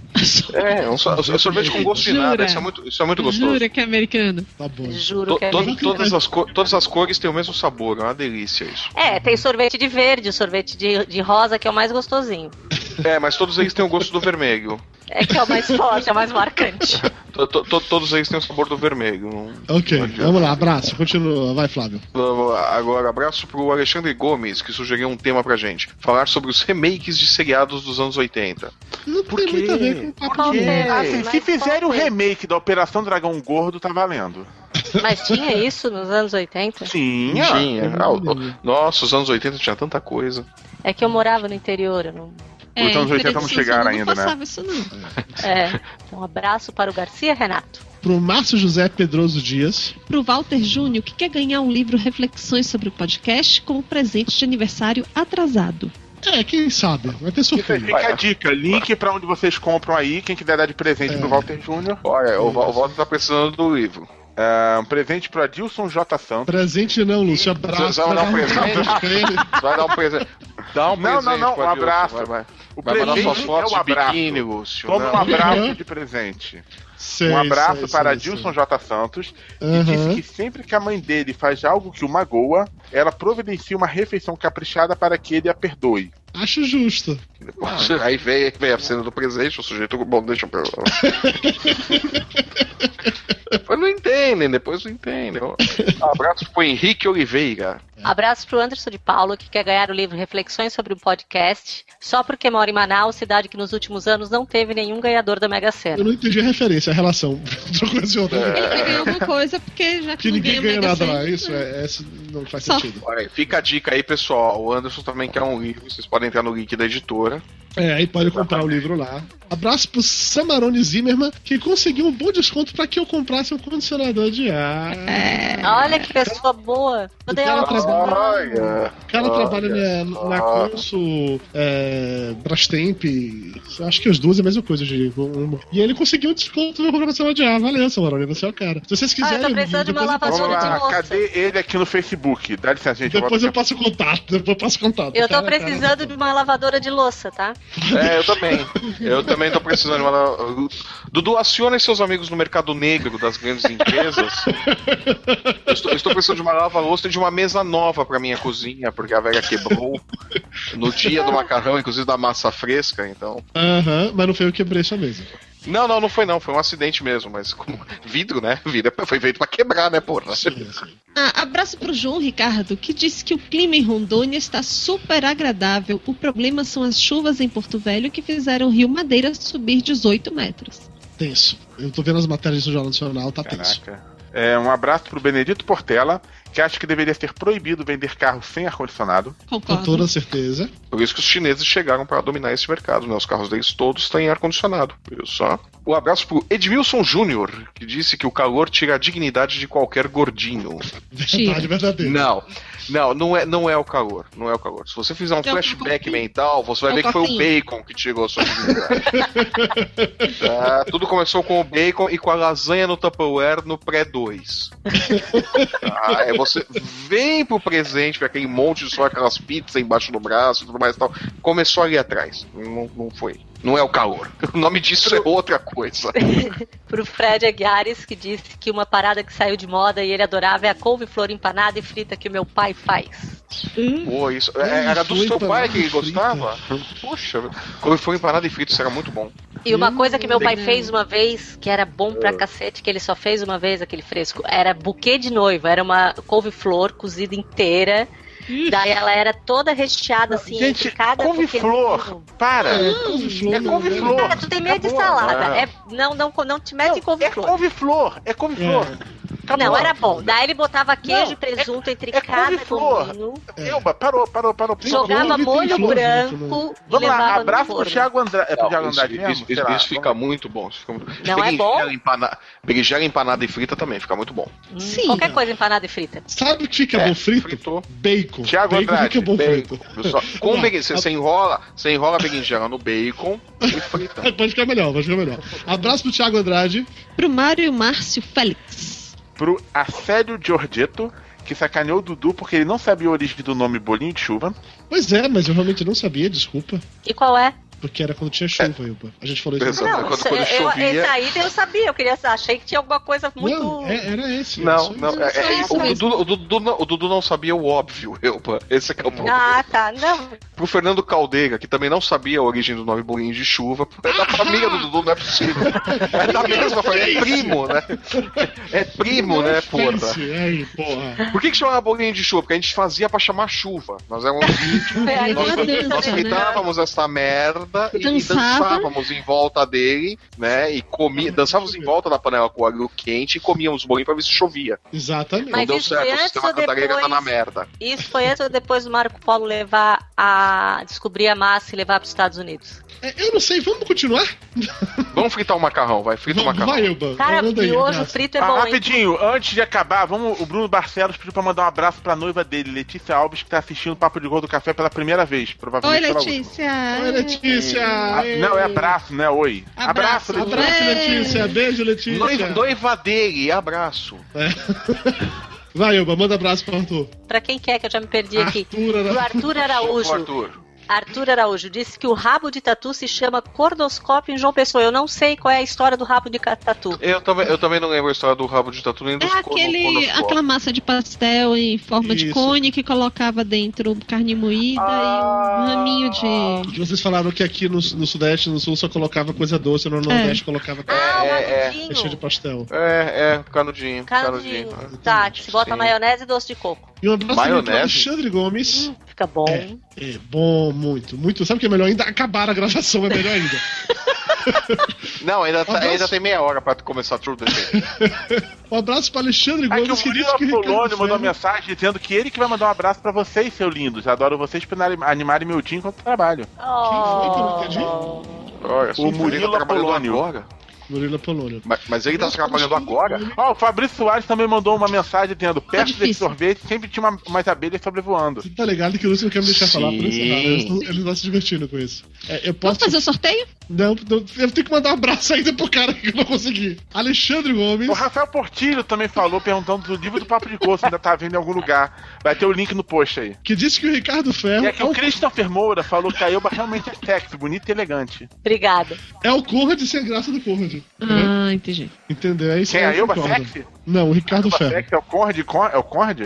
É, é um so- é sorvete com gosto de
Jura?
nada. Isso é muito, isso é muito gostoso.
Jura que é americano.
Tá bom.
Juro
To-
que é.
to-
americano.
todas, as co- todas as cores têm o mesmo sabor, é uma delícia isso.
É, tem sorvete de verde, sorvete de, de rosa, que é o mais gostosinho.
É, mas todos eles têm o gosto do vermelho.
É que é o mais forte, é o mais marcante.
To- to- to- todos eles têm o sabor do vermelho. Não-
Ok,
Pode ir.
vamos lá, abraço, continua. Vai, Flávio.
Vamos lá. Agora, abraço pro Alexandre Gomes, que sugeriu um tema pra gente. Falar sobre os remakes de seriados dos anos 80.
Não
Por
tem
quê?
muito a ver com o
Qual
papo de
deles?
Assim, se
Mas
fizerem o
qual deles?
remake da Operação Dragão Gordo, tá valendo.
Mas tinha isso nos anos 80?
Tinha.
Tinha. Ah, o-
Hum.
nossa, os anos 80 tinha tanta coisa.
É que eu morava no interior. eu não-
É,
Os anos 80 não
interessante,
chegaram
eu
ainda, né?
Não passava isso não.
É. Um abraço para o Garcia Renato.
Pro Márcio José Pedroso Dias.
Pro Walter Júnior, que quer ganhar um livro Reflexões sobre o podcast como presente de aniversário atrasado.
É, quem sabe? Vai ter surpresa.
Fica a dica, link pra onde vocês compram aí, quem quiser dar de presente pro Walter Júnior.
Olha, o, Val- o Walter tá precisando do livro.
É, um presente pro Adilson J. Santos.
Presente não, Lúcio. Abraço.
Você vai dar um
pra-
presente?
pra ele.
Vai dar um presente. Dá um
Não,
presente.
não, não,
pro
um
Adilson,
abraço.
Vai, vai.
O
Vai mandar suas
presente é
fotos
o
de
abraço.
biquíni, Lúcio. né?
Toma um
Não.
abraço
Uhum.
de presente.
Sei,
Um
sei,
abraço para
sei,
Dilson
sei.
J. Santos, que
Aham.
disse que sempre que a mãe dele faz algo que o magoa, ela providencia uma refeição caprichada para que ele a perdoe.
Acho justo.
Depois, aí vem, vem a cena do presente, o sujeito. Bom, deixa eu. depois não entendem, depois não entendem. Um abraço pro Henrique Oliveira.
Abraço para o Anderson de Paulo, que quer ganhar o livro Reflexões sobre o podcast, só porque mora em Manaus, cidade que nos últimos anos não teve nenhum ganhador da Mega
Eu
Sena.
não entendi a referência, a relação. Outra coisa e
É.
outra.
Ele vai ganhar alguma coisa, porque já que,
É. Que
não
ninguém ganha
Mega
nada
Sena,
lá. Isso, é, isso não faz
Só.
sentido.
Olha aí, fica a dica aí, pessoal. O Anderson também quer um livro, vocês podem entrar no link da editora.
É, aí pode comprar o livro lá. Abraço pro Samarone Zimmerman, que conseguiu um bom desconto pra que eu comprasse um condicionador de ar.
É.
Olha que pessoa boa. Eu dei aula pra-
Olha.
O cara trabalha na, na
só.
Consul, é, Brastemp, acho que as duas é a mesma coisa, de uma. E ele conseguiu um desconto no condicionador de ar. Valeu, Samarone, você é o cara. Se vocês
Ah,
quiserem.
eu tô precisando de uma
depois eu
lavadora
Vamos
de
lá,
louça.
cadê ele aqui no Facebook? Dá licença, gente. eu
Depois
volto
eu passo o contato, depois eu passo o contato.
Eu tô
Cara, cara,
precisando de uma lavadora de louça, tá?
É, eu também. Eu também tô precisando de uma. Dudu, acione seus amigos no mercado negro das grandes empresas. Eu estou, eu estou precisando de uma lava-louça e de uma mesa nova pra minha cozinha, porque a velha quebrou no dia do macarrão, inclusive da massa fresca, então.
Aham, mas não foi eu que quebrei essa mesa.
Não, não, não foi não, foi um acidente mesmo, mas com vidro, né? Vidro foi feito pra quebrar, né, porra?
Ah, abraço pro João Ricardo, que disse que o clima em Rondônia está super agradável. O problema são as chuvas em Porto Velho que fizeram o Rio Madeira subir 18 metros.
Tenso. Eu tô vendo as matérias do Jornal Nacional, tá tenso.
Caraca. É, um abraço pro Benedito Portela, que acha que deveria ser proibido vender carro sem ar-condicionado.
Com
Concordo.
toda certeza.
Por isso que os chineses chegaram para dominar esse mercado, né? Os carros deles todos têm ar-condicionado, viu só? Um abraço pro Edmilson Júnior, que disse que o calor tira a dignidade de qualquer gordinho.
Verdade, verdadeira.
Não, não, não é, não é o calor, não é o calor. Se você fizer um
É o
flashback
cafeína.
mental, você vai
É o
ver que foi o
cafeína.
bacon que tirou a sua dignidade. Tá? tudo começou com o bacon e com a lasanha no Tupperware no pré-2. Tá? Aí você vem pro presente, vê aquele monte de só aquelas pizzas embaixo do braço e tudo mais e tal. Começou ali atrás, não, não foi. Não é o calor. O nome disso é outra coisa.
Pro Fred Aguiares, que disse que uma parada que saiu de moda e ele adorava é a couve-flor empanada e frita que o meu pai faz.
Pô, isso. é, Era do
Foi
seu pai
empanado
que ele
e frito.
gostava? Poxa, como foi empanado e frito, isso era muito bom.
E uma coisa que meu pai
Hum.
fez uma vez, que era bom
Ah.
pra cacete, que ele só fez uma vez aquele fresco, era buquê de noiva. Era uma couve-flor cozida inteira. Daí ela era toda recheada assim.
Gente,
entre cada buquê de
couve-flor.
noiva.
Para!
É, couve-flor.
É
não
couve-flor.
lembro.
Cara, tu tem medo de
Acabou,
salada.
né?
É, não, não, não te mete
Não,
em couve-flor.
É couve-flor, é couve-flor. Acabou.
Não, era bom. Daí ele botava queijo
Não,
e presunto entre
é
cada
couve-flor.
gominho,
Elba, parou, parou, parou. Tem
Jogou-
jogava
couve, tem
molho
flor
branco
junto,
e
Vamos
levava
lá,
no
abraço pro
forno.
Thiago Andrade. É pro Thiago
Não, isso,
Andrade mesmo?
isso- isso-
Sei lá,
isso fica muito bom. isso fica muito-
Não é bom?
Berinjela empana- Berinjela empanada e frita também, fica muito bom.
Hum,
Sim.
Qualquer coisa empanada e frita.
Sabe o que fica
É,
bom frito?
fritou.
Bacon.
Thiago
bacon
Andrade,
fica é bom
Bacon.
frito. Ah,
Só- com
Não,
berinjela, você, você enrola, você enrola a berinjela no bacon e frita.
Pode ficar melhor, pode ficar melhor. Abraço pro Thiago Andrade.
Pro Mário Márcio Félix.
pro Assédio Giorgetto, que sacaneou o Dudu porque ele não sabia a origem do nome Bolinho de Chuva.
Pois é, mas eu realmente não sabia, desculpa.
E qual é?
Porque era quando tinha chuva, Ilpa. A gente falou isso.
Exato.
Não,
Quando-
isso-
quando
eu-
chovia-
esse aí eu sabia, eu queria achei que tinha alguma coisa muito.
Não, é- era esse. era
Não,
só
não,
isso.
é,
só
é-
isso
o,
mesmo.
Dudu, o Dudu não, o Dudu não sabia o óbvio, Elba. Esse é que é o problema.
Ah, tá. Não,
Pro Fernando Caldeira, que também não sabia a origem do nome Bolinho de Chuva, é da família do Dudu, não é possível. É da mesma família, é primo, né? É primo, né, porra?
Pense, aí, porra.
Por que, que chamava bolinho de chuva? Porque a gente fazia pra chamar chuva. Nós éramos
É, Aí
nós,
eu
dança,
nós
né?
fritávamos essa merda e, e
Dançava.
dançávamos em volta dele, né? E comia, dançávamos em volta da panela com óleo quente e comíamos bolinho pra ver se chovia.
Exatamente.
Não
Mas
deu
isso
certo,
foi
o
antes
sistema
ou depois?
cantareira tá na merda.
isso foi antes ou depois do Marco Polo levar a. descobrir a massa e levar para os Estados Unidos.
É, eu não sei, vamos continuar?
Vamos fritar o macarrão, vai, frita o
Vamos,
macarrão.
vai, Ilpa.
Cara,
Manda aí,
miojo
abraço.
frito é
Tá
Ah,
bom, hein?
rapidinho, antes de acabar, vamos, o Bruno Barcelos pediu pra mandar um abraço pra noiva dele, Letícia Alves, que tá assistindo o Papo de Gol do Café pela primeira vez,
Oi,
provavelmente pela última.
Letícia.
Oi, Letícia.
Ah, não, é abraço, né? Oi.
Abraço,
Abraço, Letícia.
Abraço, Letícia. Beijo, Letícia.
Noiva, noiva dele, abraço.
Vai, Ilba, manda abraço pro Arthur.
Pra quem quer que eu já me perdi aqui.
Arthur, era-
Do Arthur
Ô,
Araújo.
Arthur.
Arthur Araújo disse que o rabo de tatu se chama cordoscópio em João Pessoa. Eu não sei qual é a história do rabo de ca- tatu.
Eu também, eu também não lembro a história do rabo de tatu nem dos
É
corno-
aquele,
cornoscópios.
aquela massa de pastel em forma de
Isso.
cone que colocava dentro carne moída
Ah,
e um raminho de.
Que vocês falaram que aqui no, no Sudeste, no Sul, só colocava coisa doce, no Nordeste colocava
Ah, o
é,
arrudinho.
recheio de pastel.
É, é, canudinho, canudinho.
Canudinho. Tá, que se bota
Sim.
maionese e doce de coco.
E um abraço também pro
Maionese.
Alexandre Gomes.
Fica bom.
É bom, muito, muito. Sabe o que é melhor ainda? Acabar a gravação é melhor ainda.
Não, ainda, tá-
Abraço.
ainda tem meia hora pra começar tudo. gente.
Um abraço para Alexandre
Aqui
Gomes, que
o
disse que
Murilo Apolônio mandou uma
Ferro-
mensagem dizendo que ele que vai mandar um abraço pra vocês, seu lindos. Adoro vocês por animar- animarem meu dia enquanto trabalho.
foi que é eu
Oh.
Olha, só,
O
ele
Murilo
tá trabalhando
Apolônio.
agora.
Murilo Apolônio.
Mas, mas ele tá
Nossa,
trabalhando
Alexandre
agora?
Gomes.
Ó, o Fabrício Soares também mandou uma mensagem dizendo: perto desse
difícil.
sorvete sempre tinha uma- umas abelhas sobrevoando.
Você tá ligado que o Lúcio não quer me deixar
Sim.
falar por isso? Nada. Eles não- Eles não tá se divertindo com isso. É, eu
Posso
posso.
fazer o sorteio?
Não, não, eu tenho que mandar um abraço ainda pro cara que eu não consegui. Alexandre Gomes.
O Rafael Portilho também falou, perguntando do livro do Papo de Gosto, ainda tá vendo em algum lugar. Vai ter o link no post aí.
Que disse que o Ricardo Ferro
E
é,
aqui o Christopher Moura falou que a Elba realmente é sexy, bonita e elegante.
Obrigada.
o, é o Conrad sem graça do Conrad.
Ah, entendi.
Entendeu? É isso
Quem é a
aí eu
Elba
concordo.
sexy?
Não, o Ricardo
Elba
Ferro.
sexy é o Conrad? Con- É o Conrad?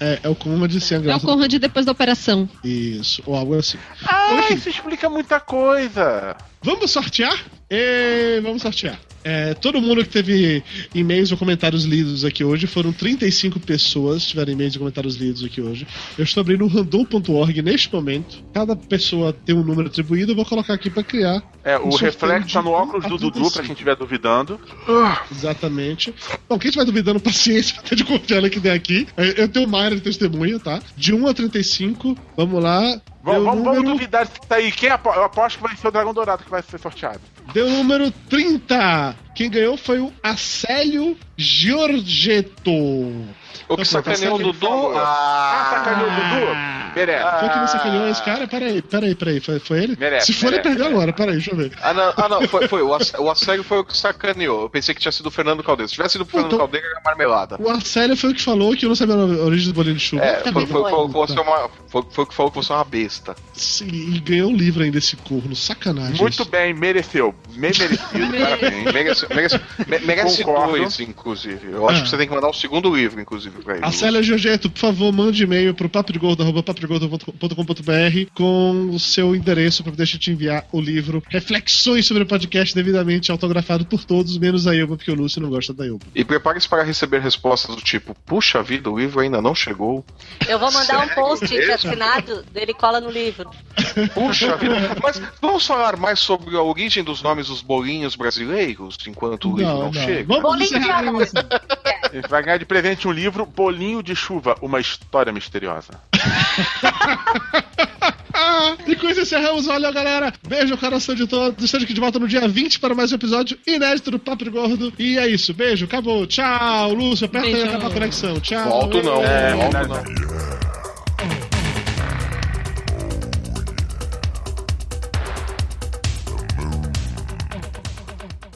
É, é o Conrad sem
É o
graça. do-
Conrad depois da operação.
Isso, ou algo assim.
Ah,
Enfim.
isso explica muita coisa.
Vamos sortear? E vamos sortear. É, todo mundo que teve e-mails ou comentários lidos aqui hoje, foram 35 pessoas que tiveram e-mails e comentários lidos aqui hoje. Eu estou abrindo o random.org neste momento. Cada pessoa tem um número atribuído, eu vou colocar aqui para criar
É, o
Um sorteio
reflexo tá no
de
óculos do Dudu,
45.
pra quem estiver duvidando.
exatamente. Bom, quem estiver duvidando, paciência, até de confiar no que der aqui. É, Eu tenho o Mayra de testemunha, tá? De 1 a 35, vamos lá.
Vamos,
Deu
vamos, vamos
número...
duvidar disso aí. Quem é apo... Eu aposto que vai ser o Dragão Dourado que vai ser sorteado.
Deu o número 30. Quem ganhou foi o Acélio Giorgetto.
O que
Tá
sacaneou o
certo.
Dudu?
Ah,
Ah,
sacaneou o Dudu? Merece.
Foi é que você calhou esse cara? Peraí, peraí, peraí. Foi, foi ele?
Merece,
Se for, ele
merece,
perdeu agora. Peraí, deixa eu ver.
ah, não, ah, não, foi, foi. O ass- o assédio foi o que sacaneou. Eu pensei que tinha sido o Fernando Caldeira. Se tivesse sido o Fernando
Então-
Caldeira, era marmelada.
O Acélio foi o que falou que eu não sabia a origem do bolinho de chuva.
É,
Tá
foi,
bem,
foi, foi,
tá.
você é uma, foi, foi o que falou que você é uma besta.
Sim, E ganhou um livro ainda esse corno. Sacanagem.
Muito
isso.
bem, mereceu. Bem merecido, parabéns.
Merece, merece, me- merece
Concordo.
dois, inclusive. Eu acho
Ah.
que você tem que mandar um segundo livro, inclusive, pra ele.
Acélio Giorgetto, por favor, mande e-mail pro papodegordo.com.br com o seu endereço para deixa eu te enviar o livro Reflexões sobre o podcast devidamente autografado por todos, menos a Ilba, porque o Lúcio não gosta da Ilba.
E prepare-se para receber respostas do tipo: Puxa vida, o livro ainda não chegou.
Eu vou mandar um post assinado dele cola no livro.
Puxa vida. Mas vamos falar mais sobre a origem dos nomes dos bolinhos brasileiros enquanto o livro não, chega?
Vamos
Bolinho de
encerrar a gravação.
Ele vai ganhar de presente um livro, Bolinho de Chuva, uma história misteriosa.
Ah, e com isso encerramos. Valeu, galera. Beijo, coração de todos. Esteja aqui de volta no dia 20 para mais um episódio inédito do Papo Gordo. E é isso. Beijo, acabou. Tchau, Lúcio. Aperta aí
Beijo.
acabar a conexão. Tchau.
Volto não,
É,
volto
verdade.
não.